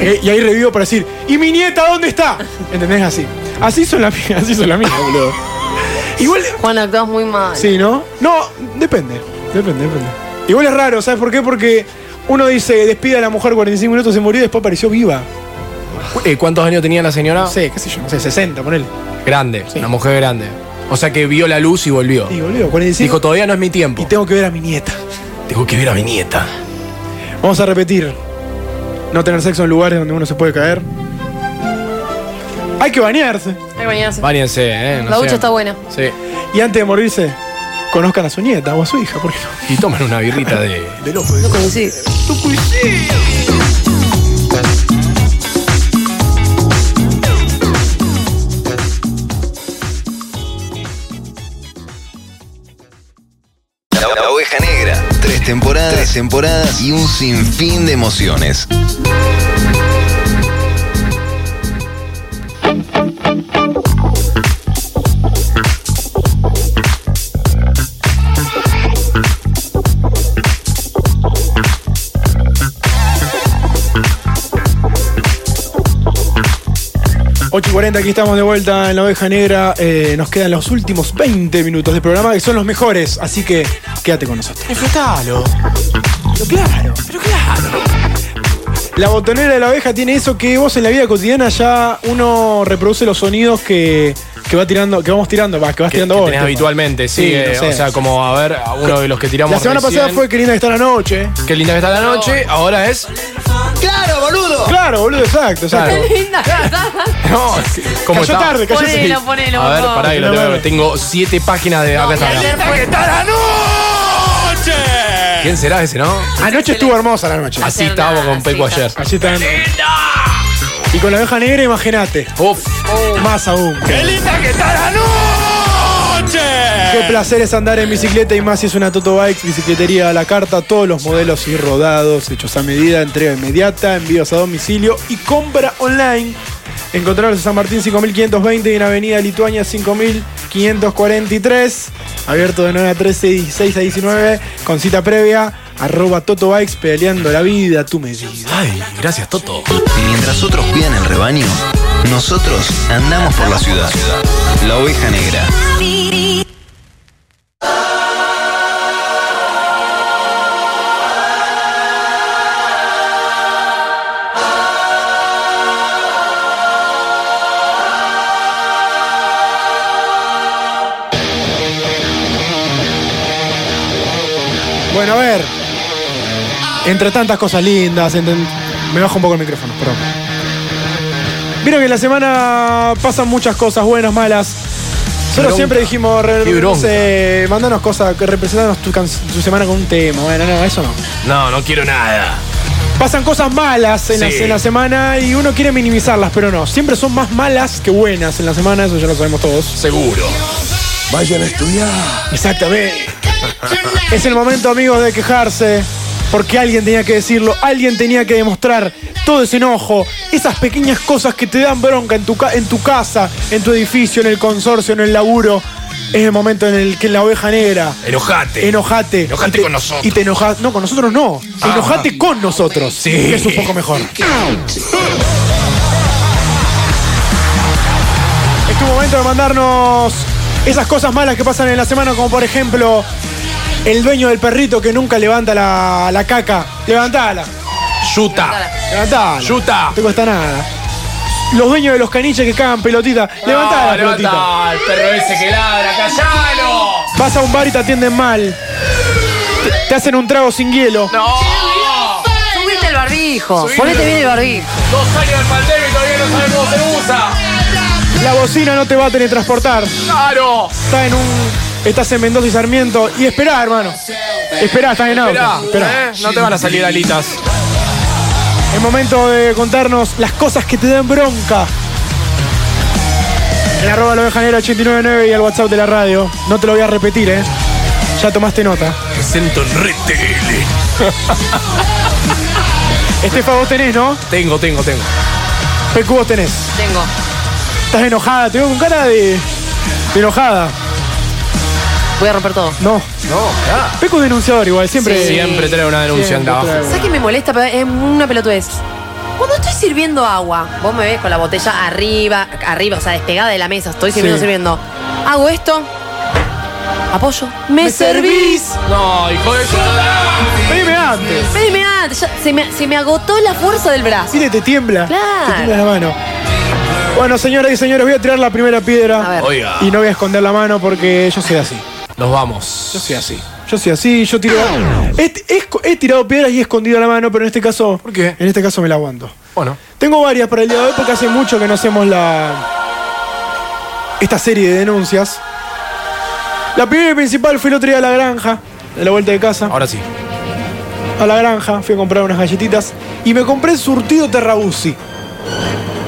Speaker 9: eh, Y, y ahí revivo para decir, ¿y mi nieta dónde está? ¿Entendés? Así. Así son las mías, así son las mías, boludo. Igual.
Speaker 5: Juan, actúas muy mal.
Speaker 9: Sí, ¿no? No, depende. Depende, depende. Igual es raro, ¿sabes por qué? Porque uno dice, despide a la mujer 45 minutos, se murió y después apareció viva.
Speaker 1: Eh, ¿Cuántos años tenía la señora?
Speaker 9: No sé, qué sé yo, no sé, 60, ponele.
Speaker 1: Grande, una mujer grande. O sea que vio la luz y volvió.
Speaker 9: Y boludo, 45.
Speaker 1: Dijo, todavía no es mi tiempo.
Speaker 9: Y tengo que ver a mi nieta.
Speaker 1: Tengo que ver a mi nieta.
Speaker 9: Vamos a repetir. No tener sexo en lugares donde uno se puede caer. Hay que bañarse.
Speaker 5: Ay, bañarse.
Speaker 1: Váyanse, eh. no
Speaker 5: la ducha
Speaker 1: sean-
Speaker 5: está buena.
Speaker 1: Sí.
Speaker 9: Y antes de morirse, conozcan a su nieta o a su hija, ¿por qué no?
Speaker 1: Y toman una birrita de. de López.
Speaker 5: No coincide.
Speaker 7: La, la oveja negra. Tres temporadas, tres temporadas y un sinfín de emociones.
Speaker 9: Ocho y 40, aquí estamos de vuelta en la oveja negra. Eh, nos quedan los últimos 20 minutos de programa que son los mejores, así que quédate con nosotros. Disfrutalo. Pero claro, pero claro. La botonera de la oveja tiene eso que vos en la vida cotidiana ya uno reproduce los sonidos que, que va tirando, que vamos tirando, va, que vas
Speaker 1: Que, que
Speaker 9: tirando vos.
Speaker 1: tenés
Speaker 9: tipo.
Speaker 1: habitualmente, sí.
Speaker 9: Sí, no
Speaker 1: eh,
Speaker 9: sé.
Speaker 1: O sea, como a ver, a uno de los que tiramos.
Speaker 9: La semana
Speaker 1: recién.
Speaker 9: pasada fue qué linda que está la noche.
Speaker 1: Qué linda que está la noche, ahora es.
Speaker 16: ¡Claro, boludo!
Speaker 9: Claro, boludo, exacto, exacto.
Speaker 16: ¡Qué linda!
Speaker 1: No, ¿cómo
Speaker 9: Cayó
Speaker 1: está?
Speaker 9: tarde, cayó Ponelo, seis. ponelo,
Speaker 1: A ver,
Speaker 9: no.
Speaker 1: pará, que lo tengo,
Speaker 9: No,
Speaker 1: que ver.
Speaker 9: mames.
Speaker 1: tengo siete páginas de. acá está.
Speaker 16: que está la noche!
Speaker 1: ¿Quién será ese, no?
Speaker 9: Anoche estuvo hermosa la noche.
Speaker 1: Así estábamos con Peco ayer.
Speaker 9: Así está. Y con la oveja negra, imagínate.
Speaker 1: Uf.
Speaker 9: Más aún.
Speaker 16: ¡Qué linda que está la noche!
Speaker 9: Qué placer es andar en bicicleta y más si es una Toto Bikes, bicicletería a la carta, todos los modelos y rodados, hechos a medida, entrega inmediata, envíos a domicilio y compra online. Encontrarlos en San Martín 5520 y en Avenida Lituania 5543. Abierto de 9 a 13 y 16 a 19 con cita previa. Arroba Toto Bikes pedaleando la vida, tú me dices.
Speaker 1: Ay, gracias, Toto.
Speaker 7: Y mientras otros cuidan el rebaño, nosotros andamos por la ciudad. La oveja negra.
Speaker 9: Bueno, a ver. Entre tantas cosas lindas, entre- me bajo un poco el micrófono, perdón. Vieron que en la semana pasan muchas cosas buenas, malas. Nosotros
Speaker 1: bronca.
Speaker 9: siempre dijimos, re-
Speaker 1: Qué bronca.
Speaker 9: no sé, mandanos cosas, que representanos tu, can- tu semana con un tema. Bueno, no, eso no.
Speaker 1: No, no quiero nada.
Speaker 9: Pasan cosas malas en, la,
Speaker 1: Sí.
Speaker 9: en la semana y uno quiere minimizarlas, pero no. Siempre son más malas que buenas en la semana, eso ya lo sabemos todos.
Speaker 1: Seguro.
Speaker 9: Vayan a estudiar. Exactamente. es el momento, amigos, de quejarse. Porque alguien tenía que decirlo, alguien tenía que demostrar todo ese enojo, esas pequeñas cosas que te dan bronca en tu, ca- en tu casa, en tu edificio, en el consorcio, en el laburo. Es el momento en el que la oveja negra.
Speaker 1: Enojate.
Speaker 9: Enojate.
Speaker 1: Enojate
Speaker 9: Y te-
Speaker 1: con nosotros.
Speaker 9: Y te enojas. No, con nosotros no.
Speaker 1: Ah.
Speaker 9: Enojate con nosotros.
Speaker 1: Sí.
Speaker 9: que es un poco mejor. Es tu momento de mandarnos esas cosas malas que pasan en la semana, como por ejemplo el dueño del perrito que nunca levanta la, la caca. Levantala.
Speaker 1: Yuta.
Speaker 9: Levantala.
Speaker 1: Yuta.
Speaker 9: No te cuesta nada. Los dueños de los caniches que cagan pelotita. Levantala,
Speaker 1: No,
Speaker 9: pelotita.
Speaker 1: Ah, levantá, el perro ese que ladra, callalo.
Speaker 9: Vas a un bar y te atienden mal. Te- Te hacen un trago sin hielo.
Speaker 5: Subiste el barbijo.
Speaker 1: Subite.
Speaker 5: Ponete bien el barbijo.
Speaker 1: Dos años del pandemia y todavía no sabemos cómo se usa.
Speaker 9: La bocina no te va a teletransportar. ¡Claro! Está en un. Estás en Mendoza y Sarmiento. Y esperá, hermano. Esperá, estás en auto.
Speaker 1: Esperá, ¿eh? No te van a salir alitas.
Speaker 9: Es momento de contarnos las cosas que te dan bronca. En arroba la oveja negra 899 y al WhatsApp de la radio. No te lo voy a repetir, ¿eh? Ya tomaste nota.
Speaker 19: Presento en Red TL.
Speaker 9: Estefa, vos tenés, ¿no?
Speaker 1: Tengo, tengo, tengo.
Speaker 9: PQ vos tenés.
Speaker 5: Tengo.
Speaker 9: Estás enojada, te veo con cara de. de enojada.
Speaker 5: Voy a romper todo.
Speaker 9: No.
Speaker 1: No, claro.
Speaker 9: Pecu es denunciador igual, siempre.
Speaker 1: Sí, siempre trae una denuncia en la hoja.
Speaker 5: ¿Sabes qué me molesta? Pero es una pelotudez. Cuando estoy sirviendo agua, vos me ves con la botella arriba, arriba, o sea, despegada de la mesa, estoy sirviendo,
Speaker 1: Sí.
Speaker 5: sirviendo. Hago esto, apoyo, me,
Speaker 1: Me
Speaker 5: servís.
Speaker 1: No, hijo de
Speaker 9: Pedime antes.
Speaker 5: Pedime antes, ah, ya- se, me, se me agotó la fuerza del brazo.
Speaker 9: Mire, te tiembla.
Speaker 5: Claro.
Speaker 9: Te tiembla la mano. Bueno, señoras y señores, voy a tirar la primera piedra.
Speaker 1: Oiga.
Speaker 9: Y no voy a esconder la mano porque yo soy así.
Speaker 1: Nos vamos.
Speaker 9: Yo soy así. Yo soy así, yo tiro. He, he- he tirado piedras y he escondido la mano, pero en este caso. ¿Por qué? En este caso me la aguanto.
Speaker 1: Bueno.
Speaker 9: Tengo varias para el día de hoy porque hace mucho que no hacemos la. esta serie de denuncias. La primera y principal fue el otro día a la granja, de la vuelta de casa.
Speaker 1: Ahora sí.
Speaker 9: A la granja, fui a comprar unas galletitas y me compré el surtido Terrabuzzi.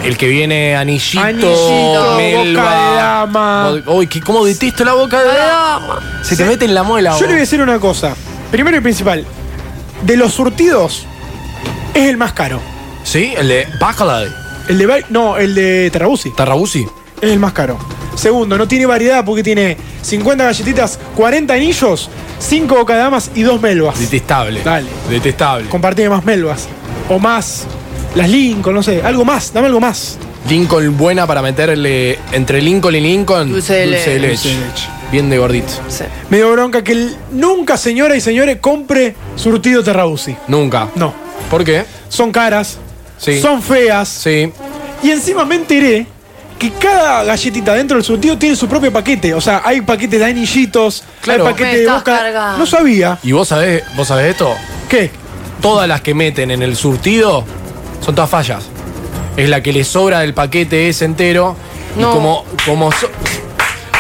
Speaker 1: El que viene anillito,
Speaker 9: Anillito,
Speaker 1: melva.
Speaker 9: boca de dama.
Speaker 1: Bo- Uy, que cómo detesto la boca de dama. Se te mete en la muela.
Speaker 9: Yo le voy a decir una cosa. Primero y principal, de los surtidos, es el más caro.
Speaker 1: Sí, el de Bacalay.
Speaker 9: El de. Ba- No, el de Terrabuzzi.
Speaker 1: Tarrabusi.
Speaker 9: Es el más caro. Segundo, no tiene variedad porque tiene 50 galletitas, 40 anillos, 5 bocadamas y 2 melvas.
Speaker 1: Detestable.
Speaker 9: Dale.
Speaker 1: Detestable.
Speaker 9: Compartime más melvas. O más. Las Lincoln, no sé. Algo más. Dame algo más.
Speaker 1: Lincoln buena para meterle entre Lincoln y Lincoln.
Speaker 9: Dulce de leche.
Speaker 1: leche.
Speaker 9: Dulce de
Speaker 1: Bien de gordito.
Speaker 9: Me dio bronca que el- nunca, señora y señores, compre surtido Terrabuzzi.
Speaker 1: Nunca.
Speaker 9: No.
Speaker 1: ¿Por qué?
Speaker 9: Son caras.
Speaker 1: Sí.
Speaker 9: Son feas.
Speaker 1: Sí.
Speaker 9: Y encima me enteré que cada galletita dentro del surtido tiene su propio paquete. O sea, hay paquetes de anillitos,
Speaker 1: Claro.
Speaker 9: hay
Speaker 1: Me
Speaker 9: paquetes de
Speaker 1: estás
Speaker 9: boca.
Speaker 1: cargando.
Speaker 9: No sabía.
Speaker 1: ¿Y vos sabés, vos sabés esto?
Speaker 9: ¿Qué?
Speaker 1: Todas las que meten en el surtido son todas fallas. Es la que le sobra del paquete ese entero.
Speaker 5: No.
Speaker 1: Y como. como so-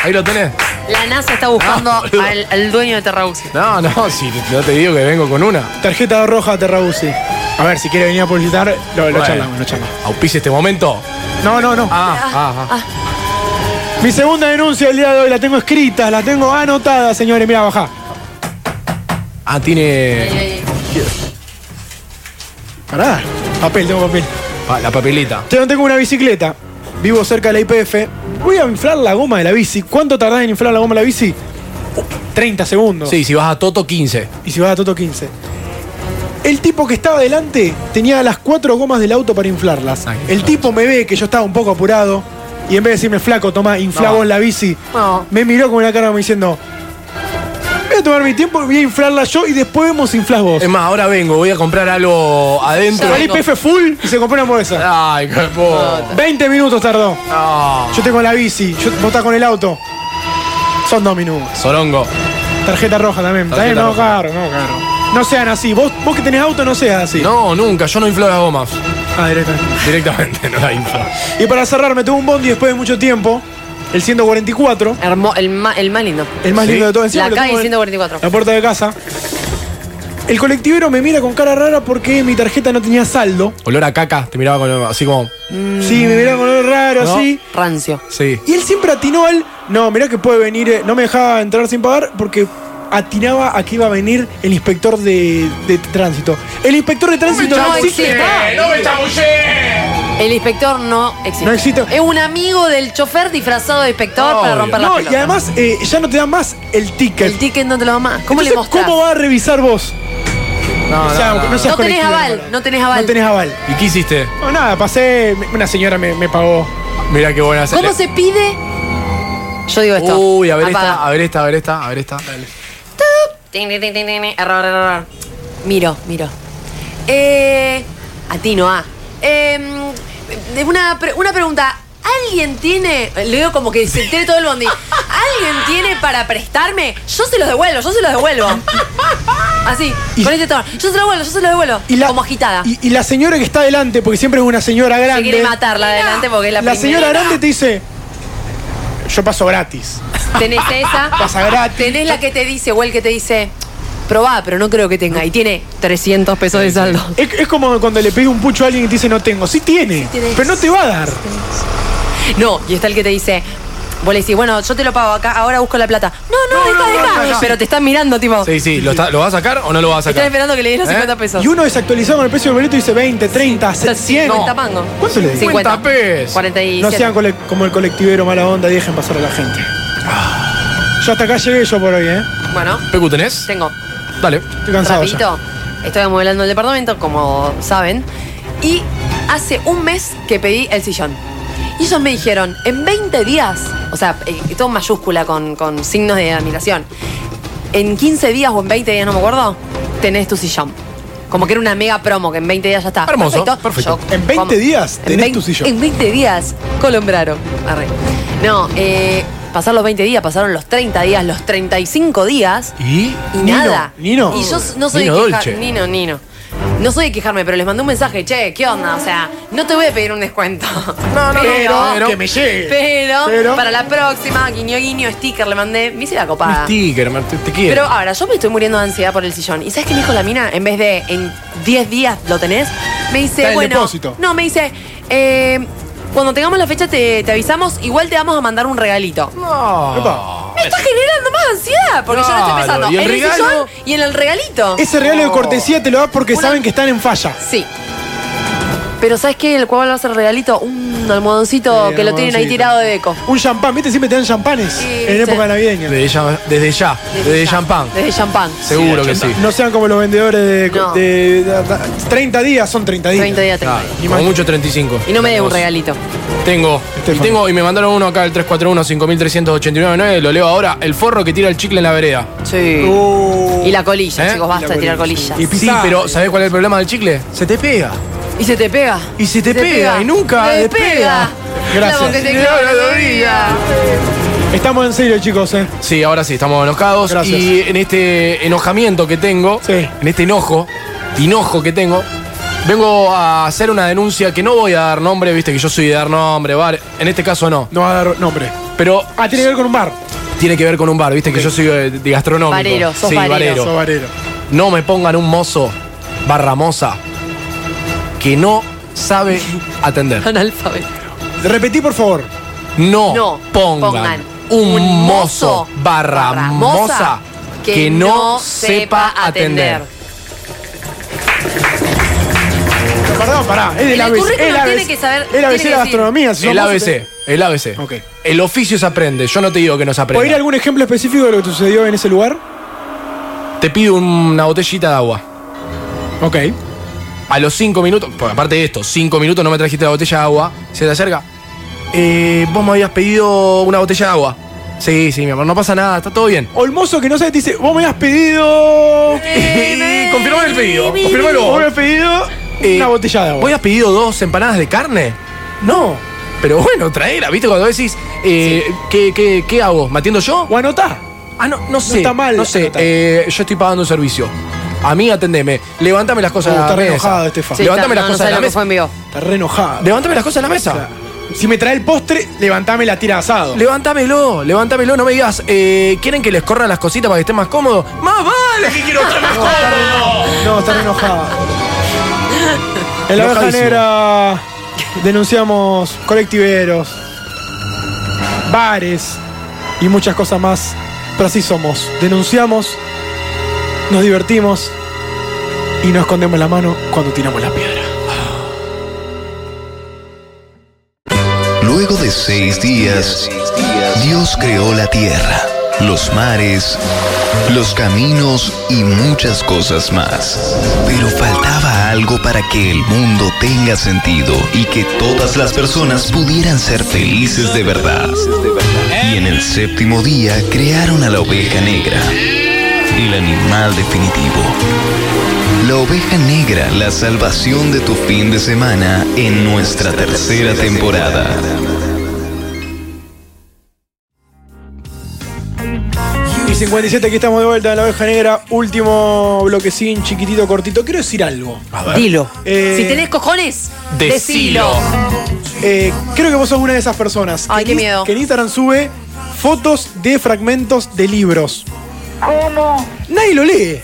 Speaker 1: Ahí lo tenés.
Speaker 5: La NASA está buscando
Speaker 1: Ah, boludo.
Speaker 5: al, al dueño de Terrauxi.
Speaker 1: No, no, si no te digo que vengo con una.
Speaker 9: Tarjeta roja Terrabuzzi. A ver, si quiere venir a publicitar, lo, lo
Speaker 1: Bueno.
Speaker 9: charlamos, lo charlamos.
Speaker 1: ¿Auspice este momento?
Speaker 9: No, no, no.
Speaker 1: Ah, ah.
Speaker 9: Mi segunda denuncia del día de hoy la tengo escrita, la tengo anotada, señores. Mira, bajá.
Speaker 1: Ah, tiene.
Speaker 9: Pará. Papel, tengo papel.
Speaker 1: Ah, la papeleta.
Speaker 9: Tengo, tengo una bicicleta. Vivo cerca de la IPF. Voy a inflar la goma de la bici. ¿Cuánto tardás en inflar la goma de la bici? 30 segundos.
Speaker 1: Sí, si vas a Toto 15.
Speaker 9: Y si vas a Toto 15. El tipo que estaba delante tenía las cuatro gomas del auto para inflarlas. El tipo me ve que yo estaba un poco apurado. Y en vez de decirme, flaco, toma, infla
Speaker 1: No.
Speaker 9: vos la bici, me miró con una cara como diciendo, voy a tomar mi tiempo, voy a inflarla yo y después vemos si inflas vos.
Speaker 1: Es más, ahora vengo, voy a comprar algo adentro.
Speaker 9: Fue al IPF full y se compró una hamburguesa.
Speaker 1: Ay, qué Ah. puto.
Speaker 9: 20 minutos tardó.
Speaker 1: No.
Speaker 9: Yo tengo la bici, yo, vos estás con el auto. Son dos minutos.
Speaker 1: Sorongo.
Speaker 9: Tarjeta roja también.
Speaker 1: Tarjeta
Speaker 9: También no,
Speaker 1: roja.
Speaker 9: caro, no, caro. No sean así. Vos, vos que tenés auto, no seas así.
Speaker 1: No, nunca, yo no inflo las gomas.
Speaker 9: Ah, directamente.
Speaker 1: Directamente no la inflo.
Speaker 9: Y para cerrar, me tuve un bondi después de mucho tiempo. El 144.
Speaker 5: Hermo- el, ma- el más lindo.
Speaker 9: El más lindo de todo. Encima
Speaker 5: La
Speaker 9: lo
Speaker 5: calle
Speaker 9: tengo en
Speaker 5: 144.
Speaker 9: La puerta de casa. El colectivero me mira con cara rara porque mi tarjeta no tenía saldo.
Speaker 1: Olor a caca, te miraba con así como.
Speaker 9: Sí, me miraba con olor raro,
Speaker 1: No.
Speaker 9: así.
Speaker 5: Rancio.
Speaker 1: Sí.
Speaker 9: Y él siempre atinó al. No, mirá que puede venir. eh, No me dejaba entrar sin pagar porque atinaba a que iba a venir el inspector de, de tránsito. El inspector de tránsito no,
Speaker 5: No
Speaker 9: existe.
Speaker 5: existe.
Speaker 19: ¡No me chamullé!
Speaker 5: El inspector no existe.
Speaker 9: No existe.
Speaker 5: Es un amigo del chofer disfrazado de inspector para romper la
Speaker 9: No, y
Speaker 5: pelota.
Speaker 9: además eh, ya no te dan más el ticket.
Speaker 5: El ticket no te lo da más. ¿Cómo le
Speaker 9: Entonces,
Speaker 5: mostrás?
Speaker 9: ¿Cómo va a revisar vos?
Speaker 1: No,
Speaker 9: O sea,
Speaker 1: no, no,
Speaker 9: no
Speaker 1: no.
Speaker 9: seas
Speaker 5: No tenés
Speaker 9: colectivo,
Speaker 5: aval, no tenés aval.
Speaker 9: No tenés aval.
Speaker 1: ¿Y qué hiciste?
Speaker 9: No, nada, pasé. me- Una señora me, me pagó.
Speaker 1: Mirá qué buena
Speaker 5: ¿Cómo se pide? Yo digo esto.
Speaker 1: Uy, a ver
Speaker 5: Apaga.
Speaker 1: esta, a ver esta, a ver esta, a ver esta.
Speaker 5: Tin, tin, tin, tin, tin, Error, error. Miro, miro. Eh, a ti no, ah. Em, de una, pre- una pregunta. ¿Alguien tiene.? Leo como que se entere todo el bondi. alguien tiene para prestarme, yo se los devuelvo, yo se los devuelvo. Así, con ese tono. Yo se los devuelvo, yo se los devuelvo. como agitada.
Speaker 9: Y, y la señora que está adelante, porque siempre es una señora
Speaker 5: Se
Speaker 9: grande.
Speaker 5: quiere matarla adelante porque es la,
Speaker 9: La
Speaker 5: primera.
Speaker 9: señora grande te dice, yo paso gratis.
Speaker 5: Tenés esa.
Speaker 9: Pasa gratis.
Speaker 5: Tenés la que te dice, o el que te dice, probá, pero no creo que tenga. Y tiene 300 pesos de saldo.
Speaker 9: Es, es como cuando le pedís un pucho a alguien y te dice no tengo. Sí tiene,
Speaker 5: tiene.
Speaker 9: pero no te va a dar.
Speaker 5: No, y está el que te dice, vos le decís, bueno, yo te lo pago acá, ahora busco la plata. No, no, deja, deja. Pero te están mirando, tipo.
Speaker 1: Sí, sí, ¿lo, está- ¿lo vas a sacar o no lo vas a
Speaker 5: Están
Speaker 1: sacar?
Speaker 5: esperando que le des los
Speaker 1: ¿Eh?
Speaker 5: 50 pesos.
Speaker 9: Y uno desactualizado con el precio del boleto dice 20, 30, 100.
Speaker 5: 50 pango.
Speaker 9: ¿Cuánto le di?
Speaker 5: 50 pesos. 47.
Speaker 9: No sean cole- como el colectivero mala onda y dejen pasar a la gente.
Speaker 5: Ah.
Speaker 9: Yo hasta acá llegué yo por hoy, ¿eh?
Speaker 5: Bueno,
Speaker 1: ¿Pecu tenés?
Speaker 5: tengo.
Speaker 1: Dale.
Speaker 9: Estoy cansado ya.
Speaker 5: Rapidito, estoy amueblando el departamento, como saben. Y hace un mes que pedí el sillón. Y ellos me dijeron, en 20 días, o sea, eh, todo en mayúscula con, con signos de admiración, en 15 días o en 20 días, no me acuerdo, tenés tu sillón. Como que era una mega promo, que en 20 días ya está.
Speaker 9: Hermoso, perfecto. En 20 días
Speaker 5: en
Speaker 9: tenés
Speaker 5: 20
Speaker 9: tu sillón.
Speaker 5: En 20 días, Colombraro. Arre. No, eh, pasaron los 20 días, pasaron los 30 días, los 35 días.
Speaker 1: ¿Y?
Speaker 5: Y nada.
Speaker 9: Nino.
Speaker 5: Y yo no soy
Speaker 9: Nino
Speaker 5: de quejar-
Speaker 9: Dolce.
Speaker 5: Nino, Nino. No soy de quejarme, pero les mandé un mensaje, che, ¿qué onda? O sea, no te voy a pedir un descuento.
Speaker 9: No, no,
Speaker 5: pero,
Speaker 9: no, que me llegue.
Speaker 5: Pero,
Speaker 9: Pero-
Speaker 5: para la próxima, guiño, guiño, sticker le mandé. Me hice la
Speaker 1: Un
Speaker 5: copada.
Speaker 1: sticker, Mar- te, te quiero.
Speaker 5: Pero ahora, yo me estoy muriendo de ansiedad por el sillón. ¿Y sabes qué me dijo la mina? En vez de en 10 días lo tenés, me dice,
Speaker 9: Está en el
Speaker 5: bueno.
Speaker 9: depósito.
Speaker 5: No, me dice, eh, cuando tengamos la fecha te, te avisamos, igual te vamos a mandar un regalito.
Speaker 1: Ah. No.
Speaker 5: Me está generando más ansiedad, porque yo no estoy
Speaker 9: Claro,
Speaker 5: pensando
Speaker 9: y el
Speaker 5: en el
Speaker 9: regalo-
Speaker 5: sillón y en el regalito.
Speaker 9: Ese regalo de cortesía te lo das porque saben que están en falla.
Speaker 5: Sí. Pero ¿sabes qué? El cual va a ser regalito, un almohadoncito
Speaker 9: Sí,
Speaker 5: Oh, que lo tienen ahí
Speaker 9: almohadoncito.
Speaker 5: tirado de eco.
Speaker 9: Un champán, viste, siempre te dan champanes en
Speaker 5: sí.
Speaker 9: época navideña.
Speaker 1: Desde ya, desde ya, desde,
Speaker 5: ya.
Speaker 1: champán.
Speaker 5: De champán.
Speaker 1: Seguro que sí.
Speaker 9: No sean como los vendedores de,
Speaker 5: No.
Speaker 9: de- de- de- 30 días, son 30 días.
Speaker 5: 30 días, 30
Speaker 1: Claro, como mucho 35.
Speaker 5: Y no me dé un regalito.
Speaker 1: Tengo, y tengo, y me mandaron uno acá, el 341-53899, lo leo ahora, el forro que tira el chicle en la vereda.
Speaker 5: Sí.
Speaker 9: Uh,
Speaker 5: Y la colilla,
Speaker 1: Uh. ¿Eh?
Speaker 5: chicos, basta de tirar colillas.
Speaker 1: Y sí, pero ¿sabés cuál es el problema del chicle? Se te pega.
Speaker 5: Y se te pega.
Speaker 1: Y se te
Speaker 5: Se
Speaker 1: pega, y nunca
Speaker 5: Se
Speaker 1: despega.
Speaker 5: pega.
Speaker 9: Gracias.
Speaker 5: Vamos, que te
Speaker 9: Y
Speaker 5: clava
Speaker 9: ahora
Speaker 5: la
Speaker 9: lo
Speaker 5: rodilla.
Speaker 9: Estamos en serio, chicos, ¿eh?
Speaker 1: Sí, ahora sí, estamos enojados.
Speaker 9: Gracias.
Speaker 1: Y en este enojamiento que tengo, en este enojo, enojo que tengo, vengo a hacer una denuncia que no voy a dar nombre, viste que yo soy de dar nombre, bar. En este caso no.
Speaker 9: No va a dar nombre.
Speaker 1: Pero.
Speaker 9: Ah, tiene que ver con un bar.
Speaker 1: Tiene que ver con un bar, viste que yo soy de, de gastronómico.
Speaker 5: Barero, sos
Speaker 1: sí,
Speaker 5: barero.
Speaker 1: barero.
Speaker 5: Sos
Speaker 9: barero.
Speaker 1: No me pongan un mozo barra moza que no sabe atender.
Speaker 5: Analfabeto.
Speaker 9: Repetí, por favor.
Speaker 1: No,
Speaker 5: No
Speaker 1: pongan,
Speaker 5: pongan
Speaker 1: un,
Speaker 5: un
Speaker 1: mozo
Speaker 5: mozo
Speaker 1: barra,
Speaker 5: barra
Speaker 1: moza,
Speaker 5: moza
Speaker 1: que, no sepa atender.
Speaker 9: Perdón, pará. Es
Speaker 5: En
Speaker 9: del
Speaker 5: el
Speaker 9: ABC.
Speaker 5: currículum
Speaker 9: el ABC,
Speaker 5: tiene que saber-
Speaker 9: El ABC
Speaker 5: tiene que
Speaker 9: de la
Speaker 5: decir.
Speaker 9: gastronomía. si
Speaker 1: el
Speaker 9: somos-
Speaker 1: ABC, el ABC. El oficio se aprende, yo no te digo que no se aprende.
Speaker 9: ¿Podría algún ejemplo específico de lo que sucedió en ese lugar?
Speaker 1: Te pido una botellita de agua.
Speaker 9: Ok.
Speaker 1: A los cinco minutos, porque aparte de esto, cinco minutos no me trajiste la botella de agua, se te acerca. Eh, vos me habías pedido una botella de agua. Sí, sí, mi amor, no pasa nada, está todo bien.
Speaker 9: O el mozo que no sabe te dice, vos me has pedido...
Speaker 1: Confirmame el pedido, confirmalo.
Speaker 9: Vos me has pedido
Speaker 1: Eh,
Speaker 9: una botella de agua.
Speaker 1: ¿Vos habías pedido dos empanadas de carne? No. Pero bueno, traela, ¿viste? Cuando decís, eh, ¿qué, qué, qué hago? ¿Me atiendo yo?
Speaker 9: O anotá.
Speaker 1: Ah, no, no sé.
Speaker 9: está mal
Speaker 1: No sé.
Speaker 9: anotar.
Speaker 1: eh, yo estoy pagando un servicio. A mí atendeme. Levantame las cosas
Speaker 9: Oh,
Speaker 1: de la
Speaker 9: está re
Speaker 1: mesa.
Speaker 9: enojado este fan. Sí,
Speaker 1: Levantame
Speaker 9: está,
Speaker 1: las
Speaker 9: no, no
Speaker 1: cosas
Speaker 9: sabe
Speaker 1: de la
Speaker 9: lo que
Speaker 1: mesa.
Speaker 9: fue en vivo. Está re enojado.
Speaker 1: Levantame las cosas de la mesa.
Speaker 9: Claro. Si me trae el postre, levantame la tira de asado.
Speaker 1: Levántamelo, levántamelo, no me digas, eh, ¿quieren que les corran las cositas para que estén más cómodos? ¡Más vale! que quiero estar más cómodo!
Speaker 9: No, está re enojado. En la oveja
Speaker 1: Enojadísimo.
Speaker 9: negra denunciamos colectiveros, bares y muchas cosas más. Pero así somos. Denunciamos, nos divertimos y no escondemos la mano cuando tiramos la piedra.
Speaker 21: Luego de seis días, Dios creó la tierra, los mares, los caminos y muchas cosas más. Pero faltaba algo para que el mundo tenga sentido y que todas las personas pudieran ser felices de verdad. Y en el séptimo día crearon a la oveja negra, el animal definitivo. La oveja negra, la salvación de tu fin de semana en nuestra tercera temporada.
Speaker 9: Y 57, aquí estamos de vuelta en la oveja negra. Último bloquecín, chiquitito, cortito. Quiero decir algo.
Speaker 1: ver. Dilo.
Speaker 9: Eh,
Speaker 5: Si tenés cojones, decilo.
Speaker 9: Eh, creo que vos sos una de esas personas.
Speaker 5: Ay,
Speaker 9: que
Speaker 5: qué
Speaker 9: en Inst-
Speaker 5: miedo.
Speaker 9: Que en Instagram sube fotos de fragmentos de libros. ¿Cómo? Nadie lo lee.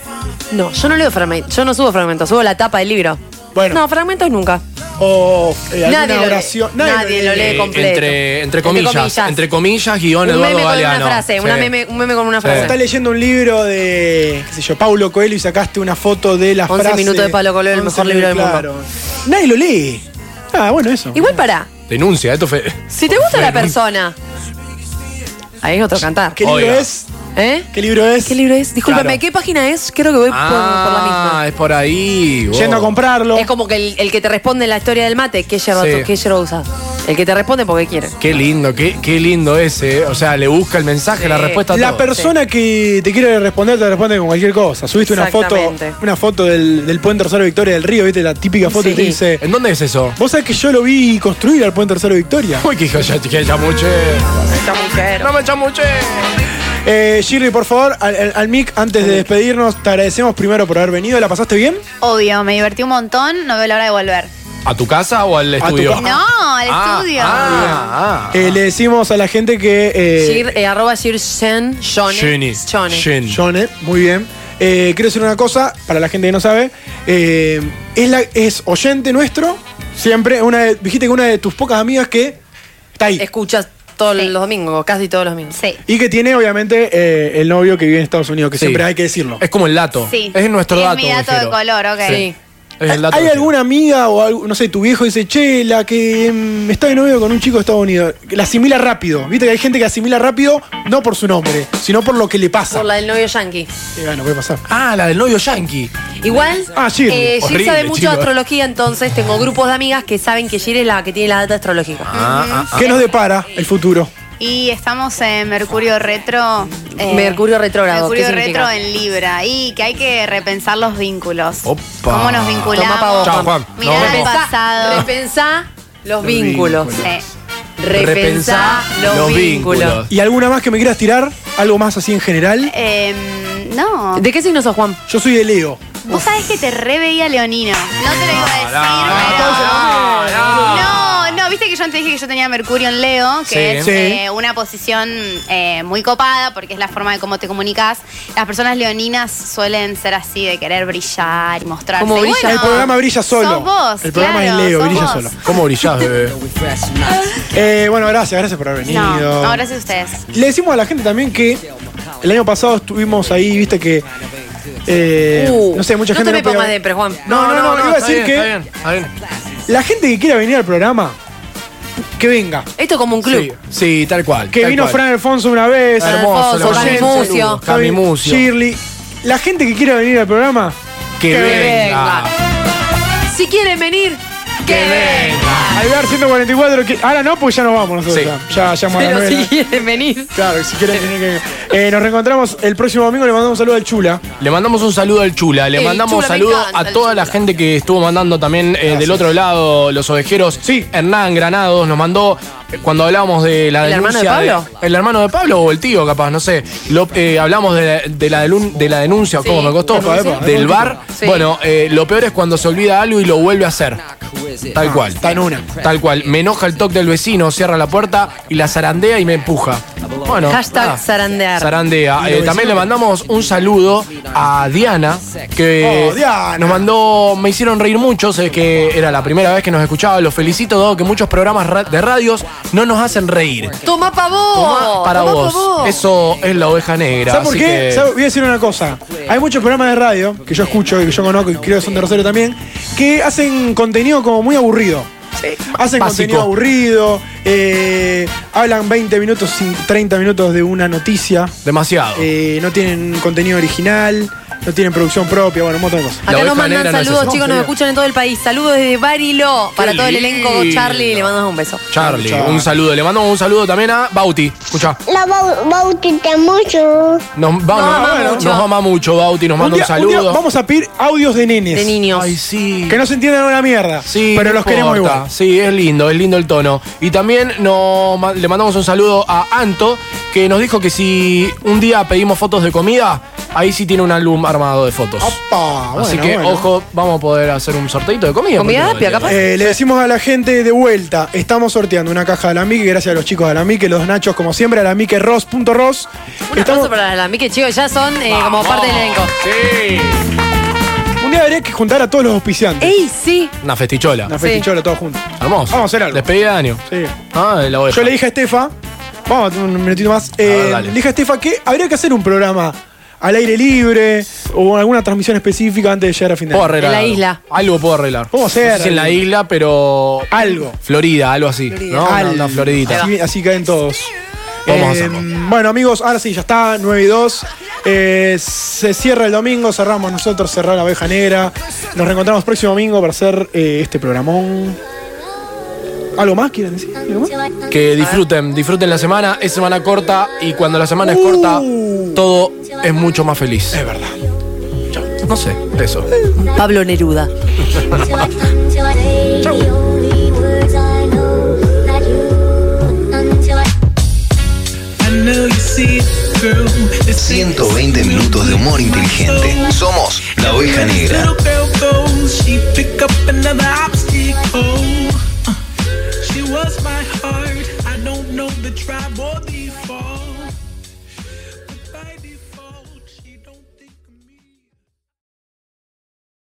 Speaker 5: No, yo no leo fragmentos. Yo no subo fragmentos, subo la tapa del libro.
Speaker 9: Bueno.
Speaker 5: No, fragmentos nunca.
Speaker 9: O eh, alguna
Speaker 5: Nadie lo lee.
Speaker 9: oración.
Speaker 5: Nadie lo lee completo.
Speaker 1: Eh, Entre, entre comillas. Entre comillas, guión
Speaker 5: Un
Speaker 1: Eduardo
Speaker 5: meme con
Speaker 1: Galeano.
Speaker 5: una frase, una
Speaker 1: Sí.
Speaker 5: meme, un meme con una
Speaker 9: Cuando Estás
Speaker 5: frase.
Speaker 9: leyendo un libro de, qué sé yo, Paulo Coelho y sacaste una foto de las
Speaker 5: 11
Speaker 9: frases.
Speaker 5: minutos de Paulo Coelho, el
Speaker 9: 11
Speaker 5: mejor libro del mundo.
Speaker 9: claro. Nadie lo lee. Ah, bueno, eso.
Speaker 5: Igual para,
Speaker 1: Denuncia, esto fue.
Speaker 5: si te gusta la persona. Ahí es otro cantar.
Speaker 9: ¿Qué libro
Speaker 1: Oiga.
Speaker 9: es?
Speaker 5: ¿Eh?
Speaker 9: ¿Qué libro es?
Speaker 5: ¿Qué libro es? Discúlpame,
Speaker 1: Claro.
Speaker 5: ¿qué página es? Creo que voy por- por la misma.
Speaker 1: Ah, es por ahí. wow.
Speaker 9: Yendo a comprarlo.
Speaker 5: Es como que el, el que te responde la historia del mate, ¿qué yerba,
Speaker 1: Sí.
Speaker 5: qué yerba usa? El que te responde porque quiere.
Speaker 1: Qué lindo, qué, qué lindo ese. eh. O sea, le busca el mensaje, la
Speaker 5: Sí.
Speaker 1: respuesta a
Speaker 9: La
Speaker 1: todo.
Speaker 9: persona que te quiere responder te responde con cualquier cosa. Subiste una foto,
Speaker 5: Exactamente.
Speaker 9: una foto del, del puente Rosario Victoria del río, viste la típica foto y te
Speaker 5: Sí.
Speaker 9: dice.
Speaker 1: ¿En dónde es eso?
Speaker 9: Vos sabés que yo lo vi construir al puente Rosario Victoria.
Speaker 1: Uy, que hijo, ya, que ya mucho. No me chamuche.
Speaker 9: Eh, Shirley, por favor, al, al- al mic, antes de despedirnos, te agradecemos primero por haber venido. ¿La pasaste bien?
Speaker 11: Obvio, me divertí un montón, no veo la hora de volver.
Speaker 1: ¿A tu casa o al
Speaker 9: tu
Speaker 1: estudio?
Speaker 9: casa.
Speaker 11: No, al estudio.
Speaker 1: Ah, ah.
Speaker 9: Eh, le decimos a la gente que. eh,
Speaker 5: Gir- eh, arroba Gir Shen, Shone,
Speaker 9: Shenis.
Speaker 5: Shone.
Speaker 9: Shone, muy bien. Eh, quiero decir una cosa, para la gente que no sabe, eh, es, la- es oyente nuestro, siempre, una de- dijiste que una de tus pocas amigas que está ahí.
Speaker 5: Escuchas todos los domingos, casi todos los domingos.
Speaker 11: Sí.
Speaker 9: Y que tiene, obviamente, eh, el novio que vive en Estados Unidos, que
Speaker 1: Sí.
Speaker 9: siempre hay que decirlo.
Speaker 1: Es como el dato.
Speaker 11: Sí.
Speaker 1: Es nuestro
Speaker 11: es
Speaker 1: dato.
Speaker 11: mi dato de
Speaker 1: Bujero.
Speaker 11: color, ok.
Speaker 1: Sí. Es el dato.
Speaker 9: ¿Hay
Speaker 1: de-
Speaker 9: alguna amiga o algo- no sé, tu viejo dice, che, la que mm, está de novio con un chico de Estados Unidos? que La asimila rápido. Viste que hay gente que asimila rápido, no por su nombre, sino por lo que le pasa.
Speaker 5: Por la del novio yankee.
Speaker 9: Eh, bueno, puede pasar.
Speaker 1: Ah, la del novio yankee.
Speaker 5: Igual,
Speaker 9: Ah, Shirley.
Speaker 5: eh, Gir
Speaker 1: Horrible,
Speaker 5: sabe mucho
Speaker 1: chico.
Speaker 5: de astrología, entonces tengo grupos de amigas que saben que Gir es la que tiene la data astrológica.
Speaker 1: Ah,
Speaker 9: ¿Qué nos depara el futuro?
Speaker 11: Y estamos en Mercurio Retro. eh,
Speaker 5: Mercurio retrógrado,
Speaker 11: Mercurio
Speaker 5: ¿qué
Speaker 11: Retro
Speaker 5: significa?
Speaker 11: en Libra. Y que hay que repensar los vínculos.
Speaker 1: Opa.
Speaker 11: ¿Cómo nos vinculamos?
Speaker 5: Toma pa' vos,
Speaker 1: Chao, Juan. Nos
Speaker 11: Mirar al
Speaker 1: vemos.
Speaker 11: pasado.
Speaker 5: Repensá los vínculos.
Speaker 11: Sí.
Speaker 5: Repensá los, vínculos.
Speaker 9: ¿Y alguna más que me quieras tirar? ¿Algo más así en general?
Speaker 11: Em, no.
Speaker 5: ¿De qué signo sos, Juan?
Speaker 9: Yo soy de Leo.
Speaker 11: Vos sabés que te re veía Leonino. No te lo iba a decir,
Speaker 1: Ah,
Speaker 11: pero.
Speaker 9: Ah.
Speaker 11: No, no, viste que yo te dije que yo tenía Mercurio en Leo, que
Speaker 16: Sí.
Speaker 11: es
Speaker 16: Sí.
Speaker 11: eh, una posición eh, muy copada porque es la forma de cómo te comunicas. Las personas leoninas suelen ser así, de querer brillar y mostrarse.
Speaker 9: Como
Speaker 11: Y
Speaker 9: brilla-
Speaker 11: bueno,
Speaker 9: El programa brilla solo.
Speaker 11: Sos vos,
Speaker 9: El programa
Speaker 11: claro,
Speaker 9: es Leo,
Speaker 11: sos
Speaker 9: brilla
Speaker 11: vos.
Speaker 9: solo.
Speaker 1: ¿Cómo brillás, bebé?
Speaker 9: Eh, bueno, gracias, gracias por haber venido.
Speaker 11: No, no, gracias a ustedes.
Speaker 9: Le decimos a la gente también que el año pasado estuvimos ahí, viste que. eh,
Speaker 5: Uh,
Speaker 9: no sé, mucha
Speaker 5: no
Speaker 9: gente.
Speaker 5: te me
Speaker 9: podía-
Speaker 5: pongas de pre, Juan.
Speaker 9: No, no, no, iba a
Speaker 1: está
Speaker 9: decir
Speaker 1: bien,
Speaker 9: que-
Speaker 1: Está bien, está bien.
Speaker 9: La gente que quiera venir al programa, que venga.
Speaker 5: Esto es como un club.
Speaker 1: Sí, sí, tal cual.
Speaker 9: Que
Speaker 1: tal
Speaker 9: vino
Speaker 1: cual.
Speaker 9: Fran Alfonso una vez.
Speaker 5: Fran Hermoso, Alfonso, Fran
Speaker 9: oyente,
Speaker 5: Mucio.
Speaker 9: saludo.
Speaker 1: Fran
Speaker 9: Javi
Speaker 1: Mucio.
Speaker 9: Shirley. La gente que quiera venir al programa,
Speaker 1: Que,
Speaker 5: Que
Speaker 1: venga.
Speaker 5: Si quieren venir, que vengan.
Speaker 9: al dar 144. que- ahora no, pues ya nos vamos nosotros.
Speaker 1: Sí.
Speaker 9: Ya, ya llamo a la
Speaker 5: Pero
Speaker 9: novena.
Speaker 5: si quieren venir.
Speaker 9: Claro, si quieren venir, que venga. Eh, Nos reencontramos el próximo domingo. Le mandamos un saludo al Chula.
Speaker 1: Le mandamos un saludo al Chula, le
Speaker 5: El
Speaker 1: mandamos un
Speaker 5: Chula, me
Speaker 1: saludo
Speaker 5: encanta
Speaker 1: a
Speaker 5: el
Speaker 1: toda la gente que estuvo mandando también eh, del otro lado, los ovejeros. Sí. Hernán Granados nos mandó, eh, cuando hablábamos de la
Speaker 5: ¿El hermano de
Speaker 1: denuncia.
Speaker 5: Pablo?
Speaker 1: el hermano de Pablo o el tío, capaz, no sé. Lo- eh, hablamos de, de la, delun- de la denuncia, o ¿cómo me costó?
Speaker 9: denuncia. Epa, epa,
Speaker 1: Del
Speaker 9: epa.
Speaker 1: bar.
Speaker 5: Sí.
Speaker 1: Bueno, eh, lo peor es cuando se olvida algo y lo vuelve a hacer. Tal cual.
Speaker 9: Ah, Está en una.
Speaker 1: Tal cual. Me enoja el toque del vecino, cierra la puerta y la zarandea y me empuja. Bueno.
Speaker 5: Hashtag
Speaker 1: nada.
Speaker 5: zarandear.
Speaker 1: Sarandea. Eh,
Speaker 9: vecino.
Speaker 1: también le mandamos un saludo a Diana, que
Speaker 9: Oh, Diana.
Speaker 1: nos mandó, me hicieron reír mucho, sé que era la primera vez que nos escuchaba, los felicito, dado que muchos programas ra- de radios no nos hacen reír.
Speaker 5: Toma pa' vos.
Speaker 1: Tomá para
Speaker 5: Oh, tomá pa'
Speaker 1: vos. Eso es la oveja negra.
Speaker 9: ¿Sabes por
Speaker 1: así
Speaker 9: qué?
Speaker 1: que-
Speaker 9: ¿Sabe? Voy a decir una cosa. Hay muchos programas de radio que yo escucho y que yo conozco y creo que son de Rosario también, que hacen contenido como muy aburrido. Hacen
Speaker 1: Básico.
Speaker 9: contenido aburrido, eh, hablan 20 minutos, cin- 30 minutos de una noticia,
Speaker 1: Demasiado.
Speaker 9: eh, no tienen contenido original, no tienen producción propia, bueno, un montón de cosas.
Speaker 1: La
Speaker 5: Acá
Speaker 1: oveja
Speaker 5: nos mandan
Speaker 1: negra no es
Speaker 5: saludos,
Speaker 1: eso.
Speaker 5: chicos, nos escuchan en todo el país. Saludos desde Barilo para todo el elenco.
Speaker 1: lindo.
Speaker 5: Charlie, le mandamos un beso.
Speaker 1: Charlie, un saludo. Le mandamos un saludo también a Bauti. Escucha,
Speaker 16: La bautita mucho.
Speaker 1: nos, va- nos-
Speaker 9: ama
Speaker 1: bueno,
Speaker 9: mucho.
Speaker 1: nos ama mucho Bauti, nos
Speaker 9: Un
Speaker 1: manda un,
Speaker 9: día- un día
Speaker 1: saludo.
Speaker 9: vamos a pedir audios de nenes.
Speaker 5: De niños.
Speaker 1: Ay, sí.
Speaker 9: Que no se entiendan una mierda,
Speaker 1: Sí,
Speaker 9: pero
Speaker 1: no
Speaker 9: los queremos
Speaker 1: importa.
Speaker 9: igual.
Speaker 1: Sí, es lindo, es lindo el tono. Y también nos ma- le mandamos un saludo a Anto, que nos dijo que si un día pedimos fotos de comida, ahí sí tiene un álbum armado de fotos. Así
Speaker 9: Ah, bueno,
Speaker 1: que,
Speaker 9: bueno.
Speaker 1: ojo, vamos a poder hacer un sorteito de comida. ¿por qué no?
Speaker 9: Eh, le decimos a la gente de vuelta, estamos sorteando una caja de Alamique, gracias a los chicos de Alamique, los nachos como siempre, alamiqueros.ros.
Speaker 5: Un aplauso para la Miki, chicos, ya son eh, como parte del elenco.
Speaker 1: Sí.
Speaker 9: Un día habría que juntar a todos los auspiciantes.
Speaker 5: ¡Ey, Eh, sí!
Speaker 1: Una festichola.
Speaker 9: Una festichola, todos juntos.
Speaker 1: Hermoso.
Speaker 9: Vamos a hacer algo.
Speaker 1: Despedida de año.
Speaker 9: Sí.
Speaker 1: Ah, de la oveja.
Speaker 9: Yo le dije a Estefa, vamos un minutito más, eh,
Speaker 1: ver, dale.
Speaker 9: le dije a Estefa que habría que hacer un programa al aire libre o alguna transmisión específica antes de llegar a fin de
Speaker 1: Puedo
Speaker 9: año.
Speaker 1: arreglar. algo. Algo puedo arreglar.
Speaker 9: ¿Cómo hacer?
Speaker 1: No sé si en la isla, pero.
Speaker 9: Algo.
Speaker 1: Florida, algo así. ¿no? Una-
Speaker 9: Algo.
Speaker 1: Una, floridita.
Speaker 9: Así, así caen todos.
Speaker 1: Vamos a
Speaker 9: Eh,
Speaker 1: hacerlo.
Speaker 9: bueno, amigos, ahora sí, ya está, 9 y 2. Eh, se cierra el domingo, cerramos nosotros, cerrar la oveja negra. Nos reencontramos próximo domingo para hacer eh, este programón. ¿Algo más quieren decir? ¿Algo más?
Speaker 1: Que disfruten, disfruten la semana. Es semana corta y cuando la semana es corta, todo es mucho más feliz. Es
Speaker 9: verdad.
Speaker 1: No sé, eso.
Speaker 5: Pablo Neruda.
Speaker 16: Until I
Speaker 21: 120 minutos de humor inteligente. Somos La Oveja Negra.
Speaker 16: felt though